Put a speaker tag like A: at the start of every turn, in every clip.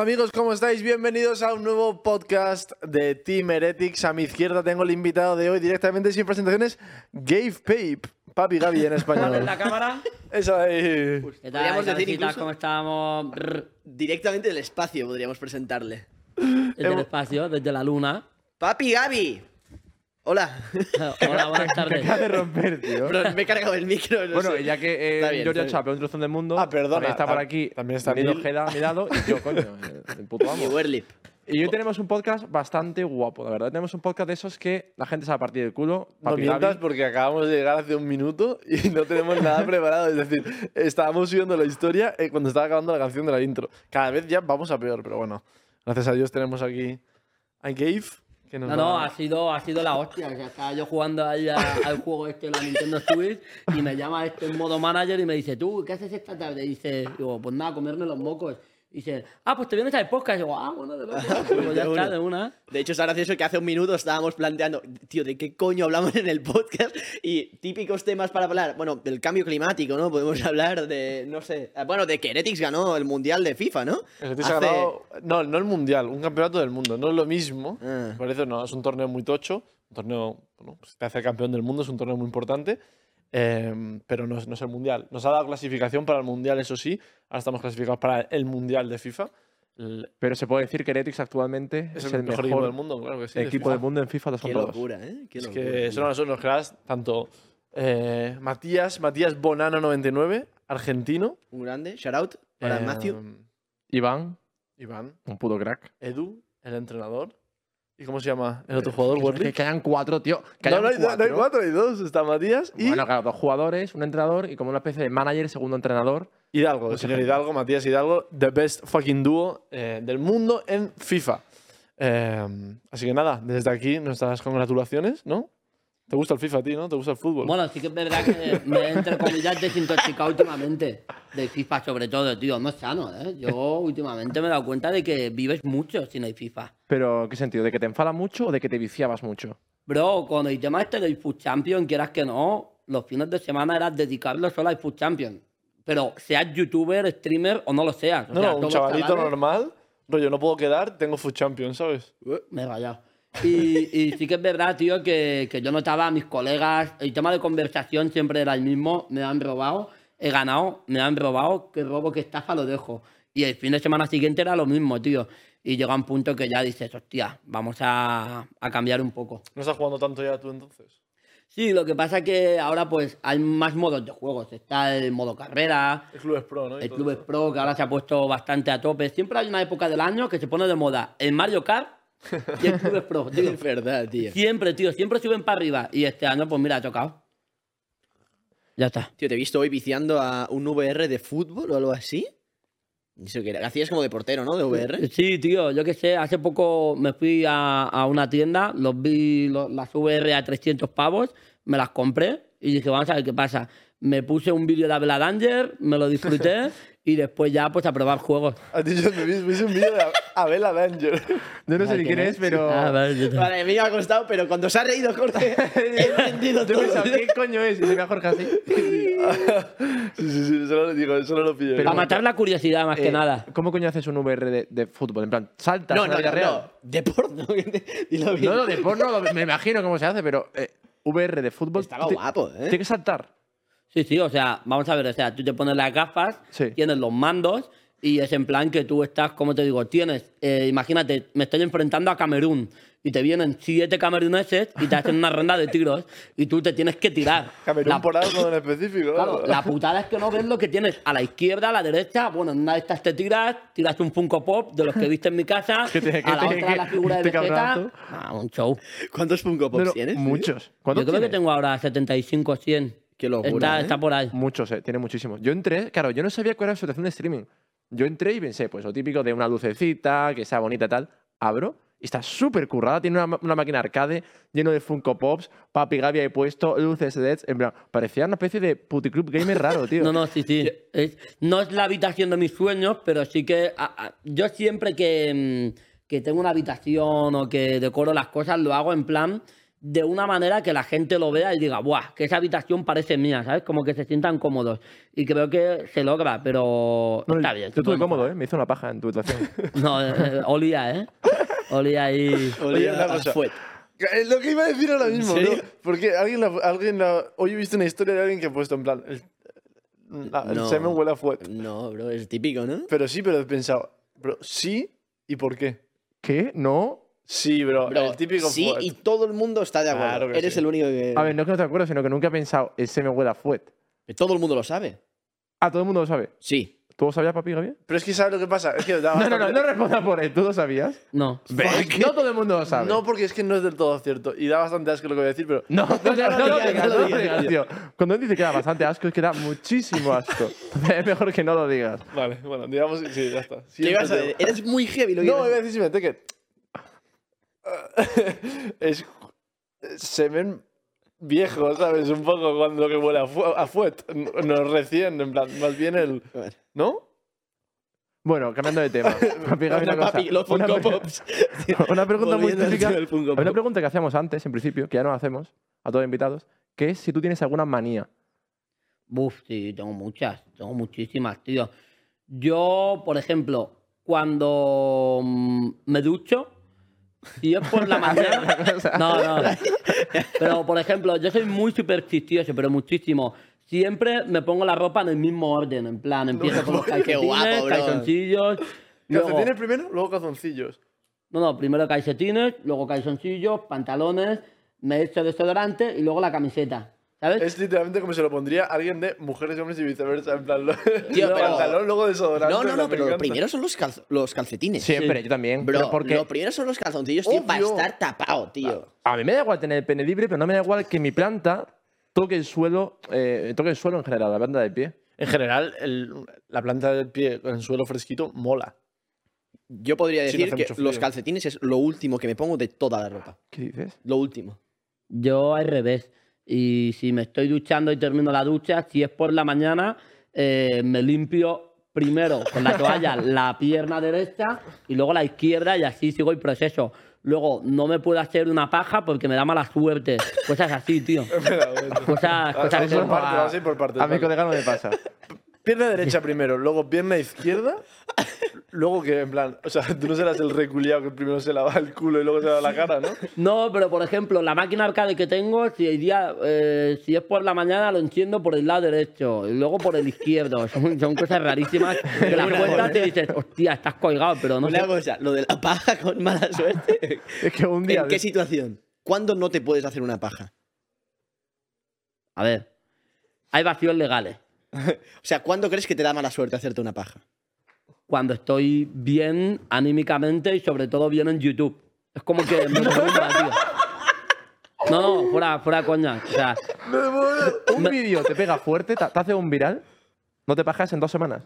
A: amigos, ¿cómo estáis? Bienvenidos a un nuevo podcast de Team Heretics. A mi izquierda tengo el invitado de hoy directamente sin presentaciones, Gabe Pape. Papi Gaby en
B: en
A: español.
B: la Pues, cámara.
A: Eso ahí.
B: ¿Qué tal,
C: Podríamos decir
B: cabecitas?
C: incluso-
B: ¿Cómo estamos? Brr,
C: Directamente del espacio podríamos presentarle.
B: Desde el espacio, desde la luna.
C: ¡Papi Gaby! Hola.
B: Hola, buenas
D: Acaba
B: tardes.
D: de romper, tío.
C: Bro, me he cargado el micro. no
D: Bueno,
C: sé.
D: ya que eh,
C: Está bien,
D: Giorgio
C: está
D: Chapa es un trozón del mundo.
A: Ah, perdona,
D: también Está por
A: tam-
D: aquí.
A: también está
D: Nilo
A: Neil.
D: Ojeda a mi lado. Y yo, coño, eh, el puto
C: bien.
D: amo.
C: Y Werlip.
D: Y hoy tenemos un podcast bastante guapo, la verdad. Tenemos un podcast de esos que la gente se va a partir del culo.
A: No
D: Papi
A: mientas
D: Gaby.
A: porque acabamos de llegar hace un minuto y no tenemos nada preparado. Es decir, estábamos subiendo la historia eh, cuando estaba acabando la canción de la intro. Cada vez ya vamos a peor, pero bueno. Gracias a Dios tenemos aquí a Gabe. Que nos va-
B: No, no, ha sido, ha sido la hostia. O sea, estaba yo jugando ahí a- al juego este, la Nintendo Switch, y me llama este en modo manager y me dice, ¿tú qué haces esta tarde? Y dice, digo, pues nada, comerme los mocos. Y dice, ah, pues te vienes al podcast. Y digo, ah, bueno, de loco. Digo, ya está, de una.
C: De hecho, es gracioso que hace un minuto estábamos planteando, tío, ¿de qué coño hablamos en el podcast? Y típicos temas para hablar. Bueno, del cambio climático, ¿no? Podemos hablar de, no sé. Ah, Bueno, de que Heretics ganó el mundial de FIFA, ¿no?
A: Os habéis ganado- No, no el mundial, un campeonato del mundo. No es lo mismo.
C: Ah.
A: Por eso no, es un torneo muy tocho. Un torneo, bueno, pues te hace campeón del mundo, es un torneo muy importante. eh, pero no es, no es el mundial. Nos ha dado clasificación para el mundial, eso sí. Ahora estamos clasificados para el mundial de FIFA. El-
D: Pero se puede decir que Heretics actualmente
A: es, el mejor, equipo del mundo, claro que sí. de
D: equipo
A: FIFA.
D: del mundo en FIFA
C: Qué
D: 2.2.
C: locura, ¿eh? Qué
A: Es
C: locura.
A: que son los, son los cracks, tanto eh, Matías, Matías Bonano99, argentino.
C: Un grande, shout out para
A: eh,
C: Matthew.
D: Iván,
A: Iván,
D: un puto crack.
A: Edu, el entrenador. ¿Y cómo se llama Eh, el otro jugador? Werly?
D: Que, que hayan cuatro, tío. Que
A: No,
D: hayan
A: no hay, no hay
D: cuatro.
A: cuatro, hay dos. Está Matías y
D: Bueno, claro, dos jugadores, un entrenador y como una especie de manager, segundo entrenador.
A: Hidalgo. El señor Hidalgo, Matías Hidalgo, the best fucking duo eh, del mundo en FIFA. Eh, así que nada, desde aquí nuestras congratulaciones, ¿no? ¿Te gusta el FIFA a ti, no? ¿Te gusta el fútbol?
B: Bueno, sí que es verdad que me he, entre comillas, desintoxicado últimamente. De FIFA sobre todo, tío. No es sano, ¿eh? Yo últimamente me he dado cuenta de que vives mucho si no hay FIFA.
D: Pero, ¿qué sentido? ¿De que te enfada mucho o de que te viciabas mucho?
B: Bro, con el tema este del FUT Champion, quieras que no, los fines de semana eras dedicarlo solo al FUT Champion. Pero seas youtuber, streamer o no lo seas. o
A: no,
B: sea,
A: no, un
B: todos
A: chavalito
B: chavales-
A: normal. Rollo, no puedo quedar, tengo Food Champions, ¿sabes?
B: Uh, Me he rayado. Y, y sí que es verdad, tío, que, que yo notaba a mis colegas, el tema de conversación siempre era el mismo, me han robado, he ganado, me han robado, que robo, que estafa, lo dejo. Y el fin de semana siguiente era lo mismo, tío. Y llega un punto que ya dices, hostia, vamos a, a cambiar un poco.
A: No estás jugando tanto ya tú entonces.
B: Sí, lo que pasa que ahora pues hay más modos de juegos. Está el modo carrera,
A: El club es pro, ¿no? Y
B: el
A: todo
B: Clubes
A: eso.
B: Pro, que ahora se ha puesto bastante a tope. Siempre hay una época del año que se pone de moda el Mario Kart y el Clubes Pro. tío.
C: Es verdad, tío.
B: Siempre, tío, siempre suben para arriba. Y este año, pues mira, ha tocado. Ya está.
C: Tío, te he visto hoy viciando a un VR de fútbol o algo así. Eso que era- hacías como de portero, ¿no? De
D: ¿Eh?
C: VR.
B: Sí, tío, yo qué sé, hace poco me fui a, a una tienda, los vi lo- las VR a 300 pavos, me las compré y dije, vamos a ver qué pasa. Me puse un vídeo de Abela Danger, me lo disfruté y después ya pues a probar juegos.
A: Has dicho, me vi- me hice un vídeo de Abela Danger.
D: Yo no sé ni quién es, pero.
B: Ah, vale, yo te-
C: Vale, a mí me ha costado, pero cuando se ha reído Jorge, he entendido
D: Yo
C: todo.
D: pensaba, ¿qué coño es? Y se me ha Jorge así.
A: sí, sí, sí, solo lo digo, solo lo pillé.
D: Pero-
B: Para matar la curiosidad más
D: Eh,
B: que nada.
D: ¿Cómo coño haces un VR de, de fútbol? En plan, saltas
C: No,
D: a
C: no,
D: la vida
C: no,
D: real.
C: no. De porno. Dilo bien.
D: No, no, de porno lo- me imagino cómo se hace, pero eh, VR de fútbol.
C: Estaba
D: te-
C: guapo, ¿eh?
D: Tienes que saltar.
B: Sí, sí, o sea, vamos a ver, o sea, tú te pones las gafas,
D: Sí.
B: tienes los mandos y es en plan que tú estás, como te digo, tienes, eh, imagínate, me estoy enfrentando a Camerún y te vienen siete cameruneses y te hacen una ronda de tiros y tú te tienes que tirar.
A: Camerún
B: La-
A: por algo en específico.
B: Claro,
A: ¿no?
B: la putada es que no ves lo que tienes a la izquierda, a la derecha. Bueno, en una de estas te tiras, tiras un Funko Pop de los que viste en mi casa,
D: Que te- que
B: a la
D: te-
B: otra la
D: que este
B: figura de
D: te cabrás
B: Vegeta. Ah, un show.
C: ¿Cuántos Funko Pops
D: No, no,
C: tienes?
D: Muchos.
B: Yo
D: ¿Cuántos
B: creo que
D: tienes?
B: tengo ahora 75 o 100.
C: Qué locura,
B: Está,
C: ¿eh?
B: está por ahí.
D: Muchos, eh, tiene muchísimos. Yo entré, claro, yo no sabía cuál era la situación de streaming. Yo entré y pensé, pues lo típico de una lucecita, que sea bonita y tal. Abro y está súper currada. Tiene una, ma- una máquina arcade lleno de Funko Pops, Papi Gaby ahí puesto, luces LEDs. En plan, parecía una especie de puticlub gamer raro, tío.
B: No, no, sí, sí. Es- no es la habitación de mis sueños, pero sí que a- a- yo siempre que, mm, que tengo una habitación o que decoro las cosas, lo hago en plan de una manera que la gente lo vea y diga, ¡buah! Que esa habitación parece mía, ¿sabes? Como que se sientan cómodos. Y creo que se logra, pero
D: No,
B: está bien.
D: Yo estuve cómodo, ¿eh? Me hizo una paja en tu habitación.
B: No, eh, eh, olía, ¿eh? Olía ahí.
A: Oye, una
C: Olía a
A: cosa.
C: fuet.
A: Es Eh, lo que iba a decir ahora mismo,
C: serio?
A: ¿no? Porque alguien, la- alguien la- hoy he visto una historia de alguien que ha puesto en plan. El, la- el
C: No.
A: semen huele a fuet.
C: No, bro, es típico, ¿no?
A: Pero sí, pero he pensado, bro, sí y por qué.
D: ¿Qué? No.
A: Sí, bro,
C: Bro,
A: el típico
C: sí,
A: fuet.
C: y todo el mundo está de acuerdo.
A: Claro que
C: Eres
A: sí.
C: el único que...
D: A ver, no es que no te acuerdo, sino que nunca he pensado, ese me huele a fuet.
C: Todo el mundo lo sabe.
D: Ah, todo el mundo lo sabe.
C: Sí.
D: ¿Tú lo sabías, papi, Gabriel?
A: Pero es que ¿sabes lo que pasa? Es que da
D: No, no, no,
A: bastante-
D: no respondas por él. ¿Tú lo sabías?
B: No.
D: Pues, No todo el mundo lo sabe.
A: No, porque es que no es del todo cierto. Y da bastante asco lo que voy a decir, pero.
D: No, no, no, no, lo
C: digas,
D: digas,
C: no
D: no
C: lo
D: lo
C: digas.
D: digas, tío. Cuando él dice que da bastante asco, es que da muchísimo asco. Es mejor que no lo digas.
A: Vale, bueno, digamos que sí, ya está.
C: ¿Qué ibas a
A: Siguiente
C: decir? Eres muy heavy lo que
A: No,
C: ibas a
A: iba a decir simplemente que. ah, es semen viejo, ¿sabes? Un poco cuando lo que huele a, fu- a fuet. No recién, en plan, más bien el.
C: decir.
A: ¿no?
D: Bueno, cambiando de tema. Papi, Gabriel, una cosa.
C: Papi, los
D: Una
C: Funko
D: pre-
C: Pops.
D: Una pregunta muy
C: Volviendo al
D: típica.
C: tema del Funko
D: Una
C: Pop.
D: pregunta que hacíamos antes, en principio, que ya no hacemos a todos los invitados, que es si tú tienes alguna manía.
B: Buf, sí, tengo muchas, tengo muchísimas, tío. Yo, por ejemplo, cuando mm, me ducho, si es por la mañana. No, no. Pero, por ejemplo, yo soy muy supersticioso, pero muchísimo. Siempre me pongo la ropa en el mismo orden, en plan, empiezo con los
C: qué
B: calcetines,
C: guapo, bro.
B: calzoncillos. luego-
A: Calcetines primero, luego calzoncillos.
B: no, no, primero calcetines, luego calzoncillos, pantalones, me echo desodorante y luego la camiseta. ¿Sabes?
A: Es literalmente como se lo pondría alguien de mujeres, hombres y viceversa. En plan, lo-
C: pero-
A: pantalón, luego desodorante.
C: No, no,
A: en
C: no,
A: plan, me
C: pero lo
A: encanta.
C: primero son los, calz- los calcetines.
D: Siempre, yo también.
C: Bro,
D: Pero porque
C: lo primero son los calzoncillos, tío, para
A: Obvio.
C: estar tapado, tío.
D: a mí me da igual tener el pene libre, pero no me da igual que mi planta toque el suelo, eh, toque el suelo en general, la planta del pie.
A: En general, el- la planta del pie con el suelo fresquito mola.
C: Yo podría
A: Sí, no
C: decir
A: hace
C: que
A: mucho frío.
C: los calcetines es lo último que me pongo de toda la ropa.
D: ¿Qué dices?
C: Lo último.
B: Yo al revés. Y si me estoy duchando y termino la ducha, si es por la mañana, eh, me limpio primero con la toalla la pierna derecha y luego la izquierda y así sigo el proceso. Luego, no me puedo hacer una paja porque me da mala suerte. Cosas así, tío. Cosas,
A: Vamos
B: cosas así.
A: por parte, vamos a ir por parte.
D: A mi colega no me pasa.
A: Pierna derecha primero, luego pierna izquierda. luego que, en plan, o sea, tú no serás el reculiado que primero se lava el culo y luego se lava la cara, ¿no?
B: No, pero por ejemplo, la máquina arcade que tengo, si, el día, eh, si es por la mañana, lo enciendo por el lado derecho y luego por el izquierdo. Son, son cosas rarísimas. Te las cuentas y dices, hostia, estás colgado, pero no sé.
C: Una cosa, lo de la paja con mala suerte.
D: Es que un día.
C: ¿En qué situación? ¿Cuándo no te puedes hacer una paja?
B: A ver, hay vacíos legales.
C: O sea, ¿cuándo crees que te da mala suerte hacerte una paja?
B: Cuando estoy bien anímicamente y sobre todo bien en YouTube. Es como que me derrumba, tío. No, no, fuera, fuera coña. O sea,
D: un vídeo te pega fuerte, te, te hace un viral, no te pajas en dos semanas.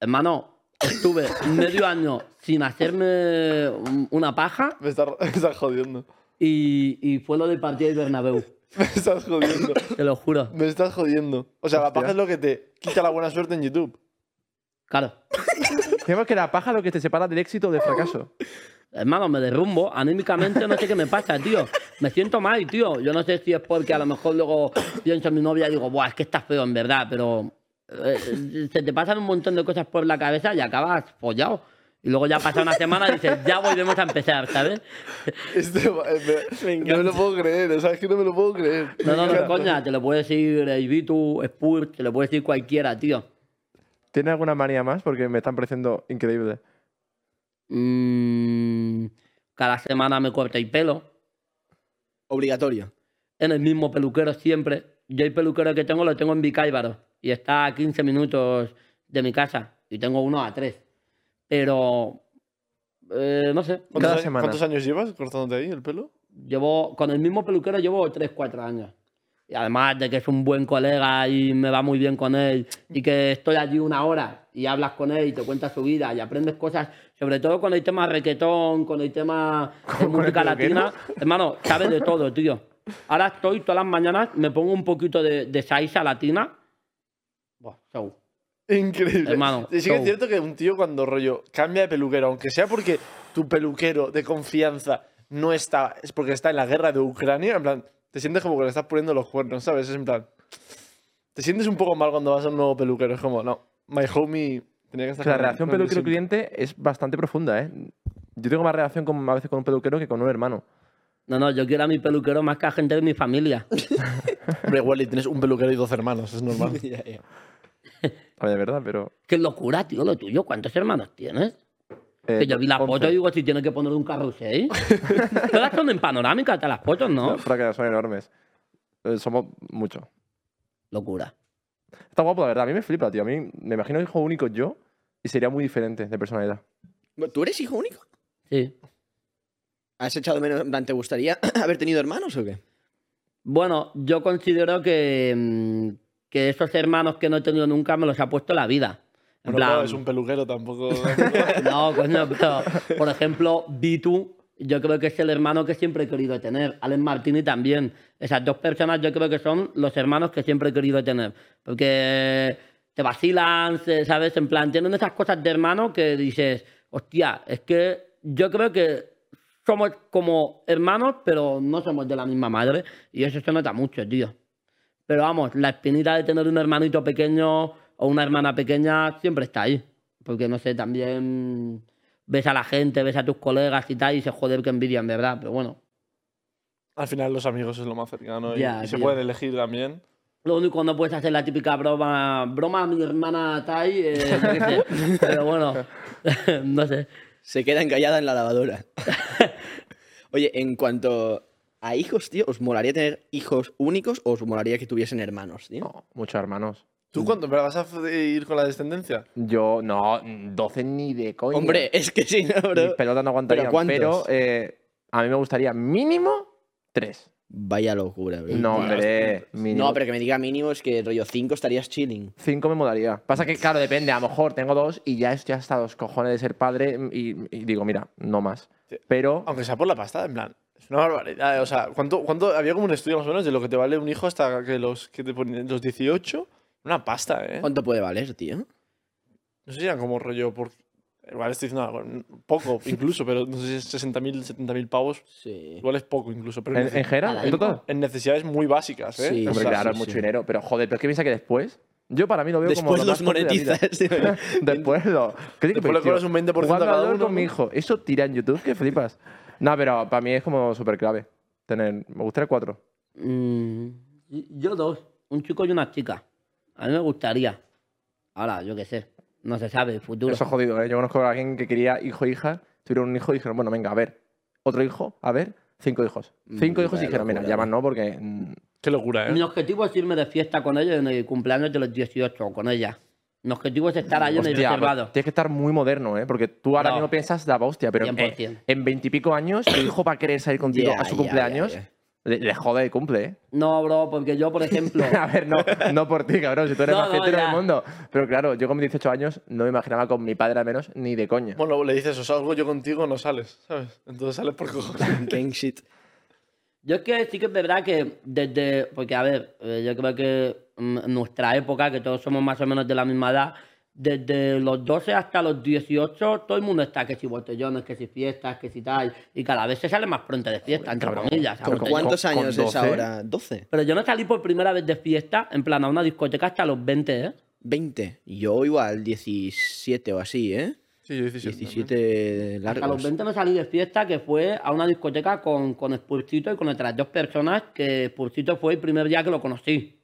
B: hermano, estuve medio año sin hacerme un- una paja
A: Me estás, me estás jodiendo.
B: y, y fue lo del partido del Bernabéu.
A: Me estás jodiendo.
B: Te lo juro.
A: Me estás jodiendo. O sea, la
D: Hostia.
A: paja es lo que te quita la buena suerte en YouTube.
B: Claro.
D: Tenemos que la paja es lo que te separa del éxito o del fracaso.
B: Hermano, me derrumbo, anímicamente no sé qué me pasa, tío. Me siento mal, tío. Yo no sé si es porque a lo mejor luego pienso en mi novia y digo, Buah, es que estás feo en verdad, pero eh, eh, se te pasan un montón de cosas por la cabeza y acabas follado. Y luego ya pasa una semana y dices, ya volvemos a empezar, ¿sabes?
A: Este, va- eh, me- no me lo puedo creer, o sea, es que no me lo puedo creer.
B: No, no,
A: Me
B: no,
A: encanta.
B: coña, te lo puede decir Ibitu, Spur, te lo puede decir cualquiera, tío.
D: ¿Tienes alguna manía más? Porque me están pareciendo increíbles.
B: Mm, cada semana me corto el pelo.
C: Obligatorio.
B: en el mismo peluquero siempre. Yo el peluquero que tengo lo tengo en Vicáibaro y está a 15 minutos de mi casa y tengo uno a 3. Pero, eh, no sé,
A: ¿Cuántos,
D: Cada
A: años-
D: semana.
A: ¿Cuántos años llevas cortándote ahí el pelo?
B: llevo, con el mismo peluquero llevo 3, 4 años. Y además de que es un buen colega y me va muy bien con él y que estoy allí una hora y hablas con él y te cuentas su vida y aprendes cosas, sobre todo con el tema requetón, con el tema de
D: el
B: música
D: peluquero?
B: latina. Hermano, sabes de todo, tío. Ahora estoy todas las mañanas, me pongo un poquito de, de salsa latina. Buah, show.
A: Increíble.
B: Hermano,
A: Y sí que es
B: show.
A: cierto que un tío cuando rollo cambia de peluquero, aunque sea porque tu peluquero de confianza no está. Es porque está en la guerra de Ucrania. En plan, te sientes como que le estás poniendo los cuernos, ¿sabes? Es en plan. Te sientes un poco mal cuando vas a un nuevo peluquero. Es como, no, my homie tenía que estar.
D: la
A: con-
D: relación
A: con el de siempre.
D: peluquero-cliente es bastante profunda, ¿eh? Yo tengo más relación con, a veces con un peluquero que con un hermano.
B: No, no, yo quiero a mi peluquero más que a gente de mi familia.
A: Hombre, igual y tienes un peluquero y dos hermanos, es normal.
C: Ya, ya.
D: A ver, de verdad, pero...
B: Qué locura, tío, lo tuyo. ¿Cuántos hermanos tienes?
D: eh,
B: que yo vi la
D: once.
B: foto y digo, si tienes que poner un carrusel. Todas son en panorámica, hasta las fotos, ¿no?
D: Las fracas son enormes. Eh, Somos muchos.
B: Locura.
D: Está guapo, la verdad. A mí me flipa, tío. A mí me imagino hijo único yo y sería muy diferente de personalidad.
C: ¿Tú eres hijo único?
B: Sí.
C: ¿Has echado menos? En plan, ¿te gustaría haber tenido hermanos o qué?
B: Bueno, yo considero que, mm, que esos hermanos que no he tenido nunca me los ha puesto la vida. En
A: Bueno,
B: plan,
A: claro, es un peluquero tampoco.
B: No, coño, pero por ejemplo, Vitu, yo creo que es el hermano que siempre he querido tener. Alex Martini también. Esas dos personas yo creo que son los hermanos que siempre he querido tener. Porque te vacilan, se- ¿sabes? En plan, tienen esas cosas de hermano que dices, hostia, es que yo creo que somos como hermanos, pero no somos de la misma madre. Y eso se nota mucho, tío. Pero vamos, la espinita de tener un hermanito pequeño o una hermana pequeña siempre está ahí. Porque no sé, también ves a la gente, ves a tus colegas y tal, y se joder que envidian, de verdad. Pero bueno,
A: Al final, los amigos es lo más cercano y,
B: Ya,
A: y se
B: tío.
A: pueden elegir también.
B: lo único no puedes hacer la típica broma, broma a mi hermana Tai, eh, yo qué sé. pero bueno, no sé.
C: Se queda encallada en la lavadora. Oye, en cuanto a hijos, tío, ¿os molaría tener hijos únicos o os molaría que tuviesen hermanos, tío?
D: No, muchos hermanos.
B: Mm.
A: ¿Tú cuánto pero vas a f- ir con la descendencia?
D: Yo, no, 12 ni de coña.
C: Hombre, es que sí, ¿no,
D: Mis
C: bro?
D: pelotas no aguantarían. Pero,
C: ¿cuántos?
D: eh, a mí me gustaría mínimo 3.
C: Vaya locura, bro.
D: No, hombre, mínimo.
C: No, pero que me diga mínimo es que rollo 5 estarías chilling.
D: 5 me mudaría. Pasa que, claro, depende. A lo mejor tengo dos y ya estoy hasta los cojones de ser padre y, y digo, mira, no más.
A: Sí.
D: Pero
C: Ah,
A: Aunque sea por la pasta, en plan. Es una barbaridad. eh, O sea, ¿cuánto, cuánto, había como un estudio más o menos de lo que te vale un hijo hasta que los, que te ponen los 18. Una pasta, ¿eh?
C: ¿Cuánto puede valer, tío?
A: No sé si eran como rollo por... Igual estoy diciendo algo, n- poco incluso, pero no sé si es 60.000, 70.000 pavos.
C: Sí.
A: Igual es poco incluso, pero en,
D: en, en
A: nece-
D: general, en total.
A: en necesidades muy básicas, ¿eh?
C: Sí,
A: O
D: Hombre,
A: sea,
D: claro,
C: sí,
D: es mucho
C: sí.
D: dinero. Pero joder, pero es que piensa que después. Yo para mí lo veo como.
C: Después
D: lo
C: los
D: más corto de la vida.
C: monetizas, tío.
D: Después lo. ¿Qué digo,
A: Después le
D: tío?
A: cobras un 20%
D: Jugando
A: a cada
D: al LOL
A: uno,
D: con mi
A: ¿no?
D: hijo. Eso tira en YouTube, que flipas. No, pero para mí es como súper clave. Tener. Me gustaría cuatro.
B: Mm, yo dos, un chico y una chica. A mí me gustaría. Ahora, yo qué sé, no se sabe, futuro.
D: Eso es jodido, ¿eh? Yo conozco a alguien que quería hijo e hija, tuvieron un hijo y dijeron, bueno, venga, a ver. Otro hijo, a ver. Cinco hijos. Cinco
C: Mm,
D: hijos y
C: vaya
D: dijeron, mira,
C: locura,
D: ya más
C: ¿no?
D: no, porque. mm,
A: Qué locura,
B: Mi
A: ¿eh?
B: objetivo es irme de fiesta con ellos en el cumpleaños de los 18, con ella. Mi objetivo es estar ahí en el
D: Hostia,
B: reservado.
D: pues, tienes que estar muy moderno, ¿eh? Porque tú ahora
B: No.
D: mismo piensas la hostia, pero en-
B: 100%.
D: en veintipico años, tu hijo va a querer salir contigo
C: Ya,
D: a
C: ya,
D: su cumpleaños.
C: ya, ya.
D: Le, le jode y cumple, ¿eh?
B: No, bro, porque yo, por ejemplo,
D: A ver, no, no por ti, cabrón, si tú eres
B: No,
D: más
B: no,
D: fiestero
B: ya.
D: del mundo. Pero claro, yo con mis 18 años no me imaginaba con mi padre al menos ni de coña.
A: Bueno, le dices, o salgo yo contigo, no sales, ¿sabes? Entonces sales por cojones.
C: Gang shit.
B: yo es que sí que es verdad que desde. Porque, a ver, eh, yo creo que mm, en nuestra época, que todos somos más o menos de la misma edad, desde los 12 hasta los 18, todo el mundo está que si botellones, que si fiestas, que si tal. Y cada vez se sale más pronto de fiesta, entre
D: cabrón.
B: comillas.
C: ¿Con
B: ¿sabes?
D: con-
C: cuántos
D: con
C: años es
D: 12?
C: ahora? ¿12?
B: Pero yo no salí por primera vez de fiesta, en plan, a una discoteca hasta los 20, ¿eh?
C: ¿20? Yo igual 17 o así, ¿eh?
A: Sí, yo 17. también.
C: 17
B: Hasta los
C: largos.
B: 20 no salí de fiesta, que fue a una discoteca con, con Spursito y con otras dos personas, que Spursito fue el primer día que lo conocí.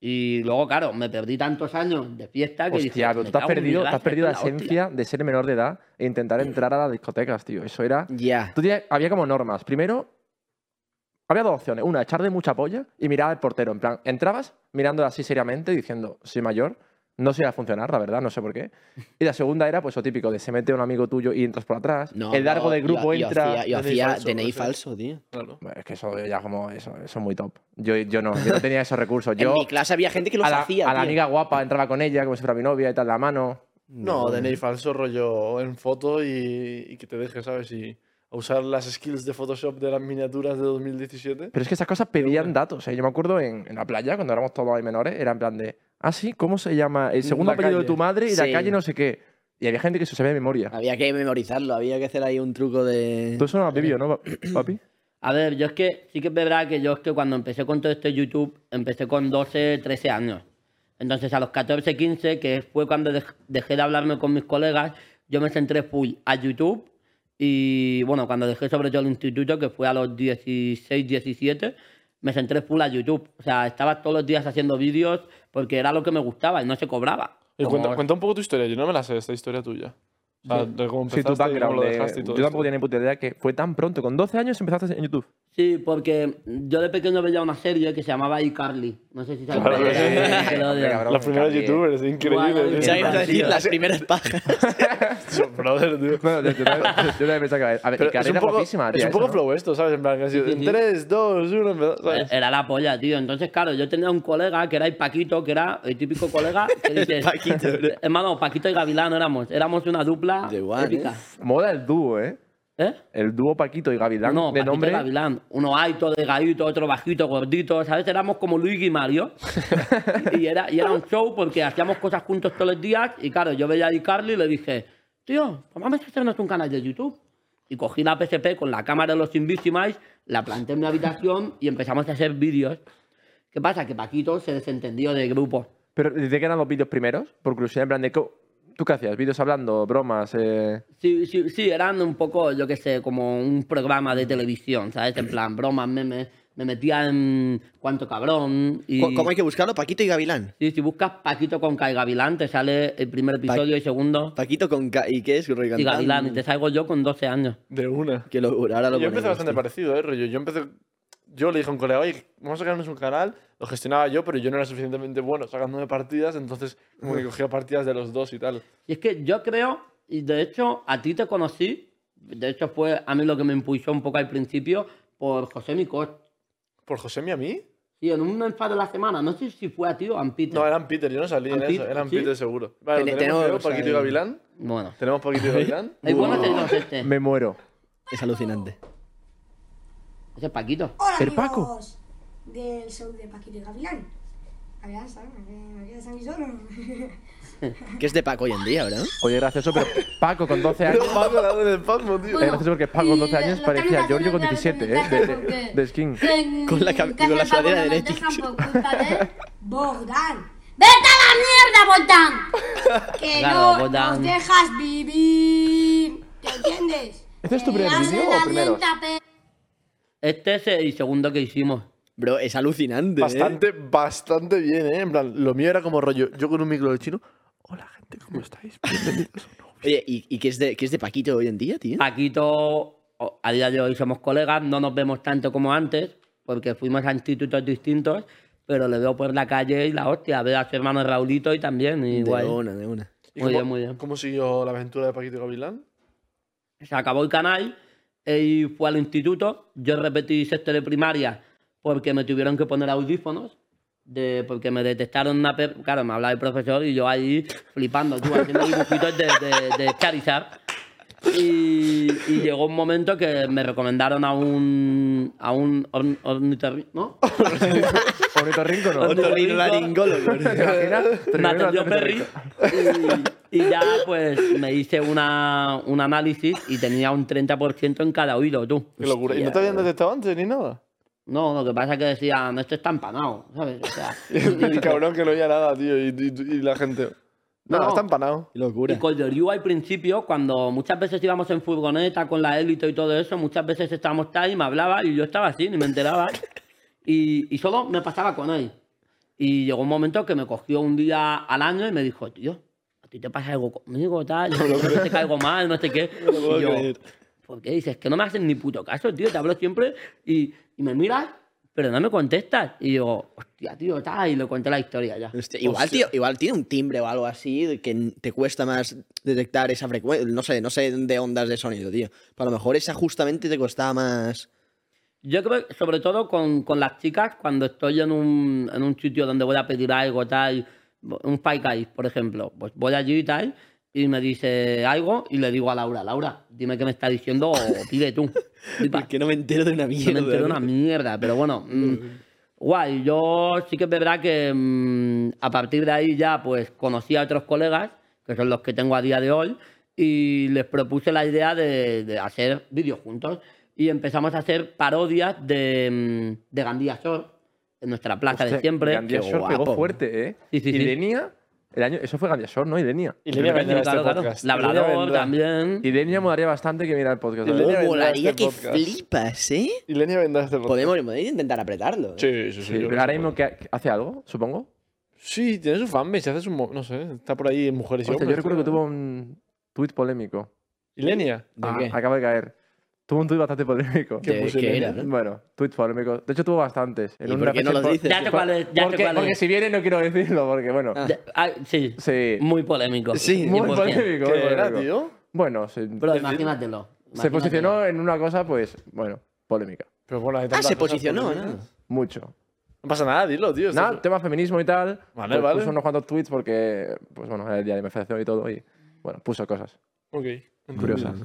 B: Y luego, claro, me perdí tantos años de fiesta que dije,
D: Hostia, pero
B: "Me
D: tú te has
B: cago en mi
D: perdido, te
B: gracia,
D: has perdido la
B: hostia".
D: esencia de ser menor de edad e intentar entrar a las discotecas, tío. Eso era.
C: Ya.
D: Tú tenías- había como normas. Primero, había dos opciones. Una, echarle mucha polla y mirar al portero. En plan, entrabas mirándolo así seriamente, diciendo, soy mayor, no se va a funcionar, la verdad, no sé por qué. Y la segunda era, pues, lo típico, de se mete un amigo tuyo y entras por atrás.
C: No,
D: el largo
C: no,
D: del grupo
C: yo,
D: entra.
C: Yo hacía, yo
A: DNI
C: hacía
A: falso,
C: DNI
A: perfecto.
C: falso, tío.
A: Claro.
D: Bueno, es que eso ya como eso, eso es muy top. Yo, yo no, yo no tenía esos recursos. Yo
C: en mi clase había gente que los
D: a la,
C: hacía.
D: a la
C: tío.
D: amiga guapa entraba con ella, como si fuera mi novia y tal, la mano.
A: No, DNI falso, rollo en foto y, y que te deje, ¿sabes? Y a usar las skills de Photoshop de las miniaturas de 2017.
D: Pero es que esas cosas pedían datos. ¿eh? Yo me acuerdo en, en la playa, cuando éramos todos ahí menores, era en plan de, ah, sí, ¿cómo se llama? El
A: La
D: segundo apellido de
A: calle.
D: tu madre y la
C: Sí.
D: calle no sé qué. Y había gente que se sabía de memoria.
C: Había que memorizarlo, había que hacer ahí un truco de.
D: Tú eso no lo has vivido, ¿no,
A: Eh,
D: papi?
B: A ver, yo es que sí que es verdad que yo es que cuando empecé con todo este YouTube, empecé con 12, 13 años. Entonces a los 14, 15, que fue cuando dej- dejé de hablarme con mis colegas, yo me centré full a YouTube y bueno, cuando dejé sobre todo el instituto, que fue a los 16, 17, me centré full a YouTube. O sea, estaba todos los días haciendo vídeos porque era lo que me gustaba y no se cobraba.
A: Oye, cuenta,
D: Como-
A: cuenta un poco tu historia, yo no me la sé, esta historia tuya. O sea, de cómo
D: Sí, tu
A: empezaste y cómo
D: background.
A: lo
D: de-
A: dejaste y todo
D: yo
A: esto.
D: tampoco tenía ni puta idea que fue tan pronto. Con 12 años empezaste en YouTube.
B: Sí, porque yo de pequeño veía una serie que se llamaba iCarly. No sé si sabes.
A: Claro
B: cuál
A: que
B: es.
A: sí.
B: Nickelodeon.
A: Los primeros youtubers,
B: Guau,
A: increíble. tío.
C: Ya
B: Ya
C: ibas a decir
B: parecía.
C: las primeras pajas.
A: Brother, tío.
D: Bueno, yo, yo, también- yo también pensaba que. A ver,
A: Pero
D: Icarly
A: es un
D: era
A: poco,
D: guapísima,
A: es
D: tía,
A: un poco
D: eso, ¿no?
A: flow esto, ¿sabes? En plan, que ha sido
B: Sí, sí,
A: en
B: sí.
A: 3, 2, 1, empezó,
C: Pues,
D: Eh,
A: ¿sabes?
B: Eh, Era la polla, tío. Entonces, claro, yo tenía un colega que era el Paquito, que era el típico colega que dices... eh,
C: Paquito, bro.
B: Hermano, Paquito y Gavilán éramos. Éramos una dupla
C: De guan,
B: épica.
D: Moda el dúo, ¿eh?
B: ¿Eh?
D: El dúo Paquito y Gavilán.
B: No,
D: de
B: Paquito
D: nombre.
B: y Gavilán. Uno alto, de gaito, otro bajito, gordito, ¿sabes? Éramos como Luis y Mario. y, era, y era un show porque hacíamos cosas juntos todos los días. Y claro, yo veía a Icarly y le dije, tío, pues vamos a hacernos un canal de YouTube. Y cogí la PSP con la cámara de los Invictimais, la planté en mi habitación y empezamos a hacer vídeos. ¿Qué pasa? Que Paquito se desentendió del grupo.
D: Pero ¿de qué eran los vídeos primeros? Por curiosidad, en plan de. co- ¿Tú qué hacías? ¿Vídeos hablando? ¿Bromas? Eh...
B: Sí, sí, sí, eran un poco, yo qué sé, como un programa de televisión, ¿sabes? En plan, bromas, memes. Me metía en cuánto cabrón. Y...
C: ¿Cómo cómo hay que buscarlo? Paquito y Gavilán.
B: Sí, si buscas Paquito con Kai Gavilán, te sale el primer episodio y segundo.
C: Paquito con. Ga- ¿Y qué es? Roy
B: y
C: Gantán.
B: Gavilán, y te salgo yo con 12 años.
A: De una.
C: Qué locura, ahora lo
A: Yo empecé
C: ponemos,
A: bastante
C: tío.
A: parecido, ¿eh? Rollo, yo empecé. Yo le dije a un colega, oye, vamos a crearnos un canal. Lo gestionaba yo, pero yo no era suficientemente bueno sacándome partidas, entonces como
B: Mm.
A: que cogía partidas de los dos y tal.
B: Y es que yo creo, y de hecho a ti te conocí, de hecho fue a mí lo que me impulsó un poco al principio por José Micos.
A: ¿Por José y a mí?
B: Sí, en un enfado de la semana, no sé si fue a ti o a Ampito.
C: eh.
A: No, eran Peter, yo no salí en
B: ¿Eran
A: eso,
B: Peter?
A: eran
B: ¿Sí? eh,
A: Peter seguro. Vale,
C: Tene-
A: lo tenemos,
C: tenemos
A: creo, Paquito y
C: ahí-
A: Gavilán.
B: Bueno.
A: Tenemos Paquito y Gavilán.
B: El bueno te digo este.
D: Me muero.
C: Es alucinante.
B: Ese es Paquito.
E: Hola,
D: ¿El Paco?
E: amigos Del show de Paquito y Gavilán. Gavilán, ¿sabes? Me quedé- me quedé aquí solo.
C: Que es de Paco hoy en día, ¿verdad?
D: Oye, gracioso, pero Paco con 12
A: Pero
D: años.
A: Paco dándole el Paco, tío.
D: Es gracioso porque Paco con 12 años parecía a Giorgio con 17, ¿eh? De, de- de skin.
E: Con
C: la cam- con la sudadera de Netflix.
D: ¿eh?
E: Bogdan. ¡Vete a la mierda, Bogdan! Que
B: Claro,
E: no
B: Bogdan.
E: nos dejas vivir. ¿Te entiendes?
D: ¿Este es
E: Que
D: tu primer
E: haces
D: vídeo o
E: la
D: primeros?
E: mierda, pe-
B: Este es el segundo que hicimos.
C: Bro, es alucinante. ¿eh?
A: Bastante, bastante bien, ¿eh? En plan, lo mío era como rollo, yo con un micro del chino. Hola, gente, ¿cómo estáis? Bienvenidos a un nuevo
C: Oye, ¿y, y qué, es de, qué es de Paquito hoy en día, tío?
B: Paquito, o- a día de hoy somos colegas, no nos vemos tanto como antes, porque fuimos a institutos distintos, pero le veo por la calle y la hostia, veo a su hermano Raulito y también, y
C: de
B: guay.
C: una, de una.
A: ¿Y
B: Muy
A: cómo-
B: bien, muy bien.
A: ¿Cómo siguió la aventura de Paquito y Gavilán?
B: Se acabó el canal eh, y fue al instituto, yo repetí sexto de primaria porque me tuvieron que poner audífonos. De, porque me detectaron una... per- Claro, me hablaba el profesor y yo ahí flipando, tú, haciendo dibujitos de, de, de Charizard. Y, y llegó un momento que me recomendaron a un. a un. orn- ornitorrin- ¿no?
D: Ornitorrinco, ¿no?
B: Ornitorrinco.
C: Otorrinolaringólogo, bro.
D: ¿Te imaginas?
B: Me
D: Primero
B: atendió
D: ornitorrinco.
B: Perry. Y, y ya, pues, me hice una, un análisis y tenía un 30% en cada oído, tú.
A: Qué locura. ¿Y no te
C: Hostia,
A: habían detectado antes ni nada?
B: No, lo que pasa es que decían, esto está empanado, ¿sabes? O sea,
A: El cabrón que no oía nada, tío, y, y- y la gente. No,
B: No.
A: está empanado.
C: Qué locura.
B: Y con The Ryu al principio, cuando muchas veces íbamos en furgoneta con la élite y todo eso, muchas veces estábamos tal y me hablaba y yo estaba así, ni me enteraba. Y, y solo me pasaba con él. Y llegó un momento que me cogió un día al año y me dijo, tío, a ti te pasa algo conmigo, tal, yo creo que te caigo mal, no sé qué.
C: lo puedo
B: Y yo,
C: creer.
B: ¿por qué dices? Que no me haces ni puto caso, tío, te hablo siempre y, y me miras, pero no me contestas. Y yo, hostia, tío, tal, y le conté la historia ya.
C: Hostia, igual, tío, igual tiene un timbre o algo así de que n- te cuesta más detectar esa frecuencia. No sé, no sé de ondas de sonido, tío. Pero a lo mejor esa justamente te costaba más.
B: Yo creo, que, sobre todo con, con las chicas, cuando estoy en un, en un sitio donde voy a pedir algo, tal, un Five Guys, por ejemplo, pues voy allí y tal, y me dice algo y le digo a Laura, Laura, dime qué me está diciendo o pide tú. Flipa.
C: Que no me entero de una mierda.
B: Se me enteró
C: bro.
B: una mierda, pero bueno. mm, guay, yo sí que es verdad que mm, a partir de ahí ya pues conocí a otros colegas que son los que tengo a día de hoy, y les propuse la idea de, de hacer vídeos juntos. Y empezamos a hacer parodias de, mm, de Gandía Shore en nuestra plaza de siempre.
D: Gandía
B: Qué
D: Shore pegó
B: guapo.
D: fuerte, ¿eh?
B: Sí, sí, sí.
D: Idenia, el año, eso fue Gandía Shore, ¿no? Idenia.
A: Y Lenia
B: Claro,
A: vendrá a este
B: claro, claro.
A: podcast. Ilenia
B: Labrador
A: vendrá.
B: también.
D: Idenia molaría bastante que mira el podcast.
A: Ilenia vendrá
D: ¿verdad?
A: a
C: Molaría
A: este
C: que
A: podcast.
C: flipas, ¿eh?
A: Y Lenia vendrá a este podcast.
C: Podemos, podéis intentar apretarlo. ¿eh?
A: Sí, sí, sí.
D: Sí,
A: yo creo
D: pero
A: que
D: ahora
A: se
D: mismo
A: puede.
D: que hace algo, supongo.
A: Sí, tiene su fanbase, hace su. mo- No sé, está por ahí en mujeres y
D: Hostia,
A: hombres.
D: yo recuerdo que
A: tío.
D: tuvo un tuit polémico.
A: ¿Y Lenia?
C: ¿De
D: Ah,
C: qué?
D: Acaba de caer. Tuvo un tuit bastante polémico.
A: ¿Qué
C: ¿De
A: puso
C: qué
A: Ilenia?
C: era?
D: ¿eh? Bueno, tuit polémico. De hecho, tuvo bastantes.
C: ¿Y por qué no
D: fecha
C: los
D: impo-
C: dices?
B: Ya sé cuál es, ya sé
D: porque,
B: cuál es.
D: porque si viene no quiero decirlo, porque bueno.
C: Ah.
B: Ya- ah, sí,
D: Sí.
B: muy polémico.
C: Sí,
D: Muy
B: 100%.
A: ¿Qué
D: polémico. muy
A: era,
D: polémico.
A: tío?
D: Bueno, se,
B: Bro, imagínatelo.
D: se
B: imagínatelo.
D: posicionó en una cosa, pues, bueno, polémica.
A: Pero bueno, hay
C: Ah,
A: tantas
C: se
A: cosas
C: posicionó,
A: polémicas.
C: ¿no?
D: Mucho.
A: No pasa nada, dilo, tío. esto
D: Nada,
A: es-
D: tema feminismo y tal.
A: Vale,
D: pues,
A: vale.
D: Puso unos cuantos tweets porque, pues bueno, era el día de mi federación y todo. Y bueno, puso cosas
A: Ok.
D: curiosas.
B: Mm.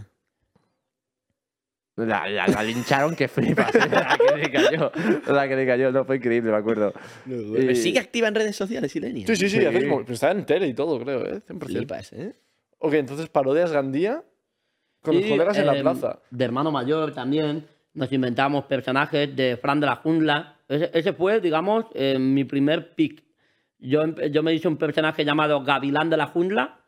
D: La, la- la lincharon que flipas. ¿eh? La que le cayó. La que le cayó. No, fue increíble, me acuerdo.
C: Pero
D: Y-
C: Eh, sigue activa en redes sociales, Ilenia.
A: Sí, sí, sí,
D: Sí.
A: haces mo- pero está en tele y todo, creo, ¿eh? 100%.
C: Flipas, ¿eh?
A: Ok, entonces parodias Gandía con los
B: Y,
A: colegas en la
B: em,
A: plaza.
B: De hermano mayor también. Nos inventamos personajes de Fran de la Jungla. Ese, ese fue, digamos, eh, mi primer pick. Yo, empe- yo me hice un personaje llamado Gavilán de la Jungla.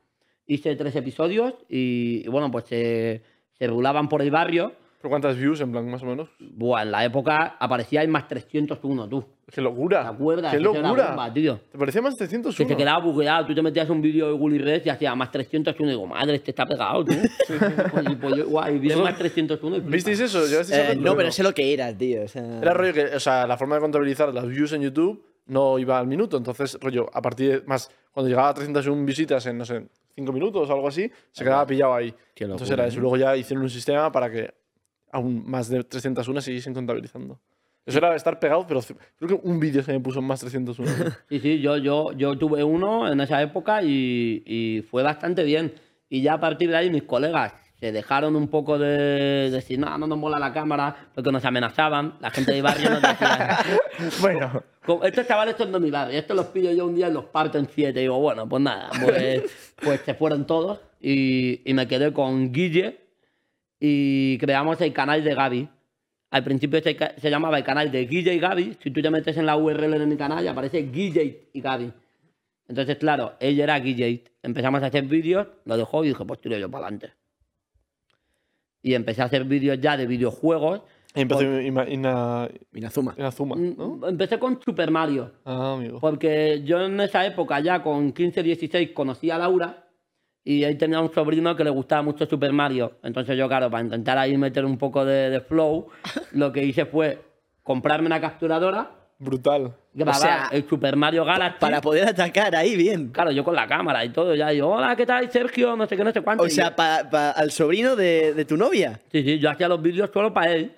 B: Hice tres episodios y, y bueno, pues se, se rulaban por el barrio.
A: ¿Pero cuántas views, en plan, más o menos?
B: Buah, en la época aparecía en más 301, tú.
A: ¡Qué
B: ¿Te
A: locura!
B: acuerdas?
A: ¡Qué
B: Eso era
A: locura!
B: bomba, tío.
A: ¿Te parecía más
B: Que
A: 301?
B: te quedaba bugueado. Tú te metías un vídeo de Gully Red y hacía más 301. Y digo, madre, este está pegado, tú. Y pues yo, guay, vi el más 301 y flipa.
A: ¿Visteis eso? ¿Llegasteis a
C: Eh,
A: verlo?
C: no, pero sé lo que era, tío. O sea...
A: Era rollo que, o sea, la forma de contabilizar las views en YouTube no iba al minuto. Entonces, rollo, a partir de más, cuando llegaba a 301 visitas en, no sé, 5 minutos o algo así, se quedaba pillado ahí.
C: Qué
A: Entonces
C: locura,
A: era
B: ¿eh?
A: eso. Luego ya hicieron un sistema para que aún más de 301 siguiesen contabilizando. Eso era estar pegado, pero creo que un vídeo se me puso en más 301.
B: Sí, sí, yo, yo, yo tuve uno en esa época y, y fue bastante bien. Y ya a partir de ahí mis colegas se dejaron un poco de decir, no, no nos mola la cámara, porque nos amenazaban. La gente de barrio nos decía,
D: Bueno,
B: "Como este estos chavales son de mi barrio, estos los pillo yo un día y los parto en siete. Y digo, bueno, pues nada, pues, pues se fueron todos y, y me quedé con Guille y creamos el canal de Gaby. Al principio se, ca- se llamaba el canal de Guille y Gaby. Si tú te metes en la URL de mi canal, aparece Guille y Gaby. Entonces, claro, ella era Guille. Empezamos a hacer vídeos, lo dejó y dije, pues tiro yo para adelante. Y empecé a hacer vídeos ya de videojuegos.
A: y empezó Ina- Ina-
C: Minazuma.
A: Inazuma, ¿no?
B: Mm, Empecé con Super Mario.
A: Ah, amigo.
B: Porque yo en esa época, ya con 15, 16, conocí a Laura y ahí tenía un sobrino que le gustaba mucho Super Mario. Entonces yo, claro, para intentar ahí meter un poco de, de flow, lo que hice fue comprarme una capturadora,
A: Brutal.
B: grabar
C: sea,
B: el Super Mario Galaxy.
C: Para poder atacar ahí bien.
B: Claro, yo con la cámara y todo, ya yo, hola, ¿qué tal, Sergio? No sé qué, no sé cuánto.
C: O
B: Y
C: sea,
B: yo-
C: pa- pa- al sobrino de, de tu novia.
B: sí, sí, yo hacía los vídeos solo para él.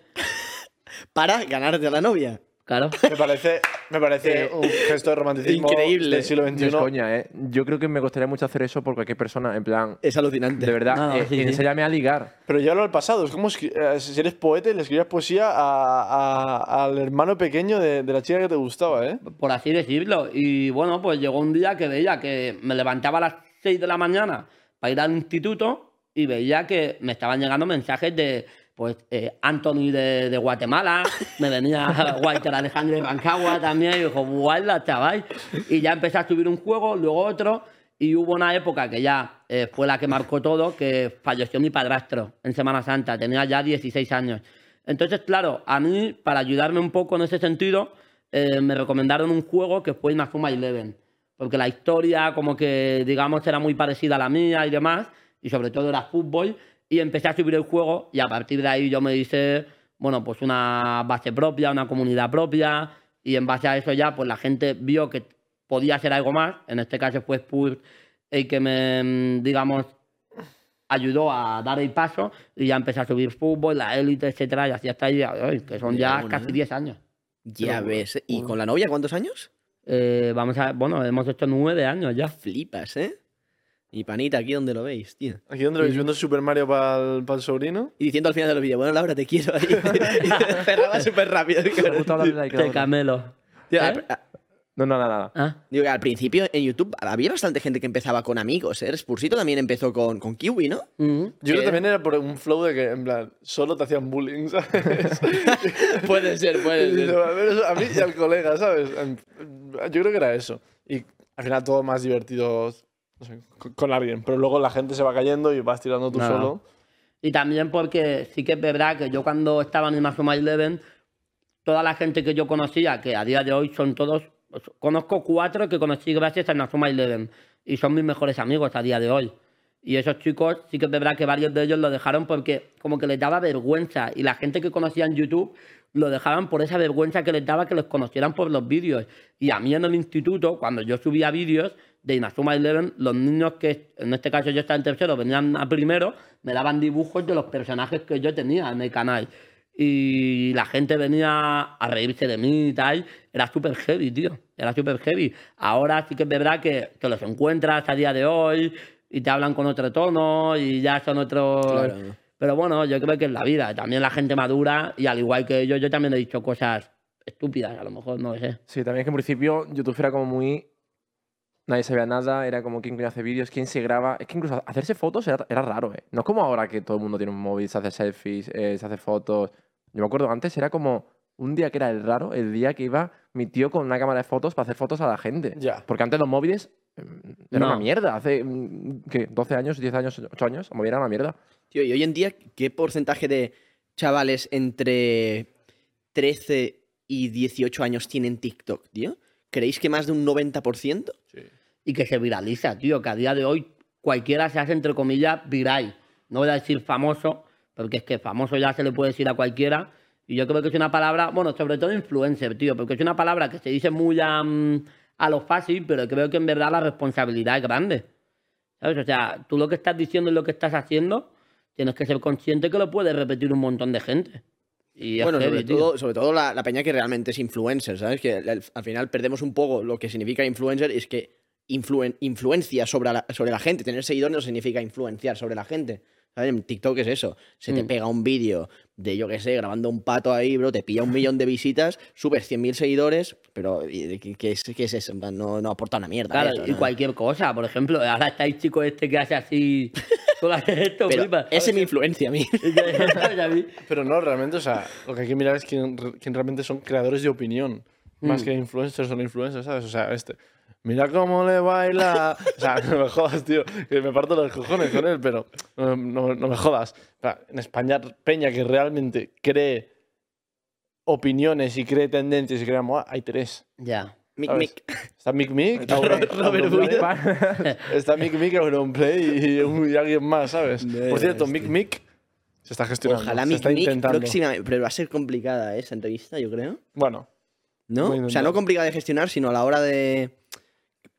C: Para ganarte a la novia.
B: Claro.
A: Me parece, me parece un gesto de romanticismo
C: Increíble.
A: del siglo
D: no
A: XXI.
D: es coña, ¿eh? Yo creo que me gustaría mucho hacer eso por cualquier persona, en plan,
C: Es alucinante.
D: de verdad,
B: No, no,
D: eh,
B: sí, sí.
D: enséñame a ligar.
A: Pero ya lo al pasado. Es como escri- eh, si eres poeta y le escribías poesía a- a- al hermano pequeño de, de la chica que te gustaba, ¿eh?
B: por así decirlo. Y bueno, pues llegó un día que veía que me levantaba a las 6 de la mañana para ir al instituto y veía que me estaban llegando mensajes de, pues, eh, Anthony de, de Guatemala, me venía Walter Alejandro de Rancagua también, y dijo, guarda, chaval. Y ya empecé a subir un juego, luego otro, y hubo una época que ya eh, fue la que marcó todo, que falleció mi padrastro en Semana Santa, tenía ya 16 años. Entonces, claro, a mí, para ayudarme un poco en ese sentido, eh, me recomendaron un juego que fue Inazuma Eleven. Porque la historia, como que, digamos, era muy parecida a la mía y demás. Y sobre todo era fútbol. Y empecé a subir el juego. Y a partir de ahí yo me hice, bueno, pues una base propia, una comunidad propia. Y en base a eso ya, pues la gente vio que podía ser algo más. En este caso fue Spurs el que me, mm, digamos, ayudó a dar el paso. Y ya empecé a subir fútbol, la élite, etcétera. Y así hasta ahí, que son
C: Mira,
B: ya
C: bueno,
B: casi
C: ¿eh?
B: 10 años.
C: Ya ves. ¿eh? ¿Y con la novia cuántos años?
B: Eh, vamos a. Bueno, hemos hecho nueve años ya.
C: Flipas, ¿eh? Y panita, aquí donde lo veis, tío.
A: Aquí donde lo veis, viendo Super Mario para el, sobrino.
C: Y diciendo al final del vídeo, bueno, Laura, te quiero. ahí. Y cerraba súper rápido.
D: Me ha gustado la vida de
B: Te
D: cada uno.
B: camelo.
C: Tío,
B: ¿Eh?
C: al- a-
D: No, no, nada, nada.
B: Ah.
C: Digo, que al principio en YouTube había bastante gente que empezaba con amigos, ¿eh? Spursito también empezó con, con Kiwi, ¿no?
B: ujú.
A: Yo creo que también era por un flow de que, en plan, solo te hacían bullying, ¿sabes?
C: puede ser, puede
A: Y digo, a, ver, eso- a mí y al colega, ¿sabes? En- Yo creo que era eso. Y al final todo más divertido no sé, con- con alguien. Pero luego la gente se va cayendo y vas tirando tú
B: No, no.
A: solo.
B: Y también porque sí que es verdad que yo cuando estaba en el Mafia Eleven, toda la gente que yo conocía, que a día de hoy son todos, pues, conozco cuatro que conocí gracias al Mafia Eleven y son mis mejores amigos a día de hoy. Y esos chicos, sí que es verdad que varios de ellos lo dejaron porque como que les daba vergüenza y la gente que conocía en YouTube lo dejaban por esa vergüenza que les daba que los conocieran por los vídeos. Y a mí en el instituto, cuando yo subía vídeos de Inazuma Eleven, los niños que, en este caso yo estaba en tercero, venían a primero, me daban dibujos de los personajes que yo tenía en el canal. Y la gente venía a reírse de mí y tal. Era súper heavy, tío. Era súper heavy. Ahora sí que es verdad que te los encuentras a día de hoy y te hablan con otro tono y ya son otros...
C: Claro.
B: Pero bueno, yo creo que es la vida. También la gente madura y al igual que ellos, yo también he dicho cosas estúpidas, a lo mejor, no lo sé.
D: Sí, también es que en principio YouTube era como muy. Nadie sabía nada, era como quién coño hace vídeos, quién se graba. Es que incluso hacerse fotos era, era raro, ¿eh? No es como ahora que todo el mundo tiene un móvil, se hace selfies, eh, se hace fotos. Yo me acuerdo, antes era como un día que era el raro, el día que iba mi tío con una cámara de fotos para hacer fotos a la gente.
A: Ya.
D: Porque antes los móviles mm, era una
B: No.
D: mierda. Hace, mm, ¿qué? ¿12 años, 10 años, 8 años? El móvil era una mierda.
C: Tío, y hoy en día, ¿qué porcentaje de chavales entre 13 y 18 años tienen TikTok, tío? ¿Creéis que más de un 90%?
B: Y que se viraliza, tío, que a día de hoy cualquiera se hace, entre comillas, viral. No voy a decir famoso, porque es que famoso ya se le puede decir a cualquiera. Y yo creo que es una palabra, bueno, sobre todo influencer, tío, porque es una palabra que se dice muy a, mm, a lo fácil, pero creo que en verdad la responsabilidad es grande. ¿Sabes? O sea, tú lo que estás diciendo y lo que estás haciendo, tienes que ser consciente que lo puede repetir un montón de gente. Y es
C: Bueno,
B: heavy,
C: sobre
B: tío.
C: todo, sobre todo la, la peña que realmente es influencer, ¿sabes? Que al, al final perdemos un poco lo que significa influencer y es que influen- influencia sobre la, sobre la gente. Tener seguidores no significa influenciar sobre la gente. ¿Sabes? En TikTok es eso. Se te
B: Mm.
C: pega un vídeo de, yo qué sé, grabando un pato ahí, bro, te pilla un millón de visitas, subes 100.000 seguidores, pero ¿y ¿qué, qué es, qué es eso? En plan, No, no aporta una mierda.
B: Claro,
C: eso,
B: y
C: ¿no?
B: cualquier cosa, por ejemplo, ahora está el chico este que hace así. Solo hace esto,
C: Pero
B: flipa.
C: ese me influencia a mí.
B: Y que- ¿sabes? A mí-
A: Pero no, realmente, o sea, lo que hay que mirar es quién, re- quién realmente son creadores de opinión. Más que influencers son influencers, ¿sabes? O sea, este. Mira cómo le baila. O sea, no me jodas, tío. Que me parto los cojones con él, pero no, no- no me jodas. O sea, en España, Peña que realmente cree opiniones y cree tendencias y crea moda, hay tres.
B: Ya.
C: Mic,
A: ¿sabes?
C: mic.
A: Está Mick Mick,
D: Está Robert-
A: Auronplay, está Mick Mick, Auronplay y, un- y alguien más, ¿sabes? Por cierto, Mick Mick se está gestionando.
C: Ojalá
A: se
C: mic,
A: está
C: mic
A: intentando.
C: próximamente. Pero va a ser complicada ¿eh? esa entrevista, yo creo.
A: Bueno,
C: ¿No?
A: Voy a
C: O sea,
A: intentar.
C: no complicada de gestionar, sino a la hora de.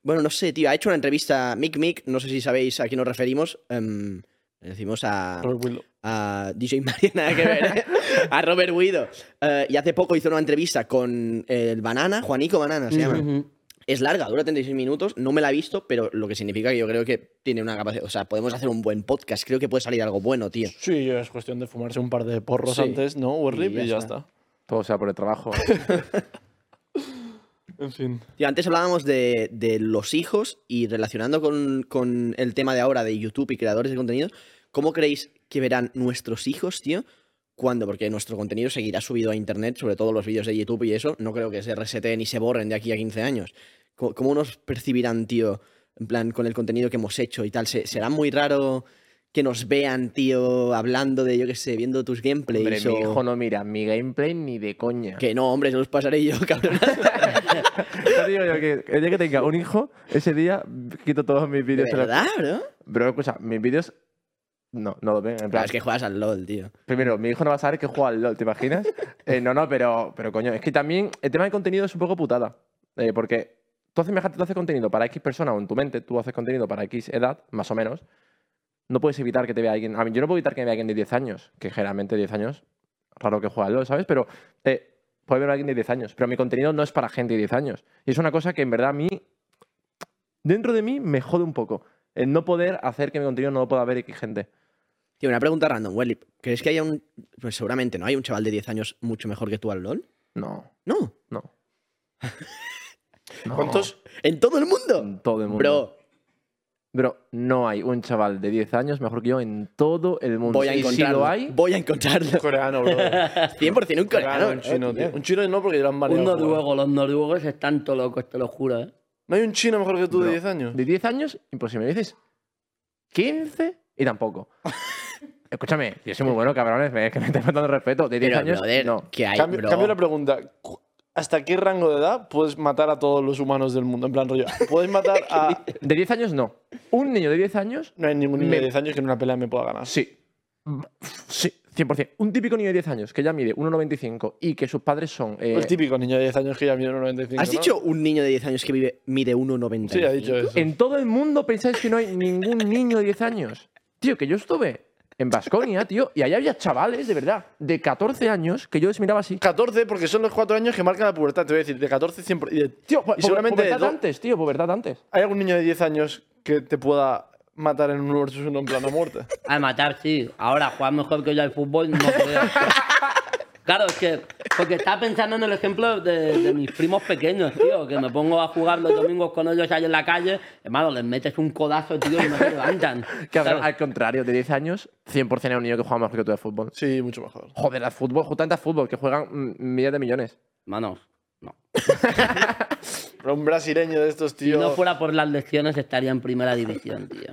C: Bueno, no sé, tío. Ha hecho una entrevista Mick Mick, no sé si sabéis a quién nos referimos. em, le decimos a,
A: Robert Ah, Willow.
C: a DJ Mario, nada que ver, ¿eh? a Robert Guido. Eh, y hace poco hizo una entrevista con el Banana, Juanico Banana se llama.
B: Ujú.
C: Es larga, dura 36 minutos, no me la he visto, pero lo que significa que yo creo que tiene una capacidad. O sea, podemos hacer un buen podcast, creo que puede salir algo bueno, tío.
A: Sí, es cuestión de fumarse un par de porros
C: Sí.
A: antes, ¿no? Warrip,
C: Y
A: y
C: ya
A: ya,
C: está.
A: está.
D: Todo sea por el trabajo.
A: En fin.
C: Tío, antes hablábamos de, de los hijos y relacionando con, con el tema de ahora de YouTube y creadores de contenido, ¿cómo creéis que verán nuestros hijos, tío? ¿Cuándo? Porque nuestro contenido seguirá subido a internet, sobre todo los vídeos de YouTube y eso. No creo que se reseten y se borren de aquí a 15 años. ¿Cómo, cómo nos percibirán, tío? En plan, con el contenido que hemos hecho y tal. Se- ¿Será muy raro que nos vean, tío, hablando de, yo qué sé, viendo tus
D: Hombre,
C: gameplays
D: mi
C: o-
D: hijo no mira mi gameplay ni de coña.
C: Que no, hombre, se los pasaré yo, cabrón.
D: Ya te digo yo que el día que tenga un hijo, ese día quito todos mis
C: ¿De
D: vídeos. en la-
C: verdad, bro?
D: Bro, escucha, mis vídeos no, no los ven. En plan,
C: Claro, es que juegas al LOL, tío.
D: Primero, mi hijo no va a saber que juega al LOL, ¿te imaginas? Eh, no, no, pero, pero coño, es que también el tema del contenido es un poco putada. Eh, porque tú haces, imagínate, tú haces contenido para X persona o en tu mente, tú haces contenido para X edad, más o menos. No puedes evitar que te vea alguien. A mí, yo no puedo evitar que me vea alguien de 10 años, que generalmente 10 años, raro que juega al LOL, ¿sabes? Pero eh, puede ver a alguien de 10 años. Pero mi contenido no es para gente de 10 años. Y es una cosa que en verdad a mí, dentro de mí, me jode un poco. El no poder hacer que mi contenido no lo pueda ver X gente.
C: Tío, una pregunta random, Welly. ¿Crees que haya un. Pues seguramente, ¿no? ¿Hay un chaval de 10 años mucho mejor que tú al LOL?
D: No,
C: No.
D: no.
A: ¿Cuántos?
C: ¿En todo el mundo?
D: En todo el mundo.
C: Bro,
D: Bro, no hay un chaval de 10 años mejor que yo en todo el mundo.
C: voy a
D: y si
C: encontrarlo.
D: lo hay,
C: Voy a encontrarlo.
A: Coreano, bro.
C: 100% un coreano.
A: un
C: bro,
D: Eh,
A: chino,
C: tío.
A: tío. Un chino no, porque dirán varios.
B: Un noruego, los noruegos están todo locos, te lo juro, ¿eh?
A: ¿No hay un chino mejor que tú de 10 años?
D: de 10 años, imposible. Me dices 15 y tampoco. Escúchame, yo soy muy bueno, cabrones, me, que me está faltando el respeto. De 10
C: Pero,
D: años,
C: brother,
D: no.
C: ¿qué hay,
A: Cambio,
C: bro?
A: cambio la pregunta. Cu- ¿Hasta qué rango de edad puedes matar a todos los humanos del mundo? En plan, rollo, puedes matar a...
D: De 10 años, no. Un niño de 10 años,
A: No hay ningún niño
D: Me- Eh.
A: de 10 años que en una pelea me pueda ganar.
D: sí. Sí, 100%. Un típico niño de 10 años que ya mide 1,95 y que sus padres son... eh,
A: El típico niño de 10 años que ya mide 1,95.
C: ¿Has
A: ¿no?
C: dicho un niño de 10 años que vive, mide 1,90?
A: Sí, ha dicho eso.
D: En todo el mundo pensáis que no hay ningún niño de 10 años. Tío, que yo estuve en Vasconia, tío, y allá había chavales, de verdad, de 14 años, que yo les miraba así.
A: 14, porque son los 4 años que marcan la pubertad. Te voy a decir, de 14 siempre... y de-
D: Tío, po-
A: y seguramente de
D: Pues pubertad
A: do-
D: antes, tío, pubertad antes.
A: ¿Hay algún niño de 10 años que te pueda matar en un versus uno en plan a muerte?
B: A matar, sí. Ahora, jugar mejor que yo al fútbol, no creo. Claro, es que. Porque estaba pensando en el ejemplo de, de mis primos pequeños, tío. Que me pongo a jugar los domingos con ellos ahí en la calle. Hermano, les metes un codazo, tío, y no se levantan.
D: Que
B: ¿sabes?
D: al contrario, de 10 años, 100% era un niño que juega mejor que tú de fútbol.
A: Sí, mucho mejor.
D: Joder, al fútbol, justamente al fútbol, que juegan mm, miles de millones.
B: Hermano, no.
A: Pero un brasileño de estos,
B: Si
A: tío...
B: no fuera por las lesiones, estaría en primera división, tío.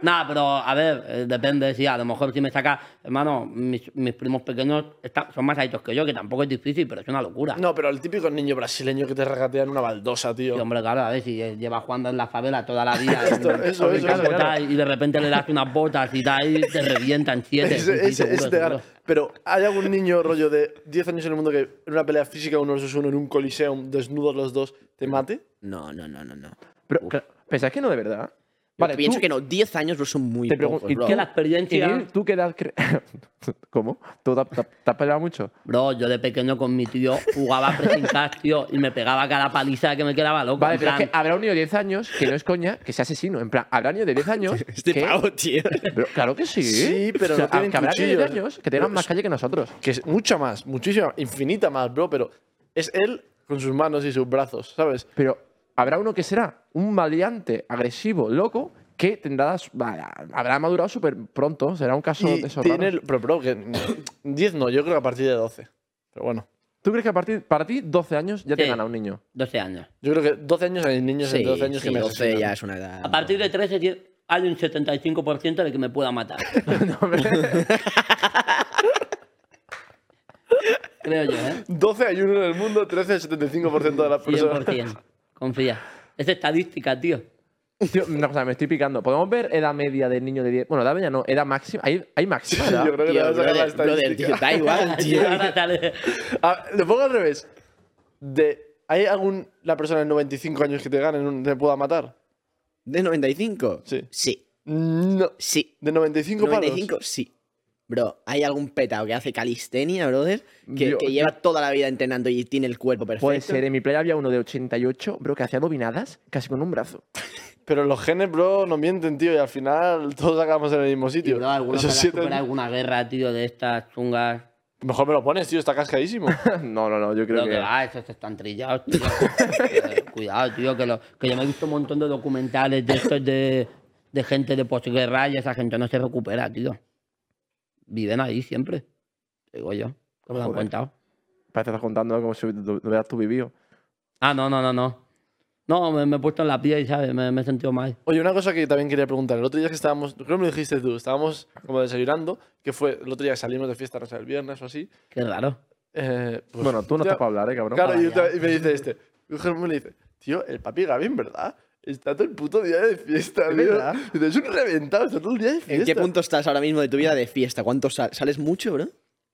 B: Nada, pero a ver, eh, depende. Sí, a lo mejor si me saca. Hermano, mis, mis primos pequeños están- son más altos que yo, que tampoco es difícil, pero es una locura.
A: No, pero el típico niño brasileño que te regatea en una baldosa, tío.
B: Sí, hombre, claro, a ver si eh, lleva jugando en la favela toda la vida. en-
A: Esto- eso,
B: en
A: eso,
B: campo,
A: eso,
B: tal, Y de repente le das unas botas y tal, y te revientan siete.
A: Ese-
B: sí, sí,
A: ese-
B: seguro,
A: ese te gana.
B: seguro.
A: Pero ¿hay algún niño rollo de 10 años en el mundo que en una pelea física uno versus uno en un coliseum, desnudos los dos, te mate?
C: No, no, no, no. no.
D: Pero, claro, ¿pensáis que no de verdad?
C: Vale,
D: tú-
C: pienso que no. 10 años bro, son muy
D: Te pregunto,
C: pocos,
D: ¿y
C: bro.
B: Que la experiencia.
D: Iril, ¿tú qué edad cre- ¿Cómo? ¿Tú te, te- te has peleado mucho?
B: Bro, yo de pequeño con mi tío jugaba a pressing catch, tío, y me pegaba cada paliza que me quedaba loco.
D: Vale,
B: en
D: pero es
A: ah,
B: plan,
D: que habrá un niño de 10 años que no es coña, que sea asesino. En plan, habrá niño de 10 años.
C: Este
D: que...
C: pavo, tío.
D: Pero claro que sí.
A: Sí, pero no tienen
D: que habrá niños de 10
A: cuchillos.
D: años que tengan
A: Pero
D: más
A: es-
D: calle que nosotros.
A: Que es mucha más, muchísima, infinita más, bro, pero es él con sus manos y sus brazos, ¿sabes?
D: Pero habrá uno que será un maleante, agresivo, loco, que tendrá. vaya, habrá madurado súper pronto. Será un caso
A: Y
D: de esos
A: tiene
D: raros.
A: el- pero, bro, que 10 no, yo creo que a partir de 12. Pero bueno,
D: ¿Tú crees que a partir, para ti, 12 años ya te
B: Sí.
D: gana un niño?
B: 12 años.
A: yo creo que 12 años hay niños
C: Sí,
A: de 12 años
C: sí,
A: que me
C: 12
A: asesinan.
C: ya es una edad.
B: A partir de 13 tío, hay un 75% de que me pueda matar.
D: No, hombre.
B: creo yo, ¿eh?
A: 12 hay uno en el mundo, 13 el 75% de las personas.
B: 100%. Confía. Es estadística, tío.
D: Tío, una cosa, me estoy picando. ¿Podemos ver edad media del niño de 10? Bueno, edad media no, edad máxima. ¿Hay, hay máxima? edad?
A: yo creo que
C: Tío,
A: le vas a sacar la
C: brother, brother,
A: estadística.
C: tío, da igual, tío.
B: Ahora sale-
A: Ah, lo pongo al revés. De, ¿Hay algún la persona de 95 años que te gane, en un- te pueda matar?
C: ¿De 95?
A: Sí.
C: Sí,
A: No.
C: sí.
A: ¿De 95, palos?
C: 95, sí. Bro, hay algún petado que hace calistenia, brother, que,
D: Yo-
C: que lleva toda la vida entrenando y tiene el cuerpo perfecto.
D: Puede ser, en mi playa había uno de 88, bro, que hacía bobinadas casi con un brazo.
A: Pero los genes, bro, no mienten, tío. Y al final todos acabamos en el mismo
B: Y,
A: sitio.
B: bro, alguna,
A: Esos
B: vez
A: siete-
B: supera alguna guerra, tío, de estas chungas.
A: Mejor me lo pones, tío. Está cascadísimo.
D: no, no, no, yo creo
B: Creo que
D: que.
B: va, esos están trillados, tío. Eh, Cuidado, tío, que, lo, que yo me he visto un montón de documentales de estos de, de gente de posguerra y esa gente no se recupera, tío. Viven ahí siempre. Digo yo, que me lo han
D: Joder.
B: contado.
D: Parece que estás contando como si tu- tuvieras tú vivido.
B: Ah, no, no, no, no. No, me, me he puesto en la piel, ¿sabes? Me, me he sentido mal.
A: Oye, una cosa que también quería preguntar. El otro día que estábamos... Creo que me lo dijiste tú. Estábamos como desayunando. Que fue el otro día que salimos de fiesta, no sé, el viernes o así.
B: Qué raro.
A: eh, pues,
D: Bueno, tú no
A: tío,
D: estás para hablar, eh, cabrón.
A: Claro, y, otra- y me dice este. Mi mujer me dice, tío, el papi Gavin, ¿verdad? Está todo el puto día de fiesta,
D: ¿Es
A: tío.
D: verdad?
A: Dice, Es un reventado, está todo el día de fiesta.
C: ¿En qué punto estás ahora mismo de tu vida de fiesta? ¿Cuánto sal- sales mucho, bro?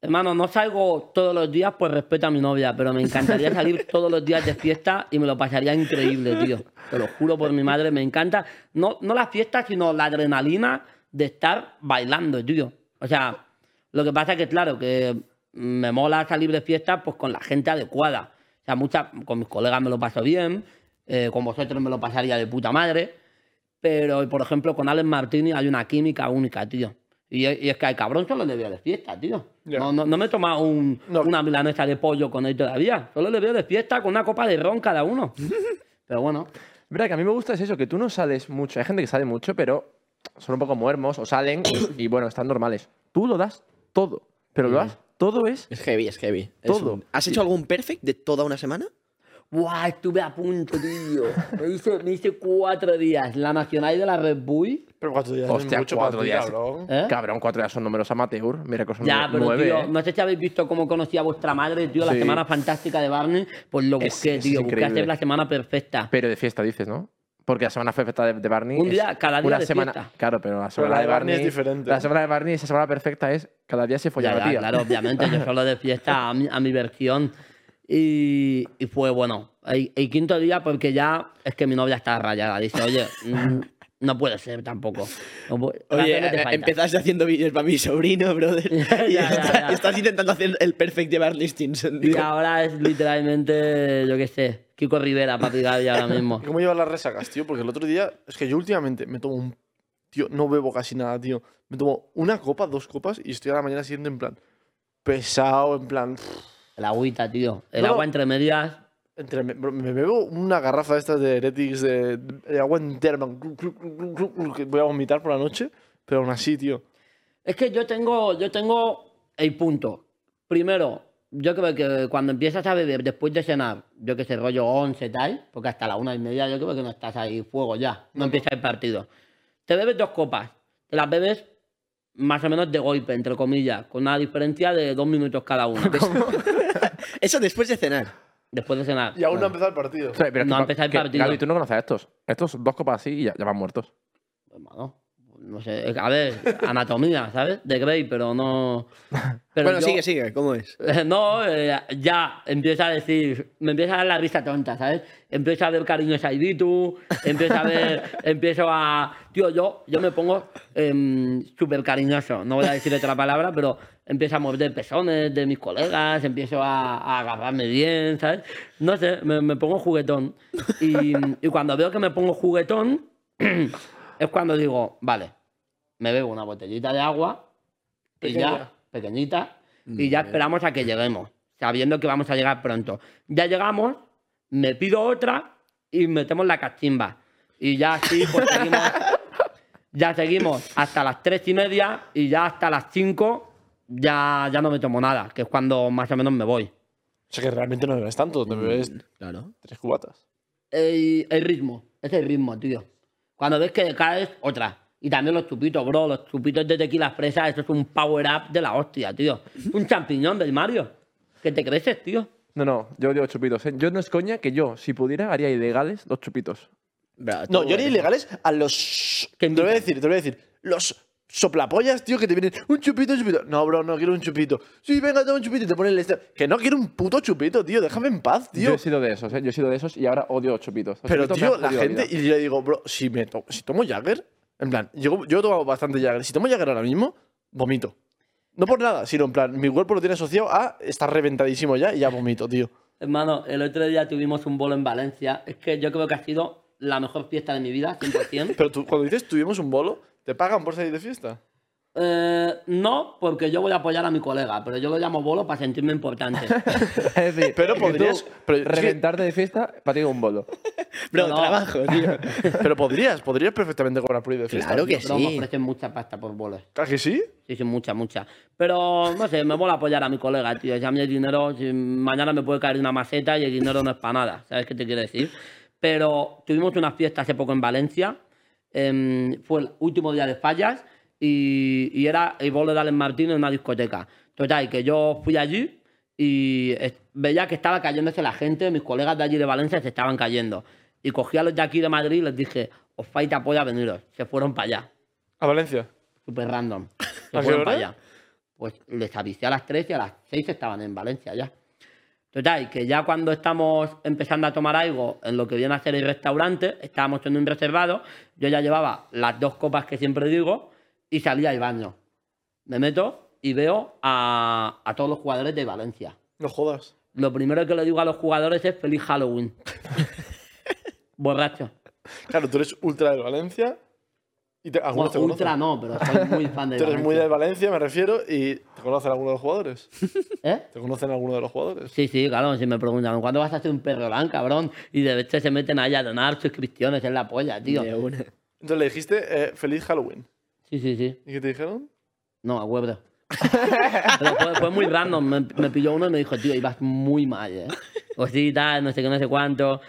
B: Hermano, no salgo todos los días por respeto a mi novia, pero me encantaría salir todos los días de fiesta y me lo pasaría increíble, tío. Te lo juro por mi madre, me encanta. No, no las fiestas, sino la adrenalina de estar bailando, tío. O sea, lo que pasa es que, claro, que me mola salir de fiesta pues con la gente adecuada. O sea, muchas, con mis colegas me lo paso bien, eh, con vosotros me lo pasaría de puta madre. Pero, por ejemplo, con Alex Martini hay una química única, tío. Y es, y es que al cabrón solo le veo de fiesta, tío.
A: Ya.
B: No, no, no me he tomado un-
A: No.
B: una milanesa de pollo con él todavía. Solo le veo de fiesta con una copa de ron cada uno. Pero bueno,
D: Verdad que a mí me gusta es eso, que tú no sales mucho. Hay gente que sale mucho, pero son un poco muermos o salen y bueno, están normales. Tú lo das todo, pero
B: Mm.
D: lo das todo es...
C: Es heavy, es heavy. Es
D: Todo.
C: un- ¿Has hecho algún perfect de toda una semana?
B: ¡guau! Estuve a punto, tío. Me hice, me hice cuatro días la nacional de la Red Bull.
A: Pero cuatro días
D: Hostia,
A: es mucho
D: cuatro
A: para ti,
D: días.
A: cabrón.
B: ¿Eh?
D: Cabrón, cuatro días son números amateur. Mira que son
B: Ya, pero
D: nueve.
B: tío,
D: ¿eh?
B: no sé si habéis visto cómo conocí a vuestra madre, tío, la
D: Sí.
B: semana fantástica de Barney. Pues lo
D: Es-
B: busqué,
D: es
B: tío. Busqué
D: increíble.
B: hacer la semana perfecta.
D: Pero de fiesta dices, ¿no? Porque la semana fue fiesta de, de Barney.
B: Un
D: es
B: día- cada día
D: una
B: de
D: semana,
B: fiesta.
D: Claro, pero la semana
A: la
D: de
A: de Barney
D: Barney
A: es diferente.
D: La semana de Barney, esa semana perfecta es cada día se
B: Ya,
D: follaba,
B: ya,
D: tío.
B: claro, obviamente, yo solo de fiesta a mi, a mi versión. Y, y fue bueno. El, el quinto día, porque ya es que mi novia está rayada. Dice, oye, mm, no puede ser tampoco. No pu-
C: Oye,
B: razón no te
C: eh,
B: falta.
C: empezaste haciendo vídeos para mi sobrino, brother.
B: Ya,
C: y
B: ya,
C: está-
B: ya.
C: estás intentando hacer el perfect de Barney Stinson.
B: Y
C: tío.
B: ahora es literalmente, yo qué sé, Kiko Rivera, papi Gaby ahora mismo.
A: ¿Y ¿Cómo llevas las resacas, tío? Porque el otro día, es que yo últimamente me tomo un. Tío, no bebo casi nada, tío. Me tomo una copa, dos copas y estoy a la mañana siguiente en plan. Pesado, en plan. pff,
B: El agüita, tío. El
A: No, no.
B: agua entre medias.
A: Entre, me, bro, me bebo una garrafa de estas de Heretics de, de agua entera, man, que voy a vomitar por la noche, pero aún así, tío.
B: Es que yo tengo, yo tengo el punto. Primero, yo creo que cuando empiezas a beber después de cenar, yo que sé, rollo 11 tal, porque hasta la una y media yo creo que no estás ahí fuego ya, no, empieza el partido. Te bebes dos copas, te las bebes más o menos de golpe, entre comillas, con una diferencia de dos minutos cada una,
C: Eso después de cenar.
B: después de cenar.
A: Y aún no ha empezado el partido.
D: O sea, pero es
B: No
D: que-
B: ha empezado el
D: que-
B: partido.
D: Gaby, tú no conoces a estos. Estos dos copas así y ya, ya van muertos.
B: Hermano, Pues, no sé, a ver, anatomía, ¿sabes? De Grey, pero no... Pero
C: bueno,
B: yo-
C: sigue, sigue. ¿Cómo es?
B: No, eh, ya empieza a decir, me empieza a dar la risa tonta, ¿sabes? Empiezo a ver cariño Saiditu, empiezo a ver, empiezo a. Tío, yo, yo me pongo em, súper cariñoso, no voy a decir otra palabra, pero empiezo a morder pezones de mis colegas, empiezo a, a agarrarme bien, ¿sabes? No sé, me, me pongo juguetón. Y, y cuando veo que me pongo juguetón, es cuando digo, vale, me bebo una botellita de agua y ya, pequeñita, y ya esperamos a que lleguemos, sabiendo que vamos a llegar pronto. Ya llegamos, me pido otra y metemos la cachimba. Y ya así, pues seguimos. ya seguimos hasta las tres y media y ya hasta las cinco ya, ya no me tomo nada, que es cuando más o menos me voy.
A: O sea que realmente no bebes tanto, te bebes
C: Claro.
A: tres cubatas.
B: El, el ritmo, es el ritmo, tío. Cuando ves que caes, otra. Y también los chupitos, bro, los chupitos de tequila fresa, eso es un power up de la hostia, tío. Un champiñón del Mario. Que te creces, tío.
D: No, no, yo digo chupitos. ¿eh? Yo no es coña que yo, si pudiera, haría ilegales dos chupitos.
A: No, yo
C: eh.
A: haría ilegales a los.
B: Que
A: Te lo voy a
B: invitan.
A: decir, te lo voy a decir. Los soplapollas, tío, que te vienen. Un chupito, un chupito. No, bro, no quiero un chupito. Sí, venga, toma un chupito y te ponen el este. Que no quiero un puto chupito, tío. Déjame en paz, tío.
D: Yo he sido de esos, ¿eh? Yo he sido de esos y ahora odio chupitos. Los
A: Pero,
D: chupitos me
A: tío,
D: han
A: la
D: jodido
A: gente.
D: vida.
A: Y yo digo, bro, si, me to- si tomo Jagger. En plan, yo, yo he tomado bastante Jagger. Si tomo Jagger ahora mismo, vomito. No por nada, sino en plan, mi cuerpo lo tiene asociado a estar reventadísimo ya y ya vomito, tío.
B: Hermano, el otro día tuvimos un bolo en Valencia. Es que yo creo que ha sido la mejor fiesta de mi vida, 100%.
A: Pero tú, cuando dices tuvimos un bolo, ¿te pagan por salir de fiesta?
B: Eh, no, porque yo voy a apoyar a mi colega, pero yo lo llamo bolo para sentirme importante.
D: es decir,
A: Pero
D: que
A: podrías-
D: tú
A: pero es que-
D: reventarte de fiesta para ti un bolo.
C: Bro,
B: No, no.
C: trabajo, tío.
A: Pero podrías, podrías perfectamente cobrar por ir de fiesta.
C: Claro que
B: Pero me
C: sí.
B: ofrecen mucha pasta por bolos.
A: ¿Claro que sí?
B: Sí, sí, mucha, mucha. Pero no sé, me mola apoyar a mi colega, tío. Ya a mí el dinero, si mañana me puede caer una maceta y el dinero no es para nada. ¿Sabes qué te quiero decir? Pero tuvimos una fiesta hace poco en Valencia. em, fue el último día de fallas y, y era el bolo de Alex Martín en una discoteca. Total, que yo fui allí y es- veía que estaba cayéndose la gente, mis colegas de allí de Valencia se estaban cayendo. Y cogí a los de aquí de Madrid y les dije, os falta apoya veniros. Se fueron para allá
A: A Valencia.
B: super random.
A: ¿A
B: Se
A: qué
B: fueron
A: hora?
B: para allá. Pues les avisé a las 3 y a las 6 estaban en Valencia ya. Total, que ya cuando estamos empezando a tomar algo en lo que viene a ser el restaurante, estábamos en un reservado, yo ya llevaba las dos copas que siempre digo y salía al baño. Me meto y veo a, a todos los jugadores de Valencia.
A: No jodas.
B: Lo primero que le digo a los jugadores es feliz Halloween. Borracho.
A: Claro, tú eres ultra del Valencia. Y te- algunos te
B: Bueno, ultra
A: conocen.
B: no, pero soy muy fan de
A: Tú eres muy
B: Valencia.
A: del Valencia, me refiero, y te conocen algunos de los jugadores.
B: ¿Eh?
A: ¿Te conocen algunos de los jugadores?
B: Sí, sí, claro, si me preguntan, ¿cuándo vas a ser un perro lan, cabrón? Y de vez se meten ahí a donar suscripciones en la polla, tío.
C: De una.
A: Entonces le dijiste eh, feliz Halloween.
B: Sí, sí, sí.
A: ¿Y qué te dijeron?
B: No, a huevo. Pero fue, fue muy random. Me, me pilló uno y me dijo, tío, ibas muy mal, ¿eh? Cositas, no sé qué, no sé cuánto.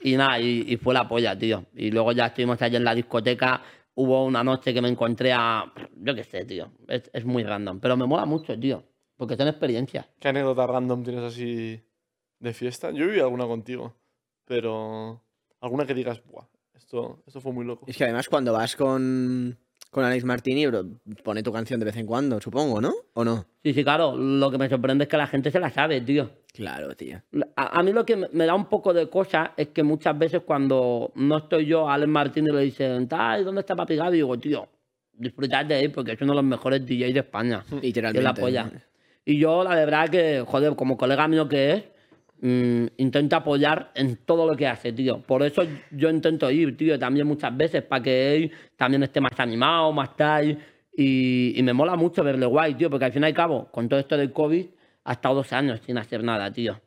B: Y nada, y, y fue la polla, tío. Y luego ya estuvimos allí en la discoteca. Hubo una noche que me encontré a... Yo qué sé, tío. Es, es muy random. Pero me mola mucho, tío. Porque son experiencias.
A: ¿Qué anécdota random tienes así de fiesta? Yo viví alguna contigo, pero alguna que digas, Buah, esto, esto fue muy loco.
C: Es que además cuando vas con, con Alex Martini, bro, pone tu canción de vez en cuando, supongo, ¿no? ¿O no?
B: Sí, sí, claro. Lo que me sorprende es que la gente se la sabe, tío.
C: Claro, tío.
B: A, a mí lo que me- me da un poco de cosa es que muchas veces cuando no estoy yo, a Alex Martínez le dicen, tal, ¿dónde está Papi Gaby? Y digo, tío, disfrutad de él porque es uno de los mejores DJs de España.
C: Literalmente.
B: Que la polla. Y yo, la verdad, que, joder, como colega mío que es, mm, intento apoyar en todo lo que hace, tío. Por eso yo intento ir, tío, también muchas veces, para que él también esté más animado, más tal. Y, y me mola mucho verle guay, tío, porque al fin y al cabo, con todo esto del COVID, ha estado dos años sin hacer nada, tío.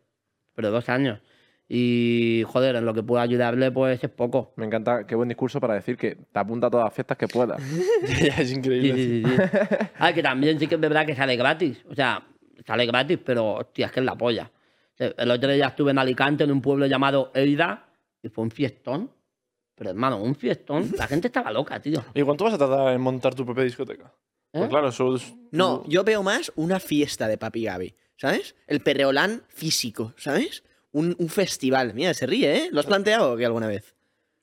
B: Pero dos años. Y, joder, en lo que puedo ayudarle, pues es poco.
D: Me encanta, qué buen discurso para decir que te apunta a todas las fiestas que puedas.
A: es
B: Sí,
A: increíble.
B: sí, sí. sí. Ah, que también sí que es verdad que sale gratis. O sea, sale gratis, pero hostia, es que es la polla. O sea, El otro día estuve en Alicante, en un pueblo llamado Eida, y fue un fiestón. Pero hermano, un fiestón. La gente estaba loca, tío.
A: ¿Y cuánto vas a tardar en montar tu propia discoteca? Pues
B: ¿Eh?
A: claro, eso es...
C: No,
A: tú-
C: yo veo más una fiesta de Papi Gaby, ¿sabes? El perreolán físico, ¿sabes? Un, un festival. Mira, se ríe, ¿eh? ¿Lo has planteado que alguna vez?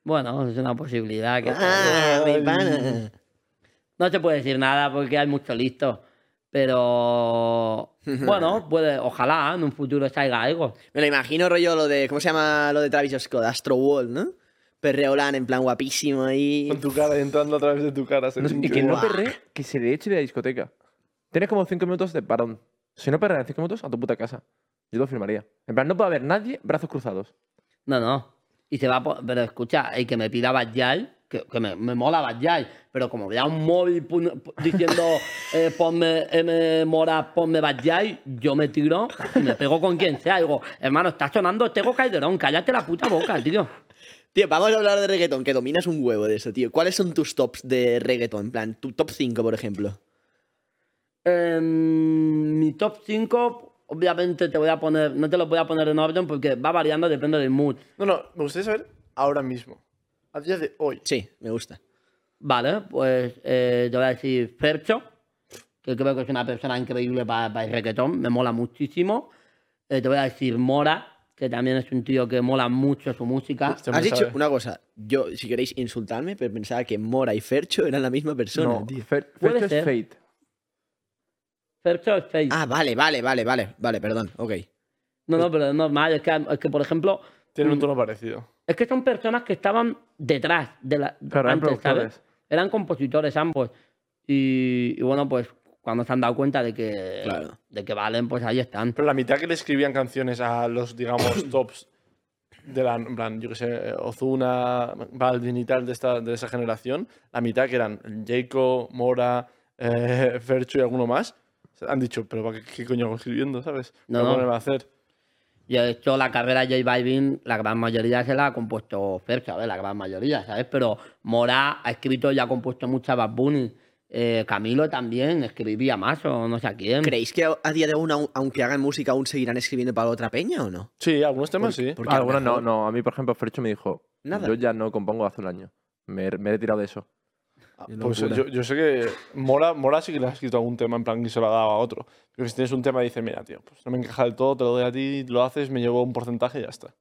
B: Bueno, es una posibilidad que.
C: Ah, mi pana.
B: No se puede decir nada porque hay mucho listo. Pero. Bueno, puede, ojalá en un futuro salga algo.
C: Me lo imagino rollo lo de, ¿cómo se llama lo de Travis Scott? Astro World, ¿no? Perreolán en plan guapísimo ahí.
A: Con tu cara y entrando a través de tu cara.
D: No
A: sería
D: sé, y que
A: increíble.
D: no perre, que se le eche de la discoteca. Tienes como 5 minutos de parón. Si no perreas en 5 minutos, a tu puta casa. Yo lo firmaría. En plan, no puede haber nadie brazos cruzados.
B: No, no. Y se va a po- Pero escucha, el que me pida Batjai, que, que me, me mola Batjai, pero como vea un móvil pu- pu- diciendo eh, ponme M Mora, ponme Batjai, yo me tiro y me pego con quien sea. Digo, hermano, está sonando Tego Calderón, cállate la puta boca, tío.
C: Tío, vamos a hablar de reggaetón, que dominas un huevo de eso, tío. ¿Cuáles son tus tops de reggaetón? En plan, tu top 5, por ejemplo.
B: Em, mi top 5, obviamente te voy a poner, no te lo voy a poner en orden porque va variando, depende del mood.
A: No, no, me gustaría saber ahora mismo. A día de hoy.
C: Sí, me gusta.
B: Vale, pues eh, te voy a decir Fercho, que creo que es una persona increíble para el reggaetón, me mola muchísimo. Eh, te voy a decir Mora, que también es un tío que mola mucho su música.
A: Hostia,
C: Has
A: me
C: dicho
A: sabe.
C: una cosa. Yo, si queréis insultarme, pero pensaba que Mora y Fercho eran la misma persona,
D: No,
C: tío.
D: Fer,
B: Puede
D: Fercho es
B: ser.
D: Fate.
B: Fercho es fake.
C: Ah, vale, vale, vale, vale, vale, perdón, ok.
B: No, no, pero es normal, es que, es que, por ejemplo,
A: Tienen un tono parecido.
B: es que son personas que estaban detrás de la...
D: Claro, eran
B: antes, ¿sabes?
D: productores.
B: Eran compositores ambos. Y, y bueno, pues cuando se han dado cuenta de que,
C: Claro.
B: de que valen, pues ahí están.
A: Pero la mitad que le escribían canciones a los, digamos, tops de la, en plan, yo qué sé, Ozuna, Balvin y tal, de, esta, de esa generación, la mitad que eran Jaco, Mora, eh, Fercho y alguno más, se han dicho, pero ¿para qué, qué coño hago escribiendo, sabes?
B: No,
A: ¿Pero
B: no.
A: ¿Cómo le va a hacer?
B: Y de hecho, la carrera de J Balvin, la gran mayoría se la ha compuesto Fer, ¿sabes? La gran mayoría, ¿sabes? Pero Mora ha escrito y ha compuesto mucha Bad Bunny. Eh, Camilo también escribía más o no sé a quién.
C: ¿Creéis que a, a día de hoy, aun- aunque hagan música, aún seguirán escribiendo para otra peña o no?
A: Sí, algunos temas sí.
C: Porque a lo
D: Algunos Ah, no,
C: mejor-
D: no. A mí, por ejemplo, Fercho me dijo,
C: Nada.
D: yo ya no compongo hace un año. Me, me he retirado de eso.
A: Ah,
C: Qué
A: pues
C: locura.
A: yo, yo sé que Mora, Mora sí que le ha escrito algún tema en plan y se lo ha dado a otro. Pero si tienes un tema y dices, mira, tío, pues no me encaja del todo, te lo doy a ti, lo haces, me llevo un porcentaje y ya está.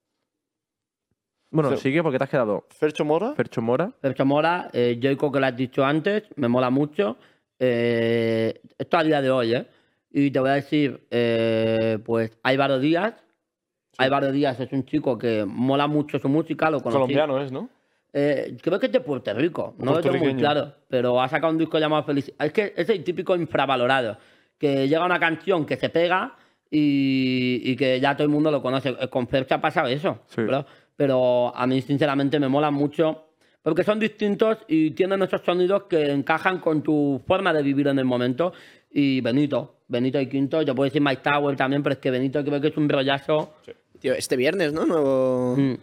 D: Bueno,
A: Fer-
D: sigue porque te has quedado
A: Fercho Mora,
D: Fercho Mora.
B: Fercho Mora, eh, Joico que lo has dicho antes, me mola mucho. Eh, esto a día de hoy, ¿eh? Y te voy a decir, eh, pues Álvaro Díaz. Álvaro Díaz es un chico que mola mucho su música, lo conocí.
A: colombiano es, ¿no?
B: Eh, creo que es de Puerto Rico, no lo tengo muy
A: Puertorriqueño.
B: claro, pero ha sacado un disco llamado Felicidad. Es que es el típico infravalorado, que llega una canción que se pega y, y que ya todo el mundo lo conoce. Eh, Con Fercha ha pasado eso,
D: Sí.
B: bro. pero a mí sinceramente me mola mucho. porque son distintos y tienen esos sonidos que encajan con tu forma de vivir en el momento. Y Benito, Benito y Quinto, yo puedo decir My Tower también, pero es que Benito creo que es un rollazo.
C: Tío, este viernes, ¿no? Nuevo,
B: Mm.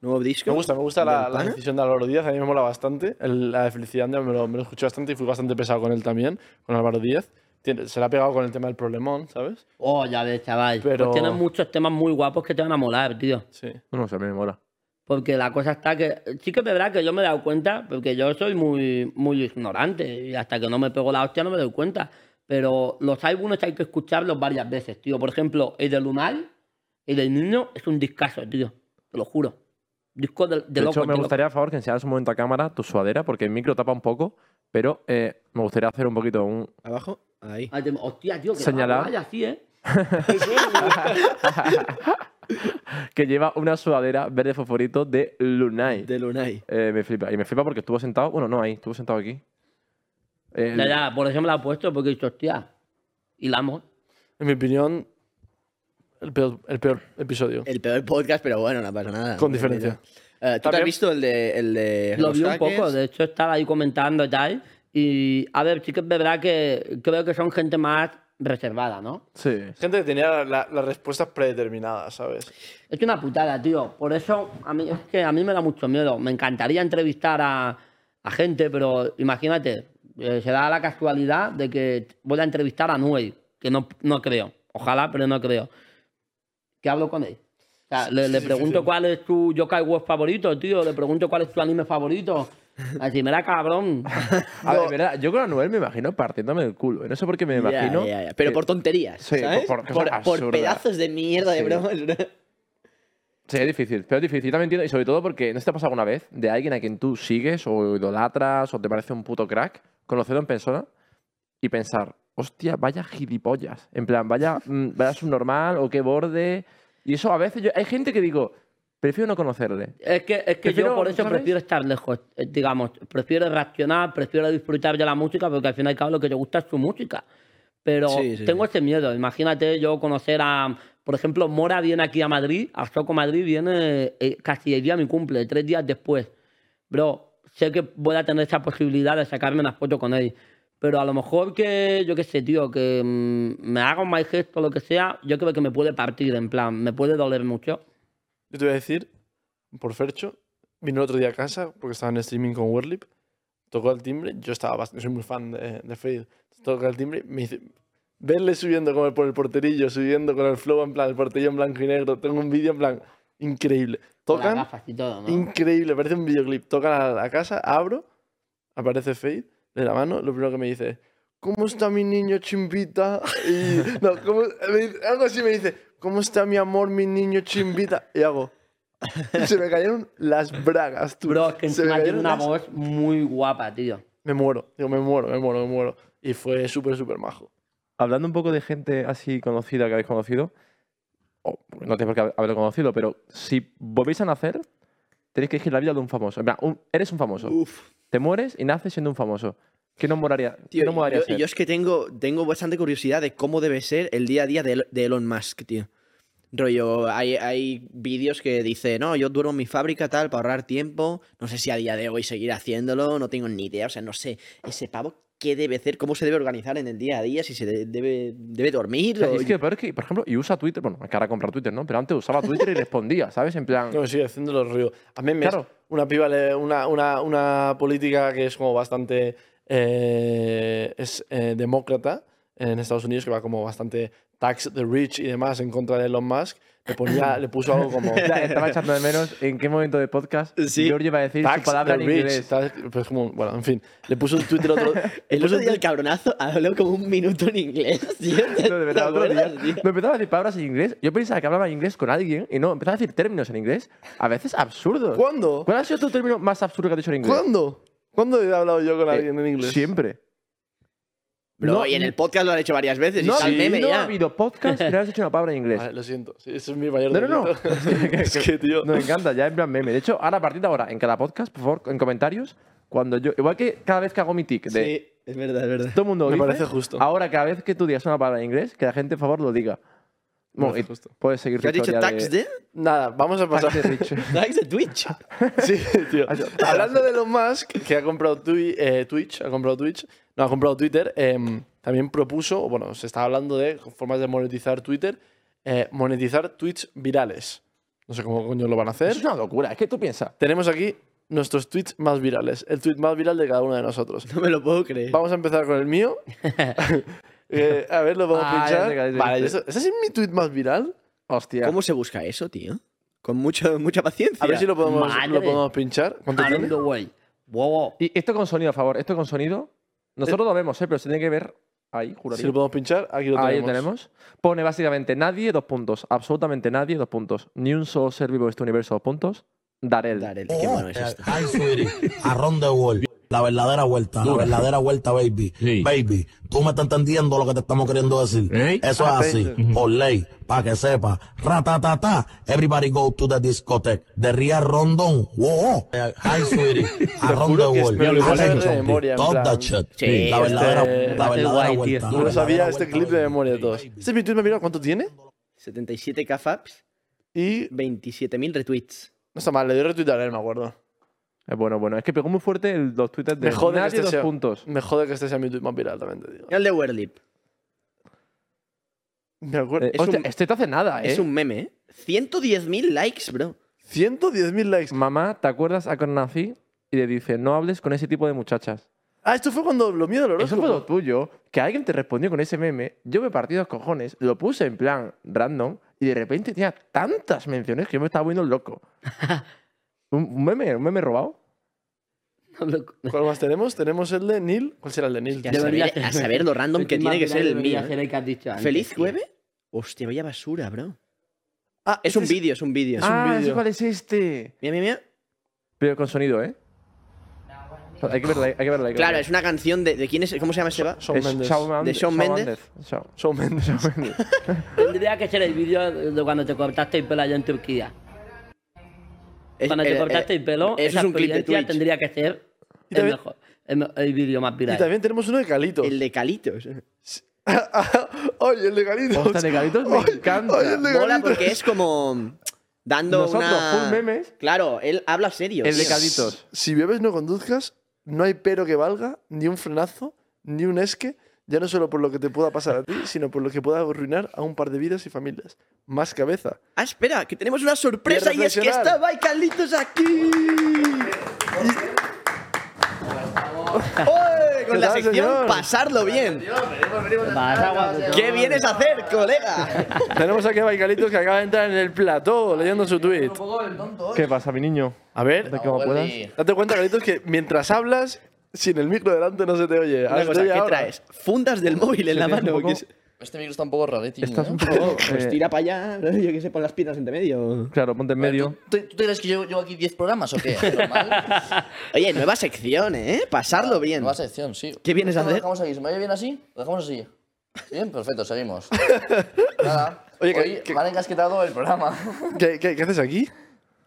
C: nuevo disco.
A: Me gusta, me gusta la,
C: ¿Del
A: la
C: pana?
A: decisión de Álvaro Díaz, a mí me mola bastante. El- la de Felicidad me lo, me lo escuché bastante y fui bastante pesado con él también, con Álvaro Díaz. Tiene- se le ha pegado con el tema del problemón, ¿sabes?
B: Oh, ya ves, chaval.
A: Pero-
B: Pues tienen muchos temas muy guapos que te van a molar, tío.
A: Sí.
D: No, no sé, a mí me mola.
B: Porque la cosa está que. Sí que es verdad que yo me he dado cuenta, porque yo soy muy, muy ignorante y hasta que no me pego la hostia no me doy cuenta. Pero los álbumes hay que escucharlos varias veces, tío. Por ejemplo, el de Lunal, el del niño, es un discazo, tío. Te lo juro. Disco de, de
D: De,
B: loco.
D: hecho, me
B: de loco.
D: gustaría, por favor, que enseñaras un momento a cámara tu sudadera, porque el micro tapa un poco, pero eh, me gustaría hacer un poquito un...
C: Abajo, ahí.
B: Ah, te- Hostia, tío, que
D: Señalar.
B: vaya así, ¿eh?
D: Que lleva una sudadera verde fosforito de Lunay.
C: De Lunay.
D: Eh, me flipa. Y me flipa porque estuvo sentado... Bueno, no ahí, estuvo sentado aquí. El-
B: Ya, ya, por eso me la he puesto, porque he dicho, hostia, hilamos.
A: En mi opinión, el peor, el peor episodio.
C: El peor podcast, pero bueno, no pasa nada.
A: Con diferencia.
C: Eh, ¿Tú te has
A: También-
C: visto el de. El de
B: Lo
C: los
B: vi un
C: hackers?
B: poco, de hecho estaba ahí comentando y tal. Y a ver, sí que es verdad que creo que son gente más reservada, ¿no?
D: Sí.
A: Gente que tenía la- la- las respuestas predeterminadas, ¿sabes?
B: Es una putada, tío. Por eso a mí, es que a mí me da mucho miedo. Me encantaría entrevistar a, a gente, pero imagínate, eh, se da la casualidad de que voy a entrevistar a Nuey, que no, no creo. Ojalá, pero no creo. ¿Qué hablo con él? O sea, le, le pregunto cuál es tu Yokai Web favorito, tío. Le pregunto cuál es tu anime favorito. Así, mira, cabrón.
D: A ver, de verdad, yo con Anuel me imagino partiéndome el culo. No sé por qué me
C: Ya,
D: imagino.
C: ya, ya. Pero por tonterías.
D: Sí,
C: ¿sabes?
D: por- por cosas absurdas.
C: pedazos de mierda de
D: Sí.
C: bromas. ¿no?
D: Sí, es difícil, pero es difícil. Yo también entiendo, y sobre todo porque no se te ha pasado alguna vez de alguien a quien tú sigues o idolatras o te parece un puto crack, conocerlo en persona y pensar, hostia, vaya gilipollas. En plan, vaya, mm, vaya subnormal o qué borde. Y eso a veces yo- hay gente que digo, prefiero no conocerle.
B: Es que, es que yo
D: Prefiero,
B: por eso
D: ¿sabes?
B: prefiero estar lejos, eh, digamos. Prefiero reaccionar, prefiero disfrutar de la música, porque al fin y al cabo lo que te gusta es su música. Pero
C: Sí, sí,
B: tengo ese miedo. Imagínate yo conocer a. Por ejemplo, Mora viene aquí a Madrid, a Soco Madrid viene eh, casi el día de mi cumple, tres días después. Bro, sé que voy a tener esa posibilidad de sacarme una foto con él. Pero a lo mejor que, yo qué sé, tío, que mm, me haga un mal gesto o lo que sea, yo creo que me puede partir, en plan, me puede doler mucho.
A: Yo te voy a decir, por Fercho, vino el otro día a casa porque estaba en streaming con Werlip, tocó el timbre, yo estaba bast- soy muy fan de, de Fade, tocó el timbre, me dice, verle subiendo como por el porterillo, subiendo con el flow en plan, el porterillo en blanco y negro, tengo un vídeo en plan, increíble.
B: Con las
A: Tocan,
B: gafas y todo, ¿no?
A: increíble, parece un videoclip, tocan a la casa, abro, aparece Fade, de la mano, lo primero que me dice es, ¿cómo está mi niño chimbita? Y, no, ¿cómo, me dice- algo así me dice, ¿cómo está mi amor, mi niño chimbita? Y hago, y se me cayeron las bragas, tú.
B: Bro, es que
A: Se me
B: encima
A: cayeron
B: tiene una
A: las-
B: voz muy guapa, tío.
A: Me muero, digo, me muero, me muero, me muero. Y fue súper, súper majo.
D: Hablando un poco de gente así conocida que habéis conocido, o no tenéis por qué haberlo conocido, pero si volvéis a nacer, tenéis que elegir la vida de un famoso. En plan, un- eres un famoso.
C: Uf.
D: Te mueres y naces siendo un famoso. ¿Qué no moraría? qué
C: Tío,
D: no molaría
C: yo,
D: ser?
C: yo es que tengo, tengo bastante curiosidad de cómo debe ser el día a día de, El- de Elon Musk, tío. Rollo, hay, hay vídeos que dice, no, yo duermo en mi fábrica tal para ahorrar tiempo. No sé si a día de hoy seguir haciéndolo, no tengo ni idea. O sea, no sé, ese pavo, ¿qué debe hacer? ¿Cómo se debe organizar en el día a día? Si se de- debe, debe
D: O
C: dormir.
D: sea,
C: o-
D: es que, pero es que, por ejemplo, y usa Twitter, bueno, que ahora compra Twitter, ¿no? Pero antes usaba Twitter y respondía, ¿sabes? En plan,
A: No, sí, haciéndolo río. A mí me
D: Claro.
A: una piba, le- una, una, una política que es como bastante eh, es eh, demócrata en Estados Unidos, que va como bastante tax the rich y demás en contra de Elon Musk, le, ponía, le puso algo como
D: ya, estaba echando de menos en qué momento de podcast
C: Sí.
D: George iba a decir su
A: tax
D: palabra
A: the
D: en
A: rich.
D: inglés.
A: tax- pues como, bueno, en fin, le puso un Twitter otro. le
D: pues
C: El
A: puso
C: otro
A: un
C: día el
A: tuit-
C: cabronazo habló como un minuto en inglés, tío.
D: No, de verdad,
C: ¿Te
D: otro día
C: acuerdas, tío?
D: me empezaba a decir palabras en inglés. Yo pensaba que hablaba inglés con alguien y no, empezaba a decir términos en inglés, a veces absurdos.
A: ¿Cuándo?
D: ¿Cuál ha sido tu término más absurdo que has dicho en inglés?
A: ¿Cuándo? ¿Cuándo he hablado yo con
D: Eh,
A: alguien en inglés?
D: Siempre.
C: Bro,
D: No,
C: y en el podcast lo han hecho varias veces.
D: No,
C: y tal
D: sí,
C: meme
D: no ha
C: ya.
D: habido podcast que no has dicho una palabra en inglés.
A: Vale, lo siento, sí, ese es mi mayor
D: No, no, no.
A: delito. es que, tío.
D: Nos encanta, ya en plan meme. De hecho, ahora a partir de ahora, en cada podcast, por favor, en comentarios, cuando yo. Igual que cada vez que hago mi tic de
C: Sí, es verdad, es verdad.
D: todo el mundo.
A: Me
D: dice,
A: parece justo.
D: Ahora, cada vez que tú digas una palabra en inglés, que la gente, por favor, lo diga. Bueno, y
A: Justo.
D: puedes seguir tu
C: ¿Qué has dicho?
D: historia
C: ¿Tax
D: de...
C: de?
A: Nada, vamos a pasar.
D: Tax de Rich.
C: ¿Tax de Twitch?
A: Sí, tío. Hablando de Elon Musk, que ha comprado Twi- eh, Twitch, ha comprado Twitch, no, ha comprado Twitter, em, también propuso, o bueno, se está hablando de formas de monetizar Twitter, eh, monetizar tweets virales. No sé cómo coño lo van a hacer.
D: Es una locura, es que tú piensas.
A: Tenemos aquí nuestros tweets más virales, el tweet más viral de cada uno de nosotros.
C: No me lo puedo creer.
A: Vamos a empezar con el mío. Eh, a ver, lo podemos
D: Ah, ya sé
A: pinchar.
D: cuál es
A: Vale,
D: este.
A: ¿eso- ¿ese es mi tweet más viral?
D: Hostia.
C: ¿Cómo se busca eso, tío? Con mucho, mucha paciencia.
A: A ver si lo podemos,
B: Madre.
A: lo podemos pinchar. ¿Cuánto tiene?
B: Hablando, güey. Wow.
D: Y esto con sonido, a favor, esto con sonido. Nosotros lo vemos, ¿eh? pero se tiene que ver ahí,
A: Si
D: juraría.
A: lo podemos pinchar, aquí lo
D: Ahí lo
A: tenemos.
D: tenemos. Pone básicamente nadie, dos puntos. Absolutamente nadie, dos puntos. Ni un solo ser vivo de este universo, dos puntos. Darel.
C: Darel,
F: Oh,
C: qué bueno es este. esto.
F: Hi, sweetie. Around the world. La verdadera vuelta, la verdadera vuelta, baby. Baby, tú me estás entendiendo lo que te estamos queriendo decir. Eso es así, por ley, para que sepa. Ratatata, everybody go to the discotheque. De Ria Rondón. Wow. Hi, sweetie. Around the
A: juro que es-
F: world.
A: me lo
F: I
A: voy a
F: like
A: saber de
F: something.
A: memoria, en
F: Talk
A: plan.
F: that shit.
B: Sí,
F: La verdadera,
A: este-
F: la
B: va a ser guay,
F: verdadera
B: tío.
F: vuelta.
B: No
A: No
F: la
A: lo sabía
F: verdadera
A: este
F: vuelta,
A: clip de
F: baby.
A: memoria de todos. Este es mi tweet más viral, ¿cuánto tiene?
C: 77k faps,
A: Y
C: 27.000 retweets.
A: no está mal, le doy retweet a él, me acuerdo.
D: Es bueno, bueno. Es que pegó muy fuerte el, los tweets de
A: Me jode, que
D: nadie,
A: este
D: dos
A: sea,
D: puntos.
A: me jode que este sea mi tweet más viral, también te digo.
C: Mira el de Werlip.
A: Me acuerdo.
D: Eh,
C: Es
D: hostia,
C: un-
D: este te hace nada, ¿eh?
C: Es un meme, ¿eh? 110.000 likes, bro.
A: 110.000 likes.
D: Mamá, ¿te acuerdas a cuando nací? Y le dice, no hables con ese tipo de muchachas.
A: Ah, esto fue cuando lo mío del
D: Eso fue lo
A: horóscopo.
D: tuyo, que alguien te respondió con ese meme, yo me partí los cojones, lo puse en plan random y de repente tenía tantas menciones que yo me estaba volviendo loco. un, un meme, un meme robado.
A: ¿Cuál más tenemos? Tenemos el de Neil. ¿Cuál será el de Neil?
C: Ya
A: tío?
C: sé.
B: Debería
C: saber- a
B: ser-
C: saber lo random
B: El ¿eh?
C: que
B: tweet más
C: tiene que ser
B: viral
C: el
B: debería
C: mío, ¿eh?
B: ser el que has dicho antes,
C: ¿Feliz
B: tío.
C: jueves? Hostia, vaya basura, bro.
A: Ah,
C: Es
A: este
C: un vídeo, es un vídeo.
A: Es un
D: ah,
A: vídeo.
D: sé cuál es este.
C: Mira, mira, mira.
D: Pero con sonido, ¿eh? Hay que verla, hay que verla. hay que
C: Claro,
D: verla.
C: es una canción de, de quién es, ¿cómo se llama ese va?
A: Shawn
D: Es
A: Mendes.
D: Shawn
C: De
D: Mendes.
C: Shawn Mendes.
D: Shawn-
A: Shawn Mendes.
D: Shawn Mendes.
B: Tendría que ser el vídeo de cuando te cortaste el pelo allá en Turquía.
C: Es-
B: Cuando
C: eh,
B: te
C: eh,
B: cortaste el pelo,
C: Eso
B: esa
C: es un clip de
B: experiencia
C: Twitch.
B: tendría que ser
A: Y
B: el
A: también-
B: mejor, el, me- el vídeo más
A: Y
B: viral.
A: también tenemos uno de Calitos.
C: El de Calitos.
A: Oye, el de Calitos.
D: Hostia, el de Calitos me
A: Oye,
D: encanta.
A: Oye, el de
C: Mola
A: Calitos.
C: porque es como dando
D: Nosotros,
C: una...
D: full memes.
C: Claro, él habla serio.
D: El de
C: tío.
D: Calitos.
A: Si bebes no conduzcas, no hay pero que valga, ni un frenazo, ni un esque, ya no solo por lo que te pueda pasar a ti, sino por lo que pueda arruinar a un par de vidas y familias. Más cabeza.
C: Ah, espera, que tenemos una sorpresa
A: Voy
C: y
A: a
C: es que
A: reflexionar.
C: estaba Calitos aquí. ¡Oye! Con
A: ¿Qué
C: la
A: tal,
C: sección
A: señor?
C: pasarlo bien.
B: Vas a guardar-
C: ¿Qué vienes a hacer, colega?
A: Tenemos aquí a Baicalitos que acaba de entrar en el plató leyendo su tweet.
D: ¿Qué pasa, mi niño?
A: A ver,
D: Hasta que como puedas.
A: date cuenta, Calitos, que mientras hablas, sin el micro delante no se te oye.
C: Una
A: Ahora se te
C: cosa,
A: oye
C: ¿qué
A: ahora.
C: traes? Fundas del móvil en la
D: tiene un
C: mano.
D: poco-
C: que es-
G: Este micro está un poco raretín,
D: Estás
G: ¿eh?
D: un poco...
C: Pues
D: eh,
C: tira para allá, bro, yo que sé, pon las piernas entre medio.
D: claro, ponte en medio.
G: ¿Tú, tú te crees que yo llevo aquí 10 programas o qué? Normal.
C: Oye, nueva sección, ¿eh? Pasarlo bien.
G: Nueva sección, sí.
C: ¿Qué vienes a
G: Esto
C: hacer?
G: Lo dejamos aquí. ¿Se me oye bien así? Lo dejamos así. Bien, perfecto, seguimos. Nada.
A: Oye,
G: Oye,
A: que-
G: Hoy
A: que-
G: me han encasquetado el programa.
A: ¿Qué, qué- qué haces aquí?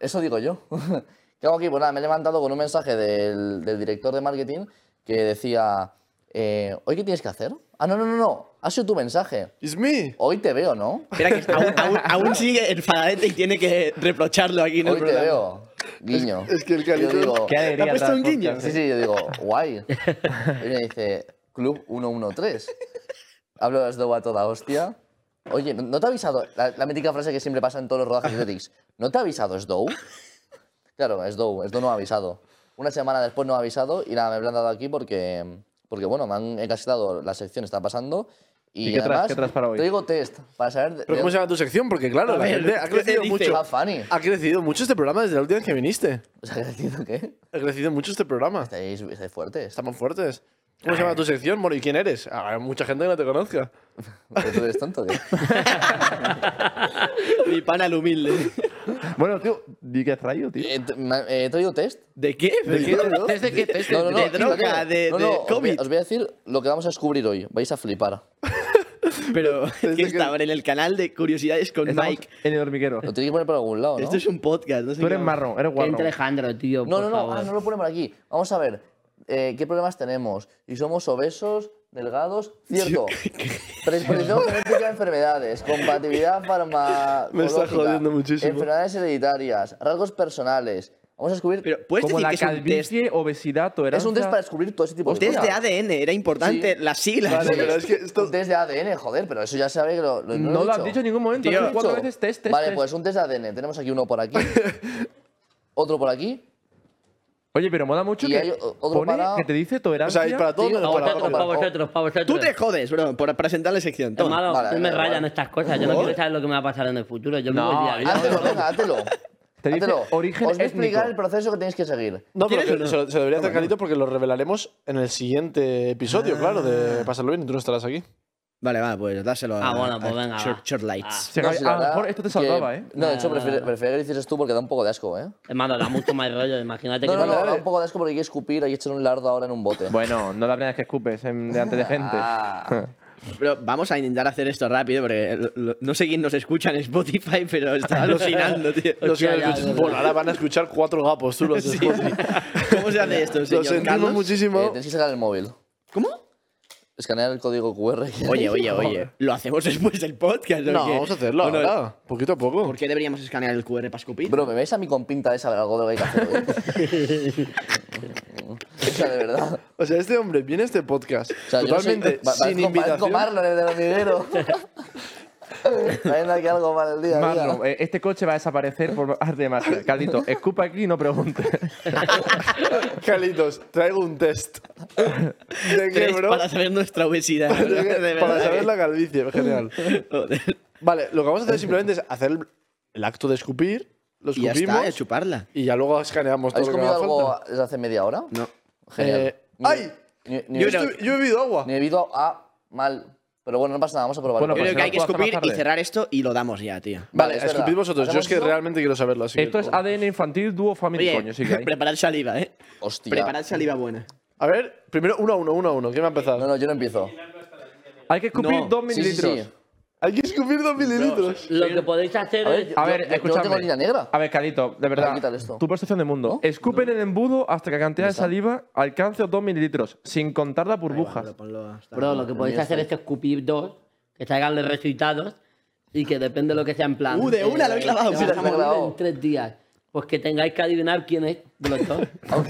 G: Eso digo yo. ¿Qué hago aquí? Pues nada, me he levantado con un mensaje del, del director de marketing que decía... eh, ¿Hoy qué tienes que hacer? Ah, no, no, no, no. Ha sido tu mensaje.
A: It's me.
G: Hoy te veo, ¿no?
C: Espera, que aún, aún- aún sigue enfadadete y tiene que reprocharlo aquí en el
G: Hoy te
C: programa.
G: veo. Guiño.
A: Es que el
G: Yo
A: Calitos-
G: digo,
D: Qué alegría.
C: ¿Te ha puesto
D: traer
C: un guiño?
D: podcast,
G: Sí,
D: eh.
G: sí, yo digo, guay. Y me dice, Club 113. Hablo de esdoba a toda hostia. Oye, ¿no- ¿no te ha avisado? La, la mítica frase que siempre pasa en todos los rodajes de Dix. ¿No te ha avisado Sdow? Claro, Sdow. Sdow no ha avisado. Una semana después no ha avisado y nada, me he plantado aquí porque, porque bueno, me han encasillado la sección, está pasando. ¿Y,
D: ¿Y qué traes-
G: además,
D: qué traes para hoy?
G: Te digo test, para saber... de-
A: ¿Pero
G: de-
A: cómo se llama tu sección? Porque claro,
C: A
A: la
C: ver,
A: gente ha
C: ¿qué
A: crecido
C: dice?
A: mucho.
G: Ah, Fanny.
A: Ha crecido mucho este programa desde la última vez que viniste.
G: ¿Os ha crecido qué?
A: Ha crecido mucho este programa.
G: Estáis, estáis fuertes.
A: Estamos fuertes. ¿Cómo se llama tu sección, Mori? ¿Quién eres? Habrá mucha gente que no te conozca.
G: ¿Pero ¿Tú eres tonto? qué?
C: Mi pana el humilde.
D: Bueno, tío, di que has traído, tío.
G: Eh, t- ma- eh, ¿He traído test?
C: ¿De qué? ¿De qué?
G: ¿Desde qué? ¿Desde
C: de droga, de- de COVID.
G: Os voy a decir lo que vamos a descubrir hoy. Vais a flipar.
C: Pero es que está ahora en el canal de curiosidades con
D: Estamos
C: Mike.
D: en el hormiguero.
G: Lo tenéis que poner por algún lado, ¿no?
C: Esto es un podcast, no sé
D: Tú eres
C: qué-
D: marrón, eres
B: Que
D: guarro.
B: entre Alejandro, tío.
G: No,
B: por
G: ah, no, no.
B: favor.
G: Ah, no lo ponen por aquí. Vamos a ver. eh, ¿Qué problemas tenemos? ¿Y somos obesos? delgados, cierto. Predisposición genética a este enfermedades, compatibilidad farmacológica.
A: Me está jodiendo muchísimo.
G: Enfermedades hereditarias, rasgos personales. Vamos a descubrir.
C: Pero puedes
D: Como
C: decir
D: la
C: que es un test.
D: calvicie, obesidad,
G: es
D: tolerancia.
G: un test para descubrir todo ese tipo de
C: Test de
G: cosas.
C: ADN, era importante
G: Sí.
C: las siglas.
G: Vale,
A: pero es que esto-
G: Un test de ADN, joder, pero eso ya sabe que lo, lo-
D: No lo has dicho en ningún momento.
C: Tío.
D: has dicho cuatro
G: Ocho.
D: veces test, test,
G: Vale,
D: test.
G: pues un test de ADN. Tenemos aquí uno por aquí, otro por aquí.
D: Oye, pero mola mucho
G: Y hay
D: que,
G: o- otro
D: pone
G: para-
D: que te dice
A: O
D: tolerancia.
A: sea, ¿y para todo
G: Sí,
A: menos
G: no,
A: para
G: no,
B: vosotros,
A: comer.
G: no,
B: para
G: no.
B: vosotros, para vosotros.
C: Tú te jodes, bro, por presentar la sección. Toma.
B: Hermano,
G: Vale,
B: tú me
G: vale,
B: rayan
G: vale.
B: estas cosas. Yo no
C: Joder.
B: quiero saber lo que me va a pasar en el futuro. Yo
D: No,
B: me voy a
D: ya-
G: Hátelo, venga, hátelo.
D: Te dice
G: Hátelo.
D: origen
G: Os voy a explicar
D: étnico.
G: el proceso que tenéis que seguir.
A: No, pero
C: ¿Quieres
A: que
C: o no?
A: se, lo- se lo debería hacer Carlito porque lo revelaremos en el siguiente episodio, claro, de Pasarlo Bien y tú no estarás aquí.
C: Vale, va, pues dáselo a.
B: Ah, bueno, pues
C: a
B: venga,
C: Short,
B: va. Ah.
C: Short Lights.
D: O sea,
G: No,
D: que
G: si la
D: a lo
G: verdad
D: Ah, mejor esto te
G: que-
D: salvaba, ¿eh?
G: No, de hecho,
B: Nah, nah,
G: prefiero
B: nah.
G: prefiero que lo hicieras tú porque da un poco de asco, ¿eh?
B: Hermano, da mucho más rollo. Imagínate
G: No,
B: que
G: no,
B: te-
G: no, da un poco de asco porque hay que escupir, hay que echar un lardo ahora en un bote.
D: Bueno, no la primera vez que escupes en- delante de gente.
G: Ah.
C: Pero vamos a intentar hacer esto rápido porque lo- lo- no sé quién nos escucha en Spotify, pero está alucinando, tío.
A: Los que
B: ya,
A: nos
B: ya,
A: escuchan-
B: ya, ya.
A: bueno, ahora van a escuchar cuatro gapos, tú los de Spotify.
C: ¿Cómo se hace esto,
A: Lo
C: señor
A: sentimos
C: Carlos?
A: muchísimo.
G: Eh, tienes que sacar el móvil.
C: ¿Cómo?
G: Escanear el código QR.
C: Oye, oye, oye. ¿Lo hacemos después del podcast? o
A: no,
C: qué?
A: vamos a hacerlo
C: Bueno,
A: ahora, poquito a poco.
C: ¿Por qué deberíamos escanear el QR para escupir?
G: Bro, ¿me veis a mí con pinta de saber algo de lo que hay que hacer hoy? o sea, de verdad.
A: O sea, este hombre viene a este podcast
G: O sea, yo no soy-
A: totalmente
G: pa- parezco-
A: sin
G: Parezco
A: invitación.
G: Marlon, el del hormiguero. Trayendo aquí algo para el día. a día.
D: Marlon, eh, este coche va a desaparecer por arte de magia. Caldito, escupa aquí y no preguntes.
A: Carlitos, traigo un test. ¿De qué,
C: Tres
A: bro?
C: Para saber nuestra obesidad. bro, de verdad
A: Para saber ¿eh?
C: que-
A: la calvicie en general.
C: Joder.
A: Vale, lo que vamos a hacer simplemente es hacer el, el acto de escupir, lo
C: Y ya está,
A: escupimos
C: eh, chuparla.
A: y ya luego escaneamos todo
G: ¿Habéis
A: lo que
G: comido
A: haga
G: algo
A: falta.
G: desde hace media hora?
C: No.
G: Genial.
A: Eh,
G: Ni-
A: ¡ay!
G: Ni, ni-
A: Yo, estoy- yo he bebido agua.
G: ni debido a mal. Pero bueno, no pasa nada, vamos a probarlo.
D: Bueno,
C: Yo
D: pues
C: creo que
D: lo
C: hay que
D: puedo hacer más
C: escupir y
D: tarde.
C: cerrar esto y lo damos ya, tío.
A: Vale,
G: es verdad.
A: escupid vosotros. Yo es
G: ¿Hacemos
A: que
G: eso?
A: realmente quiero saberlo, así
D: Esto
A: que...
D: es ADN infantil, dúo, familia,
C: Oye,
D: coño, sí que hay.
C: preparad saliva, ¿eh?
G: Hostia.
C: Preparad saliva buena.
A: A ver, primero uno a uno, uno a uno. ¿Quién va a empezar?
G: No, no, yo no empiezo.
D: Hay que escupir
C: No,
D: dos
G: Sí, sí,
D: mililitros.
G: sí.
A: Hay que escupir dos mililitros.
B: Lo que podéis hacer
G: A
B: es...
G: ver,
D: A
G: Yo-
D: ver,
G: yo- yo no
D: escúchame.
G: tengo línea negra.
D: A ver, Carlito, de
G: Ah,
D: verdad.
G: quítale esto.
D: Tu percepción de mundo.
G: ¿No?
D: Escupe en el embudo hasta que la cantidad de saliva alcance los 2 mililitros, sin contar las burbujas.
C: Ponlo hasta-
B: Bro, lo que podéis hacer es escupir dos, que salgan los resultados y que depende de lo que sea en plan. Eh,
C: Uh, de una lo he clavado,
B: que
G: sí, lo he
B: bajamos
G: clavado.
B: uno en tres días. Pues que tengáis que adivinar quién es de los dos.
D: Pero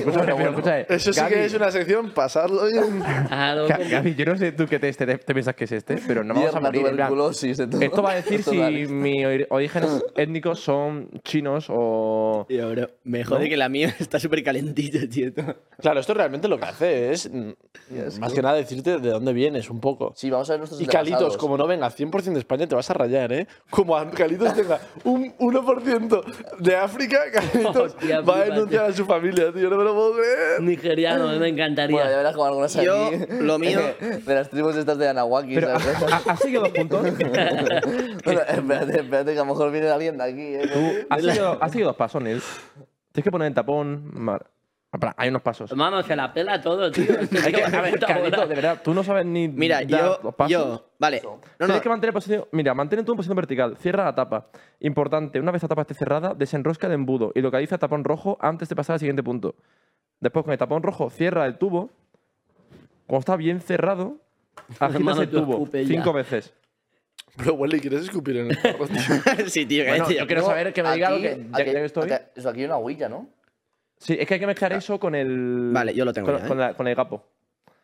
D: escúchame, pero escúchame.
A: Eso sí
D: Gaby,
A: que es una sección, pasarlo bien.
B: Claro,
D: Ga-
B: como-
D: Gaby, yo no sé tú qué te, te, te piensas que es este, pero no vamos a
G: Mierda,
D: morir. en plan,
G: tuberculosis, de todo.
D: Esto va a decir
G: Esto
D: si
G: vale.
D: mis ori- orígenes étnicos son chinos o...
C: Tío, bro, me jode que la mía está súper calentita, tío.
A: Claro, esto realmente lo que hace es, mm, más que nada, decirte de dónde vienes un poco.
G: Sí, vamos a ver nuestros
A: Y Calitos,
G: antepasados.
A: como no venga 100% de España, te vas a rayar, ¿eh? Como a Calitos tenga un 1% de África, Calitos
B: Hostia,
A: va a
B: flipa,
A: denunciar a su familia, tío. No me lo puedo creer.
B: nigeriano, a mí me encantaría.
G: Bueno, ya verás como algunas aquí.
C: Yo, lo mío-
G: De las tribus estas de Anahuaki.
D: Pero, ah,
G: ¿sabes?
D: ¿ha- ¿Has seguido dos puntos?
G: Bueno, espérate, espérate, que a lo mejor viene alguien de aquí. ¿eh?
D: ¿Has seguido, has seguido dos pasos, Nils? Tienes que poner en tapón... mar- En plan, Hay unos pasos.
B: Hermano, se la pela todo, tío.
D: Hay que, a ver, Carlito, de verdad, tú no sabes ni
C: Mira,
D: dar
C: yo.
D: los pasos.
C: Yo. Vale. No, no.
D: Tienes que mantener posición. Mira, mantén tú en posición vertical. Cierra la tapa. Importante, una vez la tapa esté cerrada, desenrosca el embudo y localiza el tapón rojo antes de pasar al siguiente punto. Después, con el tapón rojo, cierra el tubo. Cuando está bien cerrado, agitas
B: Hermano,
D: el
B: tú
D: tubo
B: escupe ya.
D: cinco veces.
A: Pero, Wally, ¿quieres escupir en el carro, tío?
C: sí, tío,
D: Bueno,
C: cállate.
D: yo quiero
G: No,
D: saber que me diga lo
G: aquí-
D: que. ya que-
G: aquí-
D: ya que estoy.
G: acá- Eso, aquí hay una huilla, ¿no?
D: Sí, es que hay que mezclar eso con el.
C: Vale, yo lo tengo
D: Con,
C: ya, ¿eh?
D: con la- con el gapo.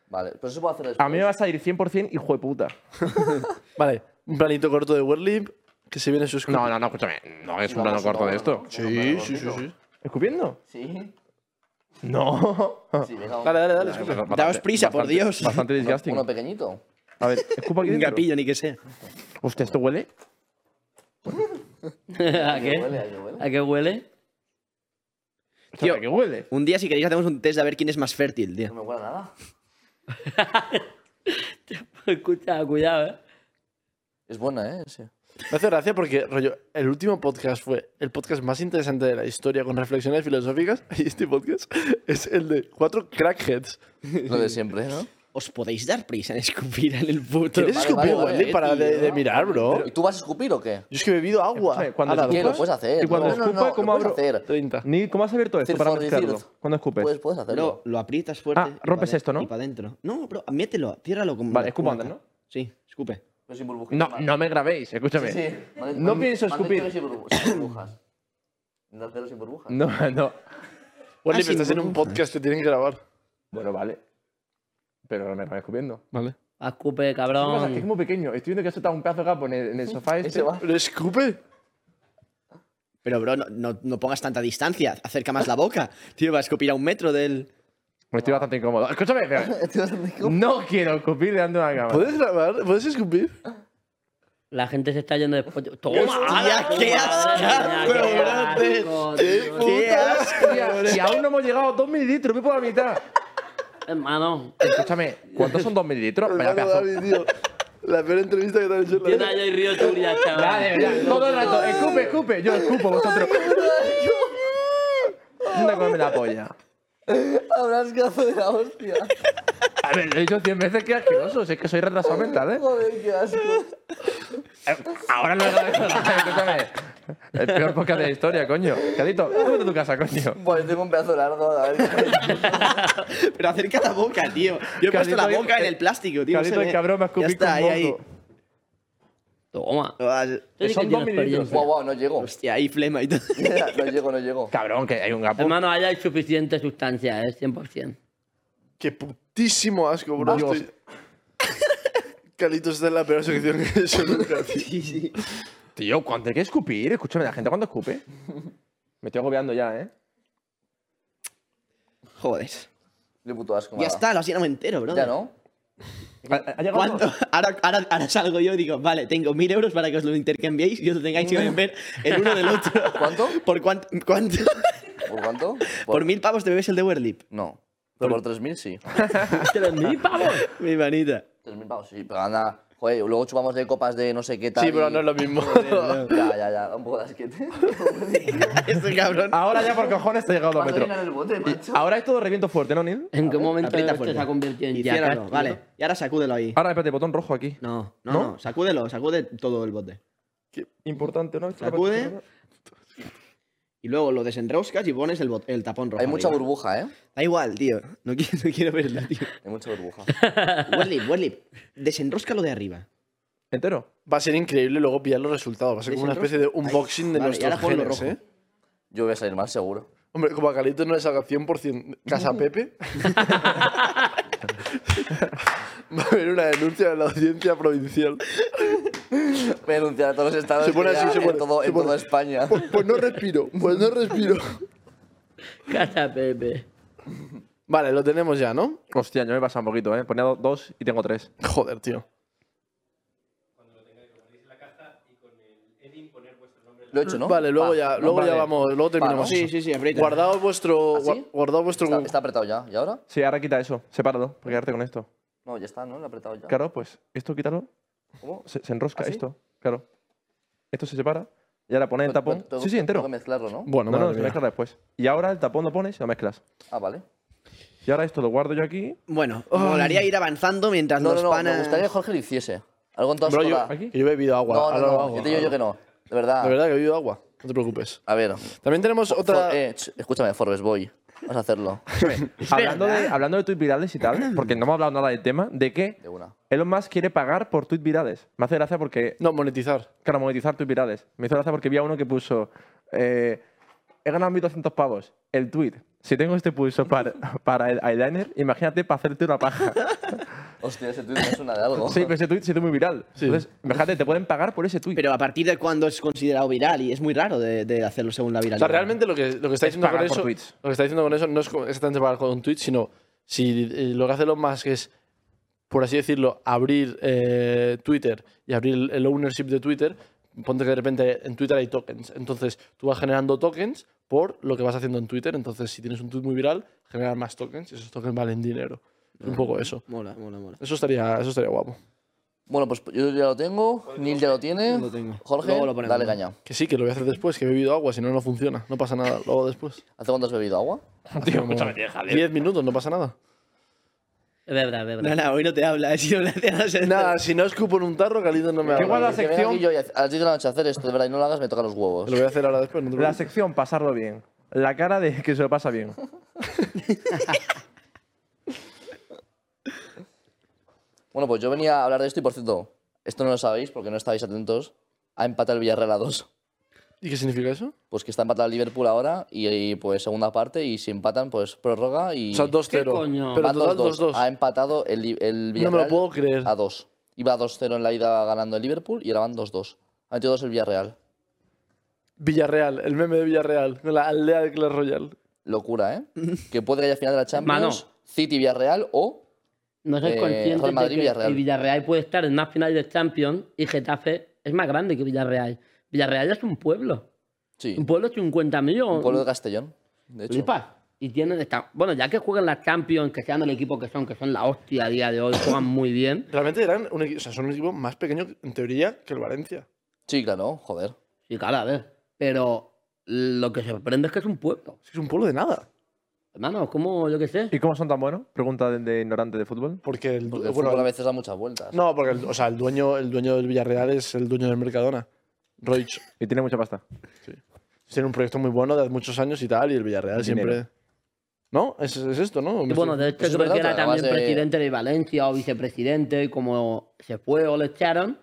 G: Vale, pero eso puedo hacer después.
D: A mí me vas a ir 100% hijo de puta.
A: Vale, un planito corto de Werly que se viene su escupir.
D: No, no, no, escúchame. No es un plano
G: Vamos,
D: corto
G: no,
D: de esto.
G: no,
A: Sí, sí, sí, sí.
D: ¿Escupiendo?
G: Sí,
D: No.
G: sí, venga, un-
A: Dale, dale, dale, escupe.
C: Daos prisa, por Dios.
D: Bastante disgusting.
G: Uno pequeñito.
D: A ver, escupa aquí
C: Un
D: dentro.
C: gapillo, ni que sea.
D: Hostia, esto huele.
B: ¿A
G: Que huele,
B: qué?
G: que huele.
B: ¿A qué huele?
D: Tío,
C: Tío.
D: ¿qué huele?
C: Un día, si queréis, hacemos un test de a ver quién es más fértil,
G: No
C: tío.
G: me huele a nada.
B: Escucha, cuidado, eh.
G: Es buena, ¿eh? Sí.
A: Me hace gracia porque, rollo, el último podcast fue el podcast más interesante de la historia con reflexiones filosóficas y este podcast es el de cuatro crackheads.
G: Lo de siempre, ¿no?
C: os podéis dar prisa en escupir en el puto.
A: ¿Quieres
G: vale,
A: escupir,
G: vale, vale,
A: Wally? Para de,
C: tío.
A: de mirar, bro.
G: ¿Y
A: Yo
G: tú vas a escupir o qué?
A: es que he bebido agua.
D: Escúchame, cuando
A: Ahora,
D: te
G: ¿Qué? Lo
A: después-
G: puedes hacer.
D: Y cuando
G: no, no,
D: escupa,
G: no, lo
D: ¿cómo
G: puedes
D: abro?
G: hacer.
A: 30.
D: Ni, ¿Cómo has abierto esto
G: Decir,
D: para
G: for
D: mezclarlo?
G: decir.
D: ¿Cuándo escupes?
G: Puedes, puedes hacerlo.
C: Bro, lo aprietas fuerte.
D: Ah,
C: y pa'
D: rompes
C: de-
D: esto, ¿no?
C: Y para adentro. No, bro, mételo, ciérralo como.
D: Vale, escupo
C: como
D: antes,
C: acá.
D: ¿no?
C: Sí, escupe.
G: Pero sin burbujitas,
D: No,
G: vale.
D: no me grabéis, escúchame.
G: Sí, sí. Vale,
D: No
G: mand-
D: pienso
G: mandéis
D: escupir.
G: hacerlo sin burbu- sin burbujas. Mandéis hacerlo sin burbujas.
D: No, no.
A: Wally,
C: Ah,
A: pero
C: sin
A: estás en un
C: burbujas.
A: podcast, te tienen que grabar.
D: Bueno, vale. Pero no me van escupiendo.
A: Vale.
B: Ah, Escupe,
D: Lo que pasa es que es
B: cabrón.
D: muy pequeño. Estoy viendo que ha soltado un pedazo de gapo en el, en el sofá este.
G: Ese va.
A: Pero escupe.
C: Pero, bro, no, no, no pongas tanta distancia. Acerca más la boca. Tío, va a escupir a un metro del.
D: Me estoy bastante incómodo. Escúchame, pero
G: Estoy bastante incómodo.
D: no quiero escupir delante de una cámara.
A: ¿Puedes grabar? ¿Puedes escupir?
B: La gente se está yendo de Spotify. ¡Toma!
C: Hostia, qué ascazo,
B: ¡Qué asco, tío.
C: ¡Qué asco!
D: Hostia, Y aún no hemos llegado a 2 mililitros, voy por la mitad.
B: Hermano,
D: Escúchame, ¿cuántos son 2 mililitros? Vaya
A: Hermano
D: pedazo.
A: David, tío. La peor entrevista que te han hecho en la
B: yo
A: vida.
B: te y río tú ya, chaval.
D: Ya, de verdad, todo el rato, escupe, escupe, yo escupo, vosotros. Anda, cómeme la polla.
G: Habrás cazo de la hostia.
D: A ver, lo he dicho 100 veces que asqueroso, si es que soy retrasado mental, ¿eh?
G: Joder, qué asco.
D: Eh, Ahora lo he agradecido. Escúchame. El peor podcast de la historia, coño. Cadito, vete a tu casa, coño.
G: Bueno, tengo un pedazo largo. A ver.
C: Pero acerca la boca, tío. Yo he puesto
D: Carlito,
C: la
D: el-
C: boca en el plástico, tío. no
D: Carlito,
C: se
D: el
C: ve.
D: eh, cabrón, me has
C: Ya
D: escupido
C: está,
D: con
C: ahí, ahí.
D: moco.
B: Toma.
C: Vale.
B: Yo sí que
D: Son
B: tiene
D: dos mililitros.
B: experiencia.
G: Guau, guau, no llego.
C: Hostia, ahí flema y todo.
G: No llego, no llego.
D: Cabrón, que hay un gapo.
B: Hermano, ahí hay suficiente sustancia, ¿eh? 100%.
A: Qué putísimo asco, bro.
D: Dios.
A: Estoy... Calitos está en la peor sección que he hecho nunca, tío.
D: Tío, ¿cuánto hay que escupir? Escúchame, la gente cuando escupe. Me estoy agobiando ya, ¿eh?
C: Joder.
G: De puto asco. me
C: Ya
G: ha dado.
C: está, lo así no me entero, bro.
G: Ya no.
D: ¿Ha, ha llegado?
C: ¿Cuánto? Ahora, ahora, ahora salgo yo y digo, vale, tengo mil euros para que os lo intercambiéis y os lo tengáis que beber el uno del otro.
G: ¿Cuánto?
C: ¿Por cuánto? ¿Cuánto?
G: ¿Por cuánto?
C: Por mil pavos te bebes el de Werlip,
G: No. Pero por 3.000 sí.
B: ¡3.000 pavos!
C: mi manita.
G: 3.000 pavos sí. Pero anda, joder, luego chupamos de copas de no sé qué tal.
A: Sí, pero
G: y-
A: no es lo mismo.
G: Ya, ya, ya. Un poco de asquete.
C: Este cabrón.
D: Ahora ya por cojones te ha llegado a
G: Vas a
D: dos
G: llenar
D: metros.
G: el bote, macho.
D: Ahora es todo reviento fuerte, ¿no, Neil?
B: ¿En qué momento
C: aprieta
B: esto
C: fuerte.
B: se ha convertido en
C: Y
B: ya?
C: ciérralo, vale. Y ahora sacúdelo ahí.
D: Ahora, espérate, botón rojo aquí.
C: No, no, no, sacúdelo, sacude todo el bote.
D: Qué importante, ¿no?
C: Sacude. Y luego lo desenroscas y pones el, bot- el tapón rojo.
G: Hay mucha
C: arriba.
G: burbuja, ¿eh?
C: Da igual, tío. No quiero, no quiero verlo, tío.
G: Hay mucha burbuja.
C: Werlip, Werlip, desenróscalo de arriba.
D: ¿Entero?
A: Va a ser increíble luego pillar los resultados. Va a ser como una especie de unboxing de
C: Vale, y ahora
A: nuestros
C: ponlo
A: genes,
C: rojo.
A: ¿eh?
G: Yo voy a salir mal, seguro.
A: Hombre, como a Calitos no le salga 100% Casa Pepe. Va a haber una denuncia de la audiencia provincial.
G: Voy a denunciar a todos los estados
A: Se pone
G: que
A: así,
G: ya
A: se
G: en,
A: pone,
G: todo,
A: se
G: en
A: pone.
G: toda España.
A: Pues, pues no respiro, pues no respiro.
B: Casa Pepe.
A: Vale, lo tenemos ya, ¿no?
D: Hostia, yo me he pasado un poquito, ¿eh? Ponía do- dos y tengo tres.
A: Joder, tío.
G: Lo he hecho, ¿no?
A: Vale, luego
G: Va.
A: ya, luego ya
D: vale.
A: vamos, luego terminamos.
C: Sí, sí, sí, aprieta.
A: Guardaos vuestro.
G: ¿Así?
A: gua- Guardaos vuestro.
G: Está, está apretado ya. ¿Y ahora?
D: Sí, ahora quita eso. Sepáralo, para quedarte con esto.
G: No, ya está, ¿no? Lo he apretado ya.
D: Claro, pues esto quítalo.
G: ¿Cómo? ¿Ah,
D: Se, se enrosca
G: ¿Así?
D: esto. Claro. Esto se separa. Y ahora pones el
G: Pero-
D: tapón.
G: pero-
D: Sí, sí, entero.
G: Tengo que mezclarlo, ¿no?
A: Bueno,
D: No, no,
A: madre
D: se
A: mía.
D: mezcla después. Y ahora el tapón lo pones y lo mezclas.
G: Ah, vale.
D: Y ahora esto lo guardo yo aquí.
C: Bueno, molaría ir avanzando mientras
G: No, no,
C: los
G: no.
C: panas.
G: Me gustaría que Jorge lo hiciese. Algo en toda
A: Bro,
G: su
A: yo,
G: cola.
D: ¿Aquí?
A: que yo he bebido agua.
G: No,
A: ahora lo
G: no,
A: hago.
G: no. Yo te digo yo que no. De verdad.
A: De verdad que he bebido agua. No te preocupes.
G: A ver.
A: También tenemos otra.
G: For- eh, ch- escúchame, Forbes, voy. Vamos a hacerlo.
D: Hablando de, hablando de tweets virales y tal, porque no hemos hablado nada del tema, de que
G: De una.
D: Elon Musk quiere pagar por tweets virales. Me hace gracia porque
A: No, monetizar.
D: Claro, monetizar tus virales. Me hizo gracia porque vi a uno que puso. eh, he ganado 1.200 pavos. El tweet. Si tengo este pulso para, para el eyeliner, imagínate para hacerte una paja.
G: Hostia, ese tuit me suena de algo.
D: Sí, pero ese tweet se hizo muy viral. Entonces, imagínate, te pueden pagar por ese tweet.
C: Pero a partir de cuando es considerado viral y es muy raro de, de hacerlo según la
A: O sea,
C: viralidad.
A: realmente lo que, lo que está
D: Es
A: diciendo con
D: pagar por
A: eso.
D: tweets.
A: Lo que está diciendo con eso no es como- exactamente pagar con un tweet, sino si eh, lo que hace Elon Musk es, por así decirlo, abrir eh, Twitter y abrir el- el ownership de Twitter, ponte que de repente en Twitter hay tokens. Entonces tú vas generando tokens por lo que vas haciendo en Twitter. Entonces, si tienes un tweet muy viral, generar más tokens y esos tokens valen dinero. Es
D: Mm.
A: un poco eso.
C: Mola, mola, mola.
A: Eso estaría, eso estaría guapo.
G: Bueno, pues yo ya lo tengo. Neil ya lo tiene.
C: Lo tengo.
G: Jorge,
C: Luego lo ponemos.
G: dale caña.
A: Que sí, que lo voy a hacer después, que he bebido agua, si no, no funciona. No pasa nada, lo hago después.
G: ¿Hace cuánto has bebido agua?
A: Tío, 10 minutos, no pasa nada.
B: Es verdad, es verdad.
C: No, no, hoy no te habla, eh, si no le hacía nada sentido.
A: Nada, si no escupo en un tarro, Galindo no me habla.
D: Este- Que igual la
A: Se
G: Que venga
D: sección-
G: aquí yo y a- a las 10 de la noche a hacer esto, de verdad, y no lo hagas, me toca los huevos.
A: Lo voy a hacer ahora después. No te
D: La
A: preocupes.
D: sección, pasarlo bien. La cara de que se lo pasa bien.
G: Bueno, pues yo venía a hablar de esto y, por cierto, esto no lo sabéis porque no estáis atentos, ha empatado el Villarreal a 2.
A: ¿Y qué significa eso?
G: Pues que está empatado el Liverpool ahora y, y, pues segunda parte y si empatan pues prórroga y...
A: O sea,
B: ¿Qué
A: 2-0.
B: coño?
A: Pero
G: Va
A: total
G: 2-2.
A: 2-2.
G: Ha empatado el, Li- el
A: No me
G: Ah, Villarreal Ah.
A: lo puedo creer.
G: a 2. Iba 2-0 en la ida ganando el Liverpool y ahora van 2-2. Ha metido 2 el Villarreal.
A: Villarreal, el meme de Villarreal, con la aldea de Clash Royale.
G: Locura, ¿eh? que puede que haya final de la Champions,
B: Mano.
G: City-Villarreal o...
B: No sois
G: Eh,
B: conscientes
G: Real Madrid,
B: de que
G: Villarreal.
B: el Villarreal puede estar en una final de Champions y Getafe es más grande que Villarreal. Villarreal es un pueblo.
G: Sí,
B: Un pueblo de 50.000 o...
G: un pueblo de Castellón, de hecho.
B: Flipas. Y tienen esta... Bueno, ya que juegan la Champions, que sean el equipo que son, que son la hostia a día de hoy, juegan muy bien.
A: Realmente eran un equipo, o sea, son un equipo más pequeño, en teoría, que el Valencia.
G: Sí, claro, joder.
B: Sí, claro, a ver. Pero lo que sorprende es que es un pueblo.
A: Es que es un pueblo de nada.
B: Hermano, es como, yo qué sé.
D: ¿Y cómo son tan buenos? Pregunta de, de ignorante de fútbol.
A: Porque el,
G: Porque el
A: bueno,
G: fútbol a veces da muchas vueltas.
A: No, porque el, o sea, el, dueño, el dueño del Villarreal es el dueño del Mercadona, Roich.
D: Y tiene mucha pasta.
A: Tiene un proyecto muy bueno de hace muchos años y tal, y el Villarreal
D: Dinero.
A: siempre. ¿No? Es, es esto, ¿no?
B: Y
A: Me
B: bueno,
A: estoy-
B: de hecho
G: Eso es
B: creo que
G: verdad,
B: era también
G: además de-
B: presidente de Valencia o vicepresidente, y como se fue o le echaron,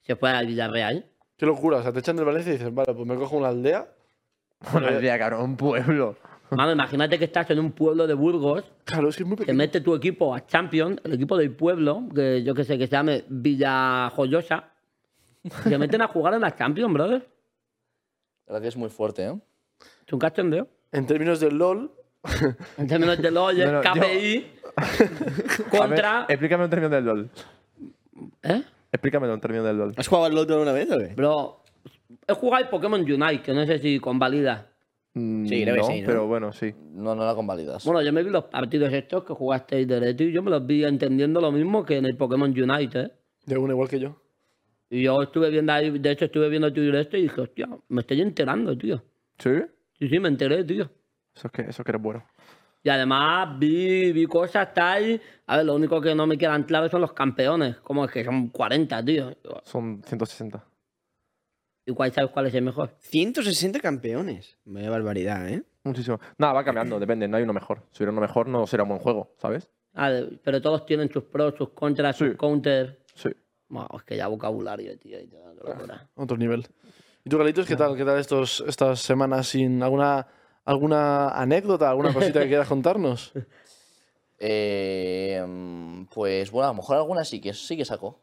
B: se fue al Villarreal.
A: Qué locura, o sea, te echan del Valencia y dices, vale, pues me cojo una aldea.
D: Una aldea, cabrón, un pueblo.
B: Mano, imagínate que estás en un pueblo de Burgos,
A: Claro, es que es muy
B: te
A: pequeño.
B: mete tu equipo a Champions, el equipo del pueblo, que yo qué sé, que se llame Villa Joyosa, y se meten a jugar en la Champions, brother.
G: La verdad que es muy fuerte, ¿eh?
B: Es un cachondeo.
A: En términos del LOL,
B: En términos de LOL,
D: No, no, yo-
B: KPI,
D: A ver,
B: contra...
D: explícame un término del LOL.
B: ¿Eh?
D: Explícame un término del LOL.
C: ¿Has jugado al otro una vez o qué?
B: Bro, he jugado al Pokémon Unite, que no sé si convalida.
C: Sí, creo que sí, ¿no?
D: Pero bueno, sí.
G: No, no la convalidas.
B: Bueno, yo me vi los partidos estos que jugasteis de Leti y yo me los vi entendiendo lo mismo que en el Pokémon Unite, ¿eh?
A: de uno igual que yo.
B: Y yo estuve viendo ahí, de hecho estuve viendo tu directo y dije, hostia, me estoy enterando, tío.
D: ¿Sí?
B: Sí, sí, me enteré, tío.
D: Eso es que, eso es que eres bueno.
B: Y además vi, vi cosas tal. A ver, lo único que no me quedan claros son los campeones. Como es que son 40, tío.
D: Son 160.
B: ¿Y cuál sabes cuál es el mejor?
C: 160 campeones. Vaya barbaridad, ¿eh?
D: Muchísimo. Nada, va cambiando, depende. No hay uno mejor. Si hubiera uno mejor, no sería un buen juego, ¿sabes?
B: A ver, pero todos tienen sus pros, sus contras,
D: Sí.
B: sus counters.
D: Sí.
B: Bueno, es que ya vocabulario, tío. Y todo, qué locura.
A: Otro nivel. ¿Y tú, Galitos, qué tal? ¿Qué tal estos, estas semanas sin alguna, alguna anécdota, alguna cosita que quieras contarnos?
G: Eh, mm, pues bueno, a lo mejor alguna sí que, sí que saco.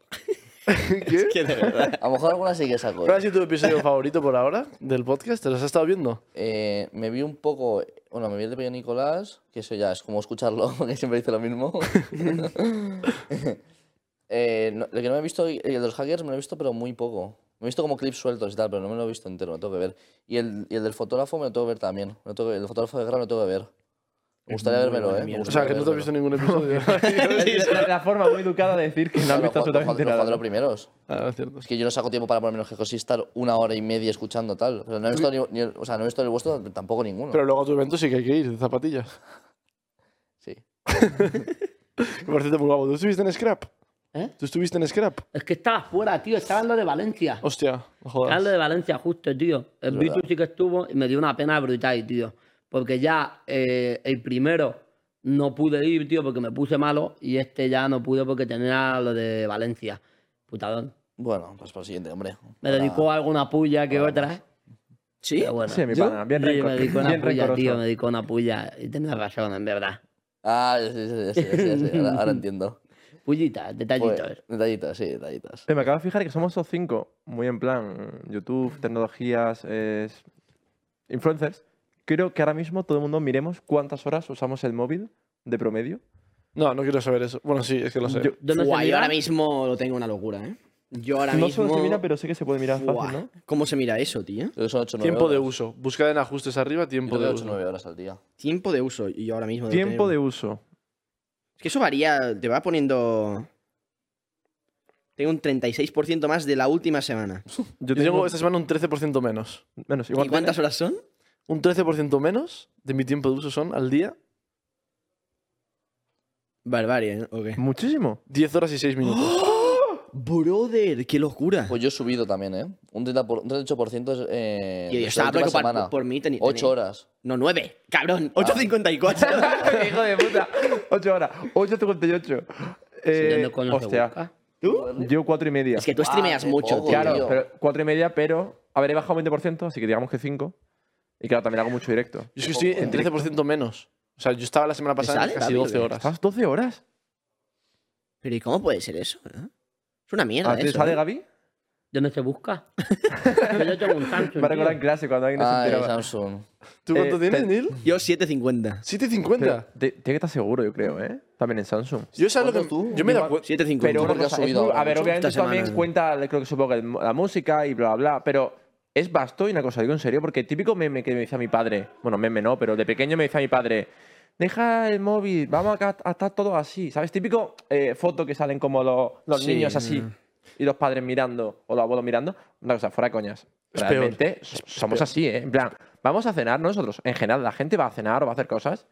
A: ¿Qué?
C: Que de verdad.
G: A lo mejor alguna sí que saco.
A: ¿Cuál ha sido tu episodio favorito por ahora del podcast? ¿Te los has estado viendo?
G: Eh, me vi un poco. Bueno, me vi el de Pedro Nicolás, que eso ya es como escucharlo, que siempre dice lo mismo. Eh, no, lo que no me he visto, eh, el de los hackers me lo he visto, pero muy poco. Me he visto como clips sueltos y tal, pero no me lo he visto entero, me lo tengo que ver. Y el, y el del fotógrafo me lo tengo que ver también. me lo tengo que- el del fotógrafo de guerra me lo tengo que ver. Me gustaría vérmelo, ¿eh? me
A: O sea,
G: gustaría
A: que no te has
G: vérmelo.
A: visto ningún episodio.
D: Es la forma muy educada de decir que no has
G: Claro,
D: visto
G: los cuatro-
D: absolutamente
G: los cuatro
D: nada.
G: primeros.
A: ah, es cierto.
G: Es que yo no saco tiempo para ponerme los headphones y estar una hora y media escuchando tal. O sea, no he visto, ni- ni el- o sea, no he visto el vuestro tampoco ninguno.
A: Pero luego a tu evento sí que hay que ir, de zapatillas.
G: Sí.
A: Que Por cierto, muy guapo. ¿Tú estuviste en Scrap?
B: ¿Eh?
A: ¿Tú estuviste en Scrap?
B: Es que estaba fuera, tío. Estaba en lo de Valencia.
D: Oh,
A: Hostia, no
B: Estaba en lo
A: jodas.
B: de Valencia justo, tío. El Bitu sí que estuvo y me dio una pena brutal, tío. Porque ya eh, el primero no pude ir, tío, porque me puse malo. Y este ya no pude porque tenía lo de Valencia. Putadón.
G: Bueno, pues para el siguiente, hombre.
B: Me
G: Ahora-
B: dedicó a alguna puya que otra. ¿eh?
C: ¿Sí?
B: Pero bueno.
D: Sí, mi
B: Sí,
D: pana, bien rencor-
B: me dedicó una
D: bien
B: puya, tío.
D: rencoroso.
B: Me dedicó una puya. Y tenía razón, en verdad.
G: Ah, sí, sí, sí, sí, sí, sí, ahora, ahora entiendo.
B: Puyitas, detallitos.
G: Pues, detallitos, sí, detallitos.
D: Eh, me acabo de fijar que somos esos cinco, muy en plan YouTube, tecnologías, es- influencers. Creo que ahora mismo todo el mundo miremos cuántas horas usamos el móvil de promedio.
A: No, no quiero saber eso. Bueno, sí, es que lo sé.
D: Yo-
B: Yo no sé
C: Buah, yo
B: mirar.
C: ahora mismo lo tengo una locura, ¿eh? Yo ahora
D: no
C: mismo.
D: solo se mira, pero sé que se puede mirar
C: Buah,
D: fácil, ¿no?
C: ¿Cómo se mira eso, tío?
G: Creo que son 8
A: tiempo de uso. Buscad en ajustes arriba, tiempo de
G: 8 o
A: uso.
G: 9 horas al día.
C: Tiempo de uso. Y yo ahora mismo. debo
D: Tiempo
C: tener-
D: de uso.
C: Es que eso varía. Te va poniendo. Tengo un 36% más de la última semana.
D: Yo
A: Yo tengo esta semana un 13% menos.
D: menos, igual
C: ¿Y cuántas horas son?
A: Un 13% menos de mi tiempo de uso son al día
C: Barbarie, ¿no? ¿o qué?
D: Muchísimo.
A: 10 horas y 6 minutos.
C: Brother, qué locura.
G: Pues yo he subido también, ¿eh? Un, 30 por- un 38% es, eh,
C: Tío, yo
G: desde
C: estaba
G: la última
C: preocupado
G: semana.
C: por mí, teni-
G: 8
C: teni-
G: horas.
C: No, nueve. Cabrón, 8.54.
D: Hijo de puta. 8 horas. 8.58.
B: Sí,
D: Eh,
B: ¿dónde coño se
D: hostia.
B: busca?
C: ¿Tú?
D: Yo 4 y media.
C: ¿eh? Es que tú
G: Ah,
C: streameas
G: qué
C: mucho,
G: poco,
C: tío.
D: claro,
G: tío.
D: pero 4 y media, pero. A ver, he bajado 20%, así que digamos que 5. Y claro, también hago mucho directo.
A: Yo es que estoy en 13% menos. O sea, yo estaba la semana pasada
C: sale,
A: casi
C: David,
A: 12
C: eh?
A: horas.
D: ¿Estás 12 horas?
C: Pero ¿y cómo puede ser eso? no? Es una mierda
D: ¿A ti
C: eso.
D: Ah, sale
C: ¿eh?
D: Gaby?
B: ¿Dónde se busca? Yo no tengo un Samsung,
D: Me recuerda en
B: tío.
D: clase cuando alguien no se
G: Ah, el
D: enteraba.
G: Samsung.
A: ¿Tú cuánto
D: Eh,
A: tienes,
D: te-
A: Neil?
C: Yo 7.50.
A: 7.50.
D: Pero te- Tiene que estar seguro, yo creo, ¿eh? También en Samsung.
A: Yo sabes lo que.
G: ¿Cuánto tú?
A: Yo me da
D: Igual-
A: cuenta.
C: 7.50.
D: Pero una
G: porque ha
D: cosa, es
G: subido
D: muy-
G: ahora
D: a ver,
G: mucho
D: obviamente
C: esta
D: también
C: semana.
D: cuenta, creo que supongo que el- la música y bla, bla, bla, pero es vasto y una cosa, digo en serio, porque típico meme que me decía mi padre, bueno, meme no, pero de pequeño me decía mi padre, deja el móvil, vamos a, a estar todos así, ¿sabes? Típico eh, foto que salen como los, los
C: Sí,
D: niños así y los padres mirando o los abuelos mirando, una cosa, fuera de coñas.
A: Es peor.
D: Realmente so- somos así, ¿eh? En plan, vamos a cenar nosotros, en general, la gente va a cenar o va a hacer cosas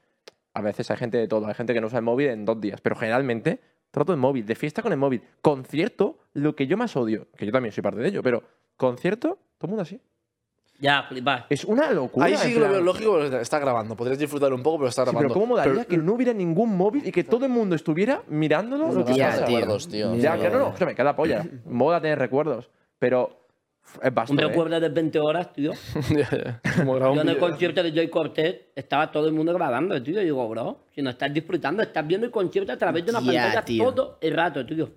D: a veces hay gente de todo, hay gente que no usa el móvil en dos días, pero generalmente trato el móvil, de fiesta con el móvil. Concierto, lo que yo más odio, que yo también soy parte de ello, pero concierto, todo el mundo así.
B: Ya, flipar.
D: Es una locura.
A: Ahí
D: en
A: sí que lo
D: plan.
A: veo lógico, porque está- está grabando. Podrías disfrutar un poco, pero está
D: Sí,
A: grabando.
D: pero ¿cómo daría
A: Pero-
D: que no hubiera ningún móvil y que todo el mundo estuviera mirándolo lo que
G: Ya,
D: pasa?
G: tío. Recuerdos, tío.
D: Ya, que no, no, escúchame, cada polla. Mola tener recuerdos, pero es
B: Un
D: bastante.
B: recuerdo de 20 horas, tío.
A: Ya, ya, ya. Como graba un
B: Yo en el
A: vídeo.
B: concierto de Joy Cortez estaba todo el mundo grabando, tío. Yo digo, bro, si no estás disfrutando, estás viendo el concierto a través de una
C: Ya,
B: pantalla
C: tío.
B: todo el rato, tío.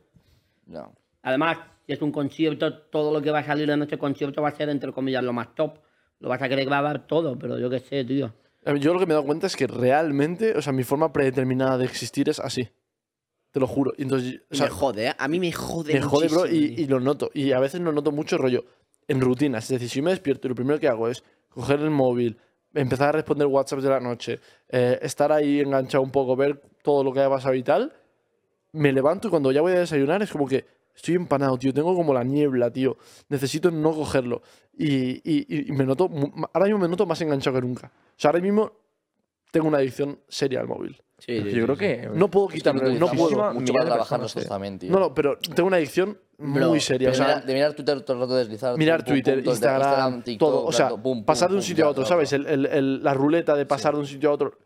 G: Ya.
B: Además, si es un concierto, todo lo que va a salir en este concierto va a ser, entre comillas, lo más top. Lo vas a querer grabar todo, pero yo qué sé, tío.
A: A ver, Yo lo que me he dado cuenta es que realmente, o sea, mi forma predeterminada de existir es así. Te lo juro. Y Entonces, o sea,
C: me jode, ¿eh? A mí me jode
A: me jode, bro, y,
C: muchísimo,
A: y lo noto. Y a veces no noto mucho rollo en rutinas. Es decir, si yo me despierto y lo primero que hago es coger el móvil, empezar a responder WhatsApp de la noche, eh, estar ahí enganchado un poco, ver todo lo que haya pasado y tal, me levanto y cuando ya voy a desayunar es como que estoy empanado, tío. Tengo como la niebla, tío. Necesito no cogerlo. Y, y- y me noto, mu- ahora mismo me noto más enganchado que nunca. O sea, ahora mismo tengo una adicción seria al móvil.
C: Sí, sí, sí,
D: ¿eh? Yo creo
C: sí.
D: que.
A: No puedo
G: Es que
A: quitarlo, no
G: utilizamos
A: puedo.
G: Mucho
D: Millones
G: para
D: de
G: trabajar
D: personas,
G: nosotros
D: eh.
G: también, tío.
A: No, no, pero tengo una adicción
C: Bro,
A: muy seria.
G: De
A: o sea,
G: mirar, de mirar Twitter todo el rato, deslizar.
A: mirar
G: pum, pum,
A: Twitter,
G: pum, todo el día,
A: Instagram,
G: TikTok,
A: todo. O sea,
G: rato, pum, pum,
A: pasar de un
G: pum,
A: sitio a
G: rato,
A: otro,
G: rato.
A: ¿sabes? El- el- el- la ruleta de pasar de un sitio a otro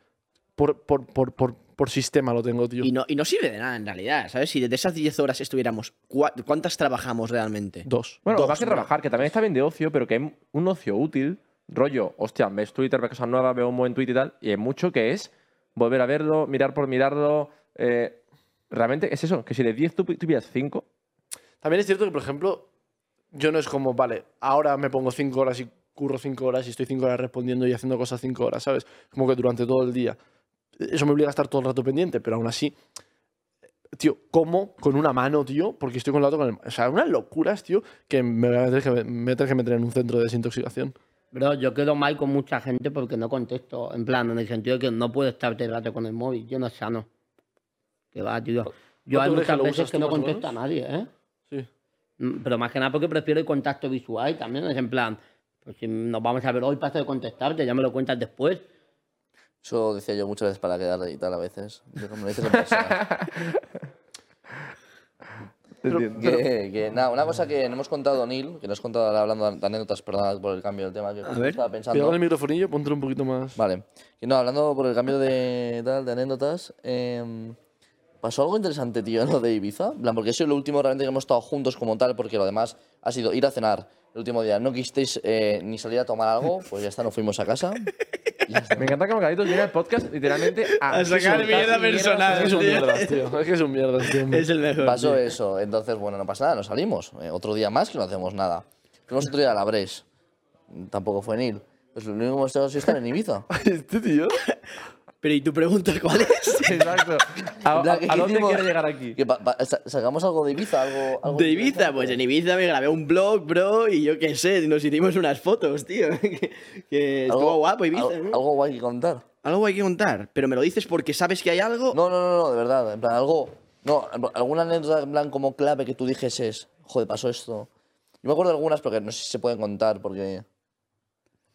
A: por, por, por, por, por sistema lo tengo, tío.
C: Y no, y no sirve de nada en realidad, ¿sabes? Si de esas 10 horas estuviéramos, ¿cuá- ¿cuántas trabajamos realmente?
A: Dos.
D: Bueno,
C: Dos,
D: más que
C: ¿no?
D: trabajar, que también está bien de ocio, pero que es un ocio útil. Rollo, hostia, ves Twitter, ves cosas nuevas, veo un buen tweet y tal. Y es mucho que es volver a verlo, mirar por mirarlo. eh, realmente es eso, que si de 10 tú tú pillas 5,
A: También es cierto que, por ejemplo, yo no es como, vale, ahora me pongo cinco horas y curro cinco horas y estoy cinco horas respondiendo y haciendo cosas cinco horas, ¿sabes? Como que durante todo el día. Eso me obliga a estar todo el rato pendiente, pero aún así, tío, como con una mano, tío, porque estoy con la otra con el... O sea, unas locuras, tío, que me voy a tener que, me voy a tener que meter en un centro de desintoxicación.
B: Bro, yo quedo mal con mucha gente porque no contesto. En plan, en el sentido de que no puedo estar todo el rato con el móvil. Yo no es sano. Que va, tío. Yo hay
A: crees que
B: muchas
A: lo
B: veces
A: usas
B: que
A: tú
B: no
A: más o
B: contesto a
A: menos?
B: nadie, ¿eh?
A: Sí.
B: Mm, Pero más que nada porque prefiero el contacto visual y también. Es en plan, pues si nos vamos a ver hoy, paso de contestarte, ya me lo cuentas después.
G: Eso decía yo muchas veces para quedar y tal a veces. Yo como lo dices en persona.
D: te entiendo.
G: que, que, nada, una cosa que no hemos contado, Neil, que no has contado ahora hablando de anécdotas, perdón por el cambio del tema, que justo
C: ver.
G: estaba
A: Cuidado
G: pensando.
A: con el microfonillo, póntelo un poquito más.
G: Vale. Y no, hablando por el cambio de, tal, de anécdotas, em, pasó algo interesante, tío, ¿no? De Ibiza. En plan, porque eso es lo último realmente que hemos estado juntos como tal, porque lo demás ha sido ir a cenar el último día. No quisisteis eh, ni salir a tomar algo, pues ya está, nos fuuimos a casa. Y ya está.
D: Me encanta que Margaritos viene al podcast literalmente a,
C: A sacar
D: soltar
C: mierda
D: mierdas
C: personal,
A: Es que
D: así.
A: son
C: tío.
A: mierdas, tío. Es que son mierdas, tío.
C: Es el mejor.
G: Pasó eso. Entonces, bueno, no pasa nada, nos salimos. Eh, otro día más que no hacemos nada. Fuimos otro día a la Bres. Tampoco fue Neil. Pues lo único que hemos hecho es estar en Ibiza.
A: Este tío.
C: Pero ¿y tu pregunta cuál es?
D: Exacto. ¿A,
G: En
D: a-
G: plan, ¿qué
D: a dónde
G: hicimos?
D: quiero llegar aquí?
G: Que pa- pa- sa- ¿Sacamos algo de Ibiza? ¿Algo, algo
C: De Ibiza,
G: interesante?
C: pues en Ibiza me grabé un blog, bro, y yo qué sé, nos hicimos unas fotos, tío. Que, que
G: ¿Algo-
C: estuvo guapo Ibiza,
G: algo,
C: ¿no?
G: algo guay que contar.
C: Algo hay que contar, pero me lo dices porque sabes que hay algo.
G: No, no, no, no, de verdad. En plan, algo. No, en plan, alguna anécdota en plan como clave que tú dijeses, joder, pasó esto. Yo me acuerdo de algunas, pero que no sé si se pueden contar porque.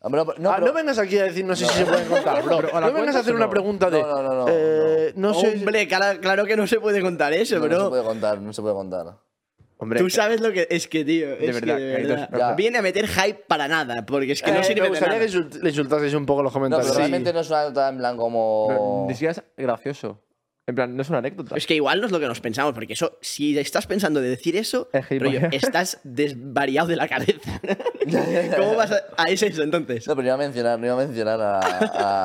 G: Hombre, no,
A: Ah,
G: pero-
A: no vengas aquí a decir no sé si se puede contar, bro.
D: Pero, ¿o la
A: no vengas
D: cuentas
A: a hacer
D: o
A: una
D: no?
A: pregunta de.
G: No, no, no, no,
A: eh, no sé.
C: Hombre, cara- claro que no se puede contar eso,
G: no,
C: bro.
G: se puede contar, no se puede contar.
D: Hombre,
C: Tú sabes lo que es que, tío. es
D: verdad,
C: que
D: Carlitos,
C: verdad.
G: ya.
C: Viene a meter hype para nada, porque es que
A: Eh,
C: no sirve
A: me
C: de
A: gustaría
C: nada.
A: que insult- le insultaseis un poco en los
G: No,
A: comentarios.
G: pero realmente no es una nota en plan
D: pero
G: como.
D: Ni siquiera es gracioso. En plan, no es una anécdota.
C: Es que igual no es lo que nos pensamos, porque eso, si estás pensando de decir eso,
D: Es que-
C: rollo, estás desvariado de la cabeza. ¿Cómo vas a, a ese eso entonces?
G: No, pero iba a mencionar, no iba a mencionar a,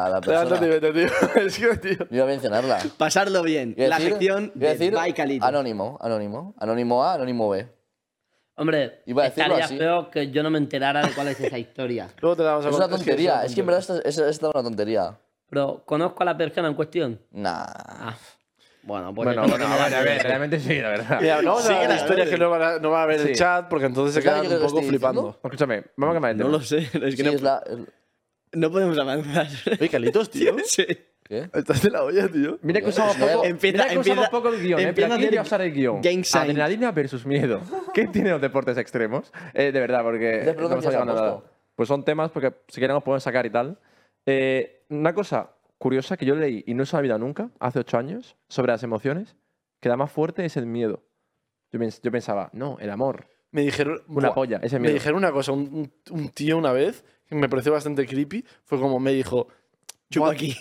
G: a la persona.
A: Levántate y
G: No
A: vete, tío. Es que, tío.
G: iba a mencionarla.
C: Pasarlo bien.
G: Iba a
C: la
G: decir- Ah,
C: sección
G: iba a
C: de Baikali.
G: Anónimo, anónimo. Anónimo A, anónimo B.
B: Hombre,
G: Iba a decirlo
B: estaría
G: así.
B: feo que yo no me enterara de cuál es esa historia.
A: Luego te la vamos a
G: Es una
A: contar,
G: tontería. Es que en verdad esta es, esta es una tontería.
B: Pero, ¿conozco a la persona en cuestión?
G: Nah.
B: Ah, Bueno, pues...
D: Bueno,
B: eso
D: bueno,
B: no me da
D: bueno, a ver,
B: miedo.
D: realmente sí, la verdad.
A: Mira, no vamos a
C: Sí,
A: hablar de
C: la
A: historias
C: verdad.
A: que no van a, no va a ver
D: Sí.
A: el chat porque entonces se
G: ¿Es la
A: quedan
G: que
A: un
G: yo
A: poco
G: estoy
A: flipando.
D: Escúchame, vamos a cambiar el
C: No
D: tema.
C: lo sé, es que
G: Sí,
C: no,
G: es la- el-
C: no podemos avanzar.
A: Oye, Calitos, tío.
C: Sí.
G: ¿Qué?
A: Estás de la olla, tío.
D: Mira que usamos
G: No,
D: poco,
C: empieza-
D: mira que usamos
C: empieza-
D: poco el guión. eh,
C: empieza
D: pero
C: a
D: aquí
C: hacer
D: voy a usar el guión.
C: gang sign.
D: Adrenalina versus miedo. ¿Qué tienen los deportes extremos? Eh, de verdad, porque
G: Entonces, ¿pero
D: no me está
G: qué has
D: llegando nada.
G: puesto?
D: Pues son temas porque si queremos podemos sacar y tal. Eh, una cosa curiosa que yo leí y no se me ha olvidado nunca, hace ocho años, sobre las emociones, que la más fuerte es el miedo. Yo, pens- yo pensaba, no, el amor,
A: Me dijeron.
D: una
A: Buah.
D: polla, ese
A: Me
D: miedo.
A: dijeron una cosa, un, un- un tío una vez, que me pareció bastante creepy, fue como me dijo,
C: Chupo aquí.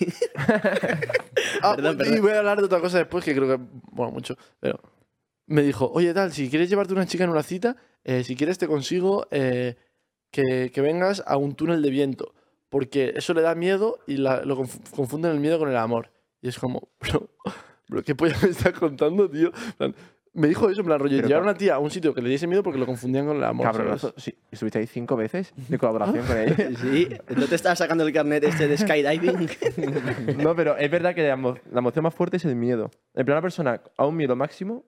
A: ah,
C: Perdón,
A: y
C: perdón.
A: voy a hablar de otra cosa después que creo que, bueno, mucho, pero me dijo, oye tal, si quieres llevarte una chica en una cita, eh, si quieres te consigo eh, que, que vengas a un túnel de viento, porque eso le da miedo y la- lo conf- confunden el miedo con el amor. Y es como, bro, bro, ¿qué polla me estás contando, tío? En plan, me dijo eso, en plan, rollo,
D: Pero
A: llevar a
D: ca-
A: una tía a un sitio que le diese miedo porque lo confundían con el amor.
D: Cabronazo.
A: ¿sabes?
D: Sí, estuviste ahí cinco veces de colaboración con ella.
C: Sí, ¿no te estabas sacando el carnet este de skydiving?
D: No, pero es verdad que la, emo- la emoción más fuerte es el miedo. En plan, una persona a un miedo máximo,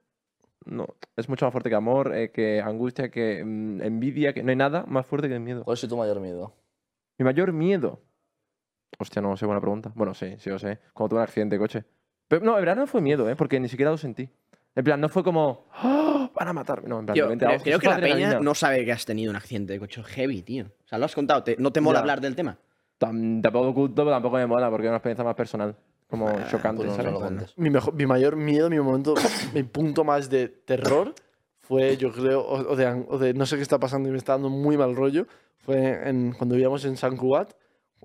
D: no, es mucho más fuerte que amor, eh, que angustia, que mm, envidia, que no hay nada más fuerte que el miedo.
G: ¿Cuál es tu mayor miedo?
D: Mi mayor miedo. Hostia, no sé, buena pregunta. Bueno, sí, sí, lo sé. Cuando tuve un accidente de coche. Pero no, en verdad no fue miedo, ¿eh? Porque ni siquiera lo sentí. En plan, no fue como, ¡Ah! van a matarme. No, en plan,
C: Tío,
D: me enteraba,
C: creo, creo
D: "Hostia,
C: que la
D: adrenalina".
C: peña no sabe que has tenido un accidente de coche heavy, tío. O sea, lo has contado, te- no te mola
D: Ya.
C: hablar del tema.
D: Tam- tampoco oculto, pero tampoco me mola porque es una experiencia más personal. Como chocante,
G: Pues no, no
D: ¿sabes?
G: lo contes.
A: mi, mejo- mi mayor miedo, mi momento, mi punto más de terror fue, yo creo, o, o de, an- o de no sé qué está pasando y me está dando muy mal rollo, fue en, cuando vivíamos en San Cugat,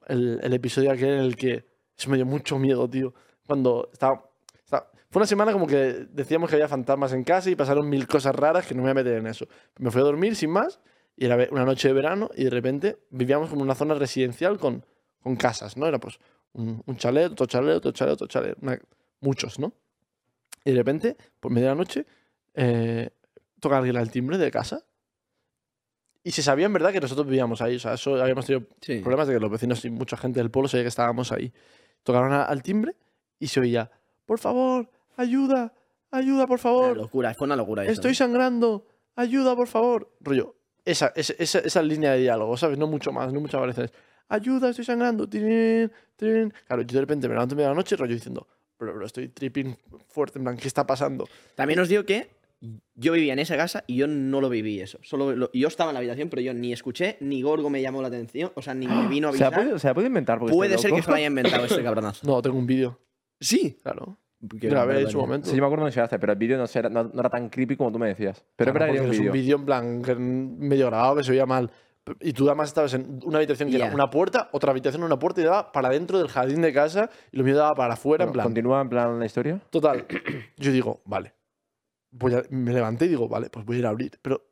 A: el, el episodio aquel en el que eso me dio mucho miedo, tío. Cuando estaba, estaba- Fue una semana como que decíamos que había fantasmas en casa y pasaron mil cosas raras que no me voy a meter en eso. Me fui a dormir sin más y era ve- una noche de verano y de repente vivíamos como en una zona residencial con, con casas, ¿no? Era pues un, un chalet, otro chalet, otro chalet, otro chalet. una- muchos, ¿no? Y de repente, por media de la noche, eh, toca alguien al timbre de casa. Y se sabía en verdad que nosotros vivíamos ahí. O sea, eso habíamos tenido
C: Sí.
A: problemas de que los vecinos y mucha gente del pueblo sabía que estábamos ahí. Tocaron a- al timbre y se oía, por favor, ayuda, ayuda, por
C: Una
A: favor.
C: locura, fue una locura eso. ¿eh?
A: Estoy sangrando. Ayuda, por favor. Rollo. Esa, esa, esa, esa línea de diálogo, ¿sabes? No mucho más, no muchas variaciones. Ayuda, estoy sangrando. Tirín, tirín. Claro, yo de repente me levanto en medio de la noche, rollo diciendo, pero, pero estoy tripping fuerte, en plan, ¿qué está pasando?
C: También os digo que yo vivía en esa casa y yo no lo viví eso. Solo lo- yo estaba en la habitación, pero yo ni escuché, ni Gorgo me llamó la atención, o sea, ni me vino a
D: ¿Se la
C: avisar.
D: puede, se la puede inventar? porque
C: Puede
D: estoy
C: ser que
D: loco?
C: se lo haya inventado este cabronazo.
A: No, tengo un vídeo,
C: Sí.
A: claro. grabé
C: Qué
A: en
C: barbaridad.
A: su momento.
D: Sí, yo me acuerdo cuando llegaste, pero el vídeo no, será- no- no era tan creepy como tú me decías.
A: Claro,
D: Pero es verdad que
A: porque
D: era
A: es
D: un
A: un
D: vídeo.
A: vídeo en plan que medio grabado que se oía mal. Y tú además estabas en una habitación que
C: Ya.
A: era una puerta, otra habitación, una puerta y daba para dentro del jardín de casa y lo mío daba para afuera,
D: Bueno,
A: en plan.
D: Continúa en plan la historia.
A: Total, yo digo, vale. Voy a- me levanté y digo, vale, pues voy a ir a abrir. Pero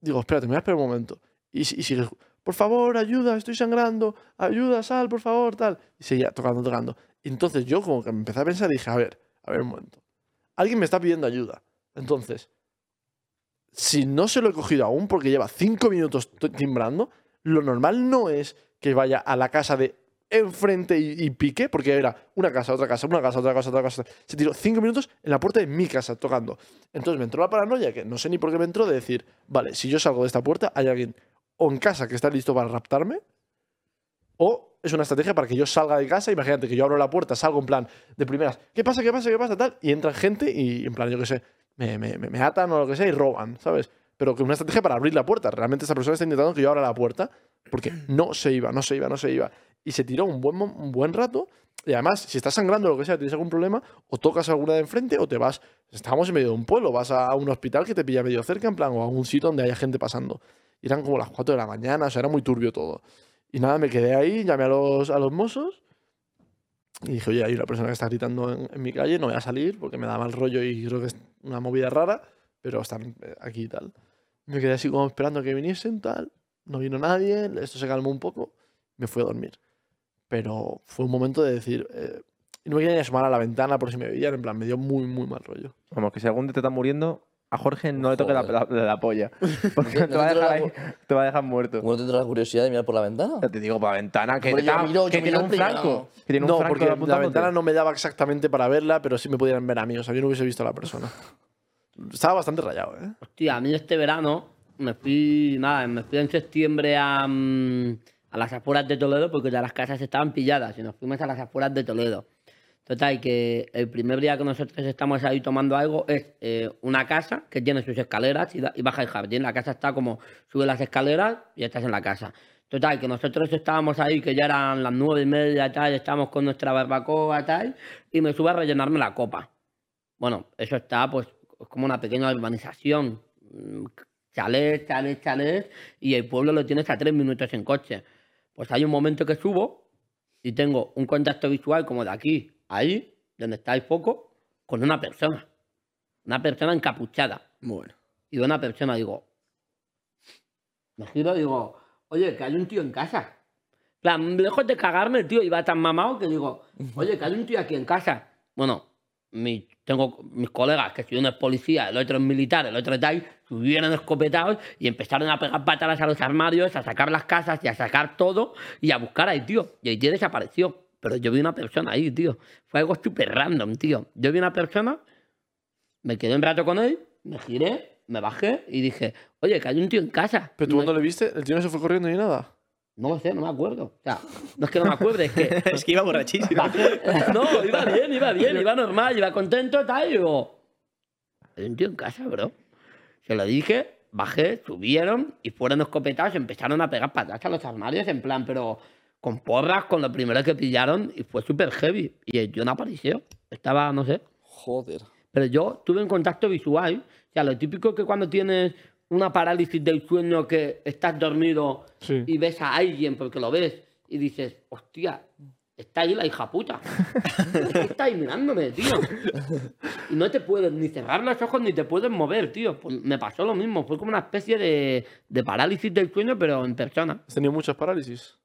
A: digo, espérate, me voy a esperar un momento. Y, si- y sigue, por favor, ayuda, estoy sangrando, ayuda, sal, por favor, tal. Y seguía tocando, tocando. Y entonces yo como que me empecé a pensar y dije, a ver, a ver un momento. Alguien me está pidiendo ayuda. Entonces, si no se lo he cogido aún porque lleva cinco minutos t- timbrando, lo normal no es que vaya a la casa de enfrente y, y pique, porque era una casa, otra casa, una casa, otra casa, otra casa. Se tiró cinco minutos en la puerta de mi casa tocando. Entonces me entró la paranoia, que no sé ni por qué me entró, de decir, vale, si yo salgo de esta puerta, hay alguien o en casa que está listo para raptarme, o es una estrategia para que yo salga de casa, imagínate que yo abro la puerta, salgo en plan de primeras, ¿qué pasa, qué pasa, qué pasa, tal? Y entra gente y en plan, yo qué sé, me, me- me- me atan o lo que sea y roban, ¿sabes? pero que una estrategia para abrir la puerta. Realmente esa persona está intentando que yo abra la puerta porque no se iba, no se iba, no se iba. Y se tiró un buen, mo- un buen rato. Y además, si estás sangrando o lo que sea, tienes algún problema, o tocas a alguna de enfrente o te vas. Estábamos en medio de un pueblo, vas a un hospital que te pilla medio cerca, en plan, o a un sitio donde haya gente pasando. Y eran como las 4 de la mañana, o sea, era muy turbio todo. Y nada, me quedé ahí, llamé a los, a los mozos y dije, oye, hay una persona que está gritando en, en mi calle, no voy a salir porque me da mal rollo y creo que es una movida rara, pero están eh, aquí y tal. Me quedé así como esperando que viniesen, tal. No vino nadie, esto se calmó un poco, me fui a dormir. Pero fue un momento de decir, eh, y no me quería ni asomar a la ventana por si me veían, en plan, me dio muy, muy mal rollo.
D: Vamos, que si algún día te está muriendo, a Jorge no le toque la,
G: Joder.
D: la- la polla. Porque
G: No
D: te, va a
G: te
D: dejar
G: toque
D: ahí- te va a dejar muerto.
G: ¿Uno tendrá la curiosidad de mirar por la ventana?
D: Ya te digo, para la ventana, que,
G: Hombre, yo
D: está-
G: miro- yo
D: que tiene
G: miro
D: un
G: primero.
D: franco. Que tiene un
A: No,
D: franco
A: porque la
D: apuntándote.
A: ventana no me daba exactamente para verla, pero sí me podían ver a mí, o sea, yo no hubiese visto a la persona. Estaba bastante rayado, ¿eh?
B: Hostia, a mí este verano me fui, nada, me fui en septiembre a, mm, a las afueras de Toledo porque ya las casas estaban pilladas y nos fuimos a las afueras de Toledo. Total, que el primer día que nosotros estamos ahí tomando algo es eh, una casa que tiene sus escaleras y, da- y baja el jardín. La casa está como, sube las escaleras y estás en la casa. Total, que nosotros estábamos ahí, que ya eran las nueve y media, tal, estábamos con nuestra barbacoa, tal, y me sube a rellenarme la copa. Bueno, eso está, pues, es como una pequeña urbanización. Mm, Chalés, chalés, chalés. Y el pueblo lo tienes a tres minutos en coche. Pues hay un momento que subo y tengo un contacto visual como de aquí, ahí, donde está el foco, con una persona. Una persona encapuchada.
C: Bueno.
B: Y de una persona digo, me giro y digo, oye, que hay un tío en casa. plan, lejos de cagarme, el tío iba tan mamado que digo, oye, que hay un tío aquí en casa. Bueno, mi- tengo mis colegas, que si uno es policía, el otro es militar, el otro es tal, subieron escopetados y empezaron a pegar patadas a los armarios, a sacar las casas y a sacar todo y a buscar al tío. Y el tío desapareció. Pero yo vi una persona ahí, tío. Fue algo súper random, tío. Yo vi una persona me quedé un rato con él, me giré, me bajé y dije, oye, que hay un tío en casa.
A: Pero tú
B: No-
A: cuando le viste, el tío no se fue corriendo ni nada.
B: No lo sé, no me acuerdo. O sea, no es que no me acuerde, es que...
C: Es que iba borrachísimo.
B: bajé. No, iba bien, iba bien, iba normal, iba contento, tal, y digo... Hay un tío en casa, bro. Se lo dije, bajé, subieron y fueron escopetados, empezaron a pegar patatas a los armarios en plan, pero con porras, con lo primero que pillaron y fue súper heavy. Y el tío no apareció. Estaba, no sé,
G: Joder.
B: pero yo tuve un contacto visual. O sea, lo típico que cuando tienes una parálisis del sueño que estás dormido
A: Sí.
B: y ves a alguien porque lo ves y dices, hostia, está ahí la hija puta. Es que está ahí mirándome, tío. Y no te puedes ni cerrar los ojos ni te puedes mover, tío. Pues me pasó lo mismo. Fue como una especie de, de parálisis del sueño, pero en persona.
A: ¿Has tenido muchas parálisis?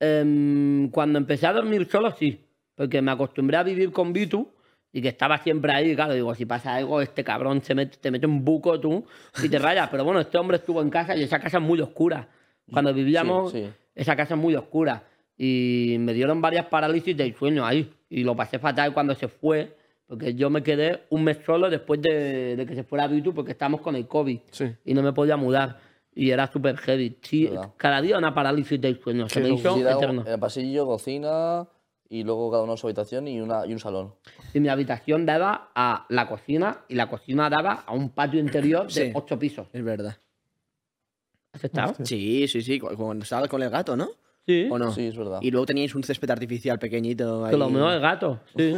B: Em, cuando empecé a dormir solo, sí. Porque me acostumbré a vivir con Vitu y que estaba siempre ahí. Claro, digo, si pasa algo, este cabrón se mete, te mete un buco tú y te rayas. Pero bueno, este hombre estuvo en casa y esa casa es muy oscura. Cuando vivíamos,
G: sí.
B: esa casa es muy oscura. Y me dieron varias parálisis del sueño ahí. Y lo pasé fatal cuando se fue. Porque yo me quedé un mes solo después de, de que se fuera Vitu porque estábamos con el COVID
A: Sí.
B: y no me podía mudar. Y era súper heavy. Sí,
G: Verdad.
B: cada día una parálisis del sueño. Se
A: Qué
B: me hizo
G: Sí, era un-
B: eterno.
G: era pasillo, cocina y luego cada uno a su habitación y, una, y un salón.
B: Y mi habitación daba a la cocina y la cocina daba a un patio interior de
C: Sí.
B: ocho pisos.
C: Es verdad.
B: ¿Has estado?
C: Sí, sí, sí. cu- Cuando estabas con el gato, ¿no?
B: Sí.
C: ¿O no?
G: Sí, es verdad.
C: Y luego teníais un césped artificial pequeñito ahí.
B: Que lo meó el gato. Sí.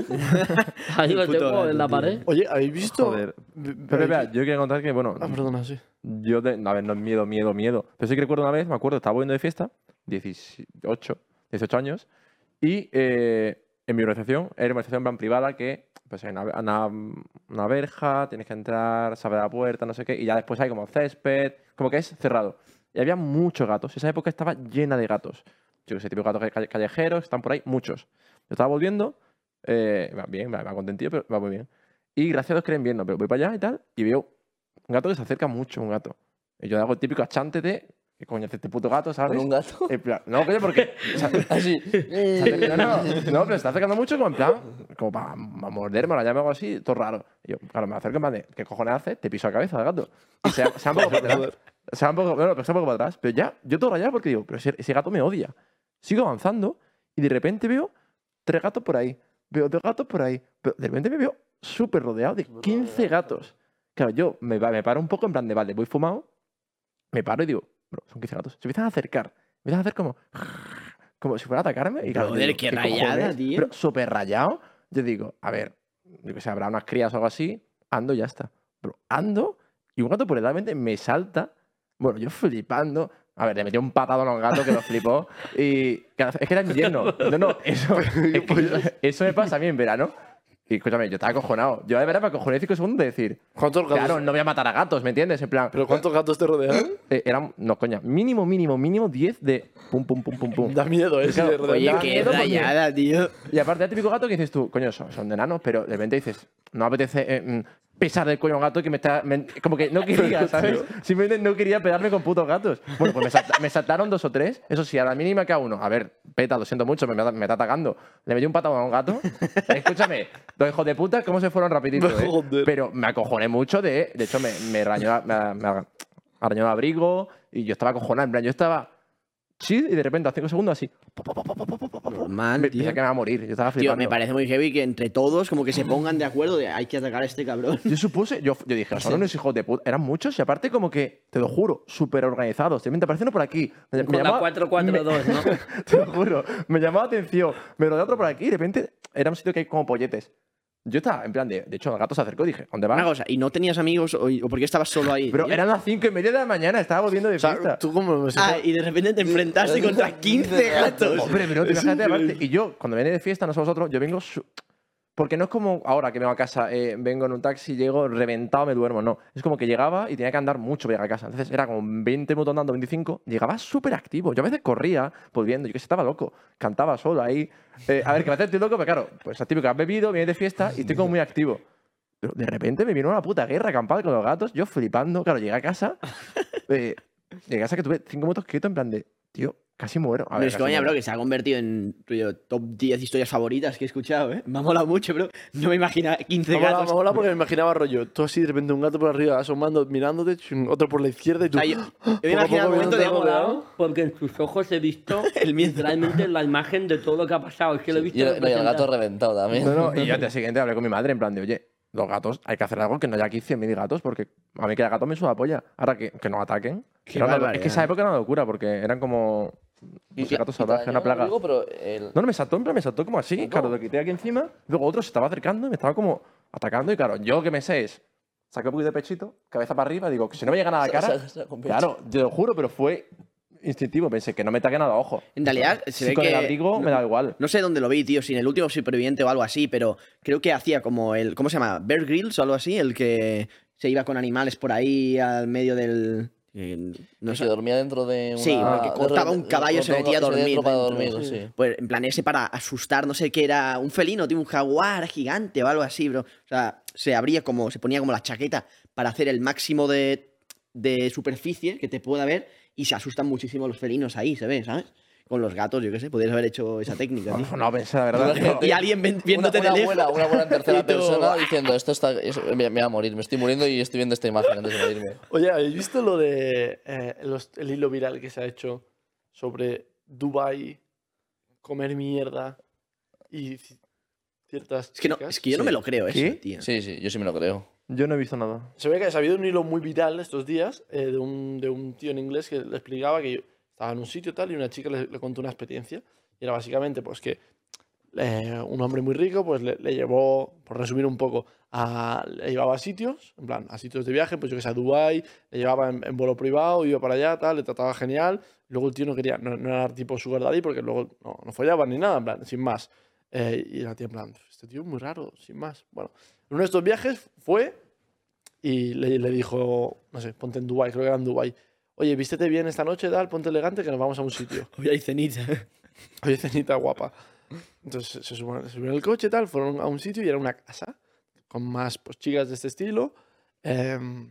B: Ahí
C: El
B: lo
C: puto
B: tengo
C: gato,
B: en la
C: tío.
B: pared.
A: Oye, ¿habéis visto?
D: Joder.
A: Ve-
D: Pero
A: veis-
D: espera, yo quería contar que, bueno,
A: Ah, perdona, sí.
D: yo, de- no, a ver, no es miedo, miedo, miedo. Pero sí que recuerdo una vez, me acuerdo, estaba volviendo de fiesta, 18, 18 años, y eh, en mi organización, era una organización en plan privada que, pues hay una, una, una verja, tienes que entrar, se abre la puerta, no sé qué, y ya después hay como césped, como que es cerrado. Y había muchos gatos, esa época estaba llena de gatos. Yo que sé, tipo gatos calle- callejeros, están por ahí, muchos. Yo estaba volviendo, eh, va bien, va, va contentillo, pero va muy bien. Y gracias a Dios que era invierno, pero voy para allá y tal, y veo un gato que se acerca mucho, un gato. Y yo hago el típico achante de, ¿qué coño hace este puto gato,
G: Con
D: sabes?
G: un gato.
D: En plan, no, coño, porque... o sea,
G: Así.
D: se acerca- no, no, no, pero se está acercando mucho como en plan, como para morderme, ahora ya me hago así, todo raro. Y yo, claro, me acerco en plan de, ¿qué cojones haces? Te piso la cabeza al gato. Y se, se va un poco para atrás. Se va un poco, bueno, pero se va un poco para atrás. Pero ya, yo todo rayado porque digo, pero ese, ese gato me odia. Sigo avanzando y de repente veo tres gatos por ahí. Veo dos gatos por ahí. Pero de repente me veo súper rodeado de 15 gatos. Claro, yo me, va- me paro un poco en plan de, vale, voy fumado, me paro y digo, bro, son 15 gatos. Se empiezan a acercar. Me empiezan a hacer como. Como si fuera a atacarme. Y claro,
C: Brother,
D: digo,
C: qué
D: cojones?
C: rayada, tío.
D: Pero súper rayado. Yo digo, a ver, yo que sé, habrá unas crías o algo así, ando y ya está. Pero ando y un gato por realmente me salta. Bueno, yo flipando. A ver, le metí un patado a un gato que lo flipó. Y claro, es que era invierno. No, no, eso,
A: Pues
D: es que eso me pasa a mí en verano. Y escúchame, yo estaba acojonado. Yo de verdad me acojoné 5 segundos de decir,
A: ¿Cuántos gatos?
D: claro, no voy a matar a gatos, ¿me entiendes? En plan,
A: ¿Pero cuántos gatos te rodean?
D: eh, eran, no coña, mínimo, mínimo, mínimo 10 de pum, pum, pum, pum, pum.
A: Da miedo, ¿eh? si
D: Claro,
A: te rodean.
C: Oye,
A: Da
C: qué
A: miedo.
C: rayada, tío.
D: Y aparte, el típico gato que dices tú, coño, son, son de enanos, pero de repente dices, no apetece eh, mm, pisar el cuello a un gato que me está. me- como que no quería, ¿sabes? Simplemente no quería pegarme con putos gatos. Bueno, pues me, salta- me saltaron dos o tres. Eso sí, a la mínima cada uno. A ver, peta, lo siento mucho, me, me está atacando. Le metí un patadón a un gato. Eh, Escúchame, dos hijos de puta, ¿cómo se fueron rapidito? eh?
A: Joder.
D: Pero me acojoné mucho de. De hecho, me, me rañó, la- me, me arañó el abrigo y yo estaba acojonado. En plan, yo estaba. Chill, y de repente a cinco segundos así. po, po, po, po, po, po, po, po,
C: Normal,
D: me,
C: tío.
D: pensé que me va a morir. Yo estaba
C: Tío,
D: flipando.
C: me Ah. parece muy heavy que entre todos como que se pongan de acuerdo de hay que atacar a este cabrón.
D: Yo supuse, yo, yo dije, son unos hijos de puta. Eran muchos y aparte, como que, te lo juro, súper organizados. Te apareciendo por aquí. Me, me
B: Con la
D: llamaba-
B: 442, ¿no?
D: me- te lo juro, me llamaba la atención. Me rodeaba otro por aquí y de repente era un sitio que hay como polletes. Yo estaba en plan de. De hecho, el gato se acercó y dije, ¿dónde
C: Una
D: vas?
C: cosa, ¿y no tenías amigos o, o por qué estabas solo ahí?
D: Pero
C: tío?
D: eran las cinco y media de la mañana, estaba volviendo de
A: O sea,
D: fiesta.
A: tú como me
C: Ah, y de repente te enfrentaste contra 15 gatos.
D: Hombre, pero imagínate, aparte, y yo, cuando venía de fiesta, no somos vosotros, yo vengo... su- Porque no es como ahora que vengo a casa, eh, vengo en un taxi, llego reventado, me duermo, no. Es como que llegaba y tenía que andar mucho para llegar a casa. Entonces era como 20 minutos andando, 25, llegaba súper activo. Yo a veces corría, volviendo, yo que sé, estaba loco, cantaba solo ahí. Eh, a ver, que me estoy loco, pero claro, pues es típico que has bebido, vienes de fiesta y estoy como muy activo. Pero de repente me vino una puta guerra campal con los gatos, yo flipando. Claro, llegué a casa. eh, llegué a casa que tuve cinco minutos quieto en plan de, tío, casi muero. A
C: Pero es
D: casi
C: coña,
D: muero.
C: Pues bro, que se ha convertido en tío, top 10 historias favoritas que he escuchado, ¿eh? Me ha molado mucho, bro. No me imaginaba 15
A: Me mola,
C: gatos.
A: me mola porque me imaginaba rollo. Tú así de repente un gato por arriba asomando, mirándote, chun, otro por la izquierda y tú.
C: O sea, yo- yo me
A: poco a
C: imaginaba el
A: poco
B: Te
C: momento
B: he
A: viéndote rodeado.
B: molado porque en sus ojos he visto
C: El miedo.
B: literalmente la imagen de todo lo que ha pasado. Es que lo he visto.
G: Y el, no, y el gato
B: representado.
G: reventado también.
D: No, no, y yo al día siguiente hablé con mi madre en plan de, oye, los gatos, hay que hacer algo que no haya aquí 100.000 gatos porque a mí que el gato me suda polla. Ahora que, que nos ataquen.
C: Qué
D: Era una- es
C: barbaridad.
D: que esa época era una locura porque eran como... No sé, gatos
G: y te
D: salvajes, una
G: dañaban
D: plaga.
G: algo, pero el-
D: No, no, me saltó, en plan, me saltó como así. Claro, lo quité aquí encima. Luego otro se estaba acercando y me estaba como atacando. Y claro, yo que me sé es... Saqué un poquito de pechito, cabeza para arriba, digo, que si no me llega nada a la
G: Sa-
D: cara...
G: sa- sa- con pecho.
D: Claro, te lo juro, pero fue instintivo. Pensé que no me taque nada a ojo.
C: En realidad, se
D: Si
C: ve
D: con el
C: que-
D: abrigo me da igual.
C: No sé dónde lo vi, tío, si en el último superviviente o algo así, pero creo que hacía como el. ¿Cómo se llama? Bear Grylls o algo así, el que se iba con animales por ahí al medio del. el- no
G: Que
C: sé.
G: dormía dentro de una...
C: Sí, el que
G: de
C: cortaba
G: repente-
C: un caballo y se
G: cortaba un
C: metía a
G: caballo
C: dormir.
G: dentro para
C: dentro.
G: dormir, sí.
C: Pues en plan ese para asustar, no sé qué era, un felino, tío, un jaguar gigante o algo así, bro. O sea, se abría como, se ponía como la chaqueta para hacer el máximo de, de superficie que te pueda ver y se asustan muchísimo los felinos ahí, se ve, ¿sabes? Con los gatos, yo qué sé, podrías haber hecho esa técnica, tío.
D: No, pensé, la verdad.
G: Imagínate.
D: tío.
C: Y alguien ven- viéndote
G: una,
C: de
G: una
C: lejos.
G: abuela, una abuela en tercera
C: Y tú,
G: persona
C: "Buah".
G: diciendo esto está, es- me, me va a morir, me estoy muriendo y estoy viendo esta imagen antes de morirme.
A: Oye, ¿habéis visto lo de eh, los- el hilo viral que se ha hecho sobre Dubai comer mierda y ci- ciertas
C: Es que, no,
A: chicas?
C: es que yo no me lo creo eso,
D: ¿Qué?
C: tío.
G: Sí, sí, yo sí me lo creo.
D: Yo no he visto nada.
A: Se ve que se ha habido un hilo muy viral estos días eh, de, un, de un tío en inglés que le explicaba que estaba en un sitio tal y una chica le, le contó una experiencia. Y era básicamente pues que eh, un hombre muy rico pues le, le llevó, por resumir un poco, a, le llevaba a sitios, en plan, a sitios de viaje, pues yo que sé, a Dubái, le llevaba en, en vuelo privado, iba para allá, tal, le trataba genial. Luego el tío no quería, no, no era tipo sugar daddy porque luego no, no follaban ni nada, en plan, sin más. Eh, y la tía en plan, este tío es muy raro, sin más. Bueno, en uno de estos viajes fue y le, le dijo, no sé, ponte en Dubai, creo que era en Dubai. Oye, vístete bien esta noche, tal, ponte elegante que nos vamos a un sitio.
C: Hoy hay ceniza.
A: Oye, cenita guapa. Entonces se subieron, se subieron al coche, tal, fueron a un sitio y era una casa con más pues, chicas de este estilo. em,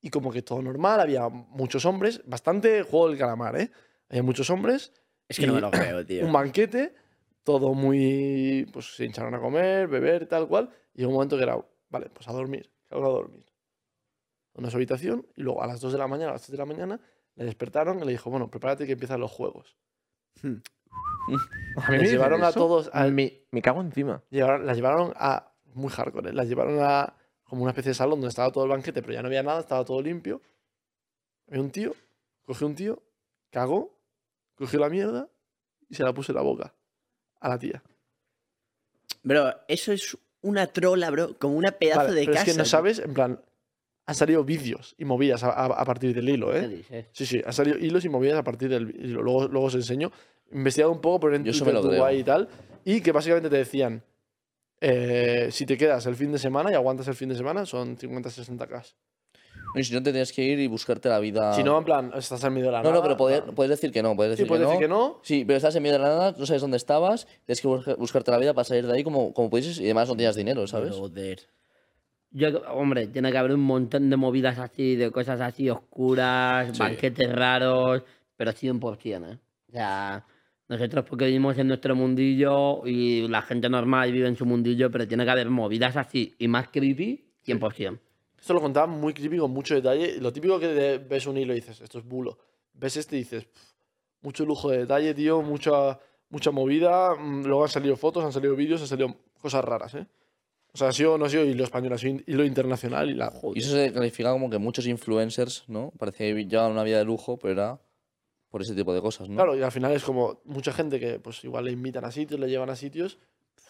A: y como que todo normal, había muchos hombres, bastante juego del calamar, ¿eh? Había muchos hombres
C: Es que no me lo creo, tío.
A: un banquete, todo muy. Pues se hincharon a comer, beber, tal cual. Y llegó un momento que era, vale, pues a dormir, que ahora a dormir. Una su habitación y luego a las 2 de la mañana, a las 3 de la mañana, le despertaron y le dijo, bueno, prepárate que empiezan los juegos.
D: A mí
A: Les
D: me
A: llevaron
D: dicen
A: a
D: eso,
A: todos al-
D: Me, me cago encima.
A: Llevaron- las llevaron a. Muy hardcore, ¿eh? las llevaron a como una especie de salón donde estaba todo el banquete, pero ya no había nada, estaba todo limpio. Había un tío, cogió un tío, cagó, cogió la mierda y se la puso en la boca a la tía.
C: Bro, eso es una trola, bro. Como una pedazo
A: Vale,
C: de
A: pero
C: casa.
A: es que no
C: tío.
A: sabes, en plan, han salido vídeos y movidas a, a- a partir del hilo,
B: ¿Qué
A: ¿eh?
B: dices?
A: Sí, sí, han salido hilos y movidas a partir del hilo. Luego, luego os enseño. Investigado un poco, por en
G: Yo eso
A: Twitter
G: me lo
A: estuvo
G: creo.
A: ahí y tal. Y que básicamente te decían, eh, si te quedas el fin de semana y aguantas el fin de semana, son 50-60k.
G: Y si no, te tienes que ir y buscarte la vida.
A: Si no, en plan, estás en medio de la
G: Ah. no, no,
A: nada,
G: pero poder-
A: en plan,
G: puedes decir que no. Puedes
A: Sí,
G: decir,
A: puedes
G: que,
A: decir que
G: no.
A: no.
G: Sí, pero estás en medio de la nada, no sabes dónde estabas, tienes que busca- buscarte la vida para salir de ahí como, como pudieses y además no tenías dinero, ¿sabes?
C: Joder.
B: Yo, hombre, tiene que haber un montón de movidas así, de cosas así oscuras, banquetes raros, pero 100%, ¿eh? O sea, nosotros porque vivimos en nuestro mundillo y la gente normal vive en su mundillo, pero tiene que haber movidas así y más creepy, 100%.
A: Esto lo contaba muy creepy, con mucho detalle. Lo típico que de- ves un hilo y dices, esto es bulo. Ves este y dices, "Pff, mucho lujo de detalle, tío, mucha, mucha movida. Mm, Luego han salido fotos, han salido vídeos, han salido cosas raras, ¿eh? O sea, ha sido, no ha sido hilo español, ha sido in- hilo internacional y la...
G: Y eso se califica como que muchos influencers, ¿no? Parece que vi- llevan una vida de lujo, pero era por ese tipo de cosas, ¿no?
A: Claro, y al final es como mucha gente que pues igual le invitan a sitios, le llevan a sitios,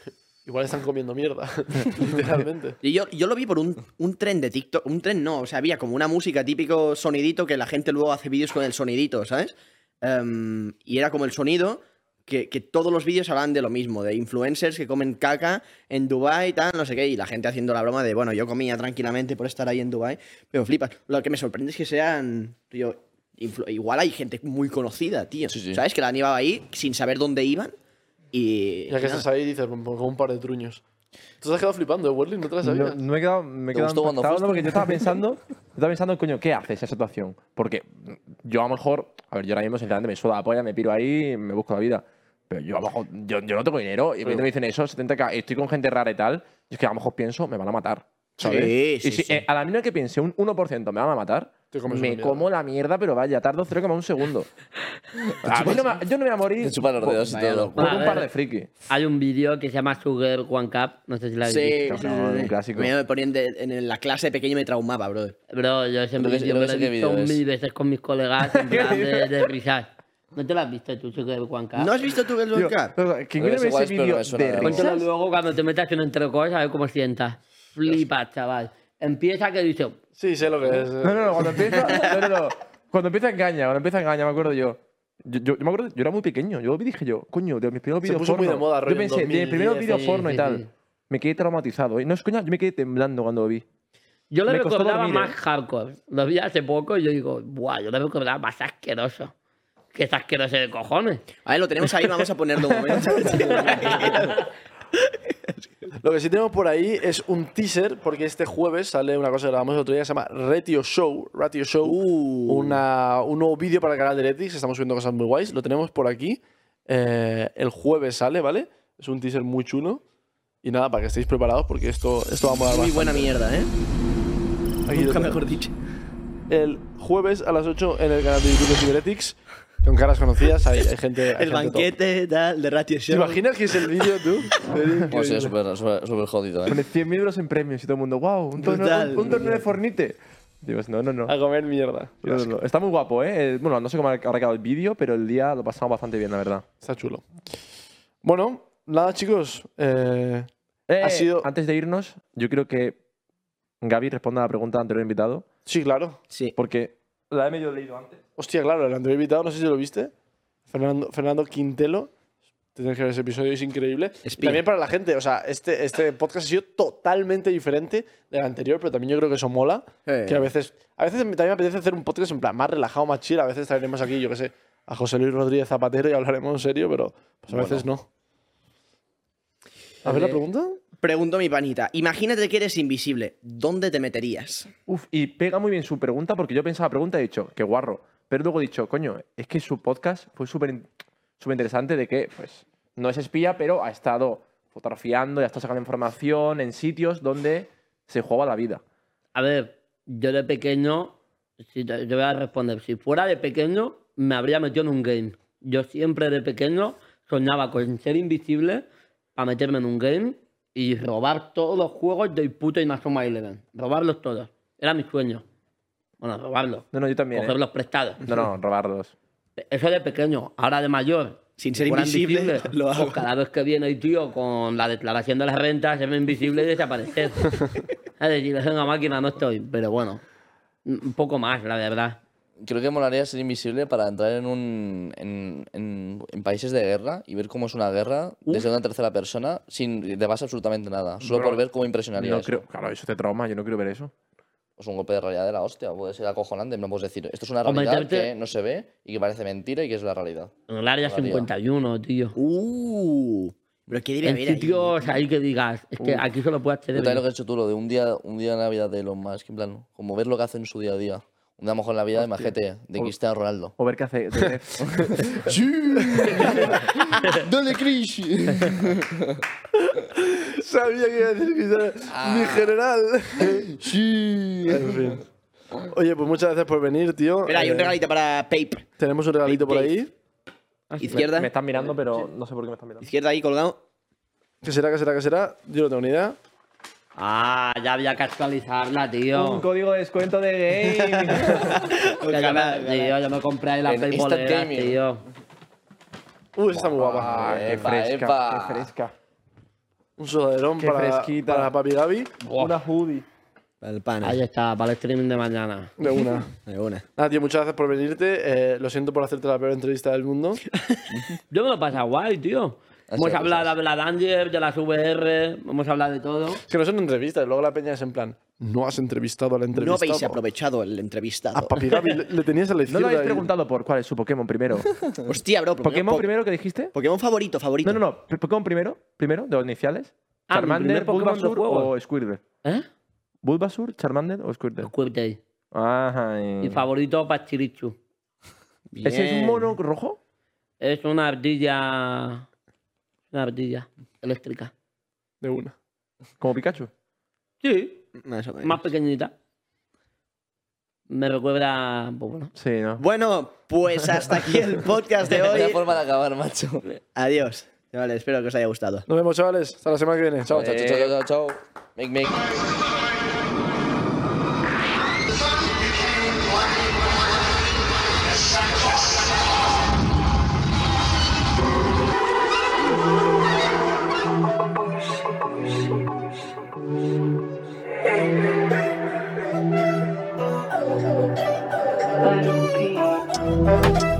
A: igual están comiendo mierda, literalmente.
C: Y Yo, yo lo vi por un, un tren de TikTok. Un tren no, o sea, había como una música típico sonidito que la gente luego hace vídeos con el sonidito, ¿sabes? Em, y era como el sonido que, que todos los vídeos hablan de lo mismo, de influencers que comen caca en Dubai tal, no sé qué, y la gente haciendo la broma de, bueno, yo comía tranquilamente por estar ahí en Dubai, pero flipas. Lo que me sorprende es que sean, tío, influ- igual hay gente muy conocida, tío,
G: Sí, sí.
C: ¿sabes? Que la han llevado ahí sin saber dónde iban y...
A: Ya que
C: y nada.
A: estás ahí dices, "Pues, con un par de truños. Tú te has quedado flipando, ¿eh, Werly? ¿No te lo
D: No,
A: sabías?
D: no me he quedado, me he
G: ¿Te
D: quedado
G: gustó cuando
D: impactado,
G: fuiste?
D: ¿no? porque yo estaba pensando, yo estaba pensando, coño, ¿qué hace esa situación? Porque yo a lo mejor, a ver, yo ahora mismo sinceramente me suda la polla, me piro ahí, me busco la vida. Pero yo a lo mejor, yo, yo no tengo dinero y me dicen eso, 70k, estoy con gente rara y tal, y es que a lo mejor pienso, me van a matar. ¿sabes?
C: Sí, sí,
D: y si
C: sí.
D: eh, a la mina que piense un 1% me van a matar,
A: Te comes una
D: me
A: mierda.
D: como la mierda, pero vaya, tardo 0,1 segundo. A mí no me- yo no me voy a morir
G: Te chupan los
D: por-
G: dedos y
D: por
G: todo.
B: A
D: un
B: ver.
D: par de friki.
B: Hay un vídeo que se llama Sugar One Cup, no sé si la habéis
C: Sí,
B: visto.
C: sí, sí,
D: Cabrón,
C: sí.
D: un clásico.
C: A mí me ponían de- en la clase de pequeño y me traumaba, bro.
B: Bro, yo siempre
G: Yo que-
B: yo
G: yo
B: me
G: que
B: lo
G: sé
B: he
G: qué
B: visto
G: vídeo es.
B: mil veces con mis colegas en plan de, de risas. ¿No te lo has visto tú, Sugar One Cup?
C: ¿No has visto tú el
D: Ah. Tío,
C: Volcar?
D: o sea, ¿Quién
G: Lo
D: quiere
G: ves
D: ver
G: igual,
D: ese
G: pero no
D: vídeo
G: me suena
D: de
G: de nada.
D: risas?
B: Cuéntalo luego cuando te metas en un entrecot, a ver cómo sientas. Flipas, chaval. Empieza que dice,
A: Sí, sé lo que es.
D: No, no, no, cuando empieza, no, no, no. Cuando empieza engaña, cuando empieza engaña, me acuerdo yo. Yo, yo- yo me acuerdo, yo era muy pequeño, yo dije yo, coño, de mis primeros
A: Se
D: vídeos
A: puso muy
D: porno.
A: de moda, rollo,
D: yo
A: en
D: pensé, de mis primeros
B: 2010,
D: vídeos
B: sí,
D: porno y
B: sí,
D: tal.
B: sí.
D: Me quedé traumatizado. Y no es coña, yo me quedé temblando cuando lo vi.
B: yo lo
D: Me costó
B: recordaba
D: dormir,
B: más
D: ¿eh?
B: hardcore. Lo vi hace poco y yo digo, buah, yo lo recordaba más asqueroso. Que es asqueroso de cojones.
C: A ver, lo tenemos ahí, vamos a ponerlo un momento.
A: Lo que sí tenemos por ahí es un teaser, porque este jueves sale una cosa que grabamos el otro día que se llama Ratio Show. Ratio Show.
D: Uh.
A: una- un nuevo vídeo para el canal de Letix. Estamos subiendo cosas muy guays. Lo tenemos por aquí. Eh, el jueves sale, ¿vale? Es un teaser muy chulo. Y nada, para que estéis preparados, porque esto, esto va a molar
C: Muy
A: bastante.
C: buena mierda, ¿eh?
A: Aquí lo
C: Nunca
A: tenemos.
C: mejor dicho.
A: El jueves a las 8 en el canal de YouTube de Ciberetics. Con caras conocidas, hay, hay gente. hay
C: El
A: gente top.
C: banquete, tal, de Ratio
A: ¿Te
C: Show.
A: imaginas que es el vídeo tú? Sería
G: O sea,
A: increíble.
G: Pues súper súper- súper jodido,
D: Con
G: ¿eh?
D: 100 euros en premios y todo el mundo, wow, un torneo,
C: Brutal.
D: un, un torneo de Fornite. Digo, no, no, no.
C: Ah,
A: A comer mierda.
D: No, no, no. Está muy guapo, ¿eh? Eh, Bueno, no sé cómo ha habrá quedado el vídeo, pero el día lo pasamos bastante bien, la verdad.
A: Está chulo. Bueno, nada, chicos. eh,
D: Eh,
A: ha sido.
D: Antes de irnos, yo creo que Gaby responda a la pregunta del anterior invitado,
A: Sí, claro.
C: Sí.
D: porque la he medio leído antes.
A: Hostia, claro, el anterior invitado, no sé si lo viste. Fernando, Fernando Quintelo. Tienes que ver ese episodio, es increíble.
C: Espía.
A: También para la gente, o sea, este, este podcast ha sido totalmente diferente del anterior, pero también yo creo que eso mola.
C: Eh.
A: Que a veces, a veces también me apetece hacer un podcast en plan más relajado, más chill. A veces traeremos aquí, yo qué sé, a José Luis Rodríguez Zapatero y hablaremos en serio, pero pues a veces no. Eh, A ver la pregunta.
C: Pregunto mi panita, imagínate que eres invisible, ¿dónde te meterías?
D: Uf, y pega muy bien su pregunta porque yo pensaba la pregunta y he dicho, qué guarro. Pero luego he dicho, coño, es que su podcast fue súper in- súper interesante de que, pues, no es espía, pero ha estado fotografiando y ha estado sacando información en sitios donde se jugaba la vida.
B: A ver, yo de pequeño, si te, te voy a responder, si fuera de pequeño, me habría metido en un game. Yo siempre de pequeño soñaba con ser invisible para meterme en un game y robar todos los juegos del puto Inazuma Eleven. Robarlos todos. Era mi sueño. Bueno, robarlos.
D: No, no, yo también. ¿eh?
B: Cogerlos prestados.
D: No, no, robarlos.
B: Eso de pequeño. Ahora de mayor.
C: Sin ser
B: fuera
C: invisible, lo hago.
B: pues cada vez que viene el tío con la declaración de las rentas, es invisible y desaparecer. es decir, es una máquina, no estoy. Pero bueno, un poco más, la verdad.
G: Creo que molaría ser invisible para entrar en, un, en, en- en países de guerra y ver cómo es una guerra desde una tercera persona sin que te pasa absolutamente nada. Solo
D: Bro,
G: por ver cómo impresionaría
D: No
G: eso.
D: creo, claro, eso te trauma, yo no quiero ver eso.
G: Es pues, un golpe de realidad de la hostia, puede ser acojonante. No puedes decir, esto es una
B: O
G: realidad
B: meterte-
G: que no se ve y que parece mentira y que es la realidad.
B: En el área
G: Molaría.
B: 51, tío.
C: Uh, pero ¿qué debe
B: En
C: haber ahí?
B: sitios ahí que digas, es que aquí solo puede acceder.
G: Yo también lo que has hecho tú, lo de un día, un día de Navidad de Elon Musk, en plan, como ver lo que hace en su día a día. Una a lo mejor en la vida de Majete, de Cristiano Ronaldo.
D: O ver qué hace.
G: ¡Dale, Chris!
D: Sabía que iba a decir mi general.
A: Ah. Sí. En fin. Oye, pues muchas gracias por venir, tío.
C: Mira, hay un
A: Eh,
C: regalito para Pape.
A: Tenemos un regalito por ahí.
C: Izquierda.
D: Me, me están mirando, pero no sé por qué me están mirando.
C: Izquierda ahí colgado.
A: ¿Qué será, qué será, qué será? Yo no tengo ni idea.
B: Ah, ya había que actualizarla, tío.
D: código de descuento de game.
B: Que yo, me, tío, yo me compré ahí las
G: En Instant
B: payboleras,
G: Gaming.
B: tío.
A: Uy, esa está muy guapa.
G: Ah,
D: qué
G: epa,
D: fresca,
G: epa.
D: qué fresca.
A: Un sudaderón
D: qué
A: para,
D: fresquita.
A: para Papi Gaby.
D: Una hoodie.
C: Para el pana.
B: Ahí está, para el streaming de mañana.
A: De una.
D: Ah.
C: Ahí, una.
A: Nada, tío, muchas gracias por venirte. Eh, lo siento por hacerte la peor entrevista del mundo.
B: Yo me lo he pasado guay, tío.
G: Ha
B: Hemos
G: sido
B: hablado de la Danger, de las VR, hemos hablado de todo.
A: Es que no son entrevistas. Luego la peña es en plan, no has entrevistado al
C: No
A: entrevistado.
C: habéis aprovechado el entrevistado.
D: Ah,
A: A Papi Gaby le, le tenías a la
D: No
A: izquierda.
D: lo habéis
A: ahí.
D: preguntado por cuál es su Pokémon primero.
C: Hostia, bro.
D: ¿Pokémon
C: po-
D: primero que dijiste?
C: Pokémon favorito, favorito.
D: No, no, no. Pokémon primero, primero, de los iniciales.
B: Ah, mi primer
D: Charmander,
B: Pokémon de
D: Bulbasur
B: juego.
D: o Squirtle.
B: ¿Eh?
D: Bulbasur, Charmander o Squirtle.
B: Squirt Day.
D: Ajá. eh.
B: Mi favorito para Chirichu.
C: Bien.
D: ¿Ese es un mono rojo?
B: Es una ardilla. Una ardilla eléctrica.
A: De una.
D: Como Pikachu.
B: Sí.
C: Más o menos.
B: Más pequeñita. Me recuerda. Pues bueno.
D: Sí, ¿no?
C: Bueno, pues hasta aquí el podcast de
G: Vaya
C: hoy.
G: forma de acabar, macho.
C: Eh. Adiós. Vale, espero que os haya gustado.
A: Nos vemos, chavales. Hasta la semana que viene. Chao.
G: Chao, chao, chao, chao, chao, chao. Make, make.
H: Bye.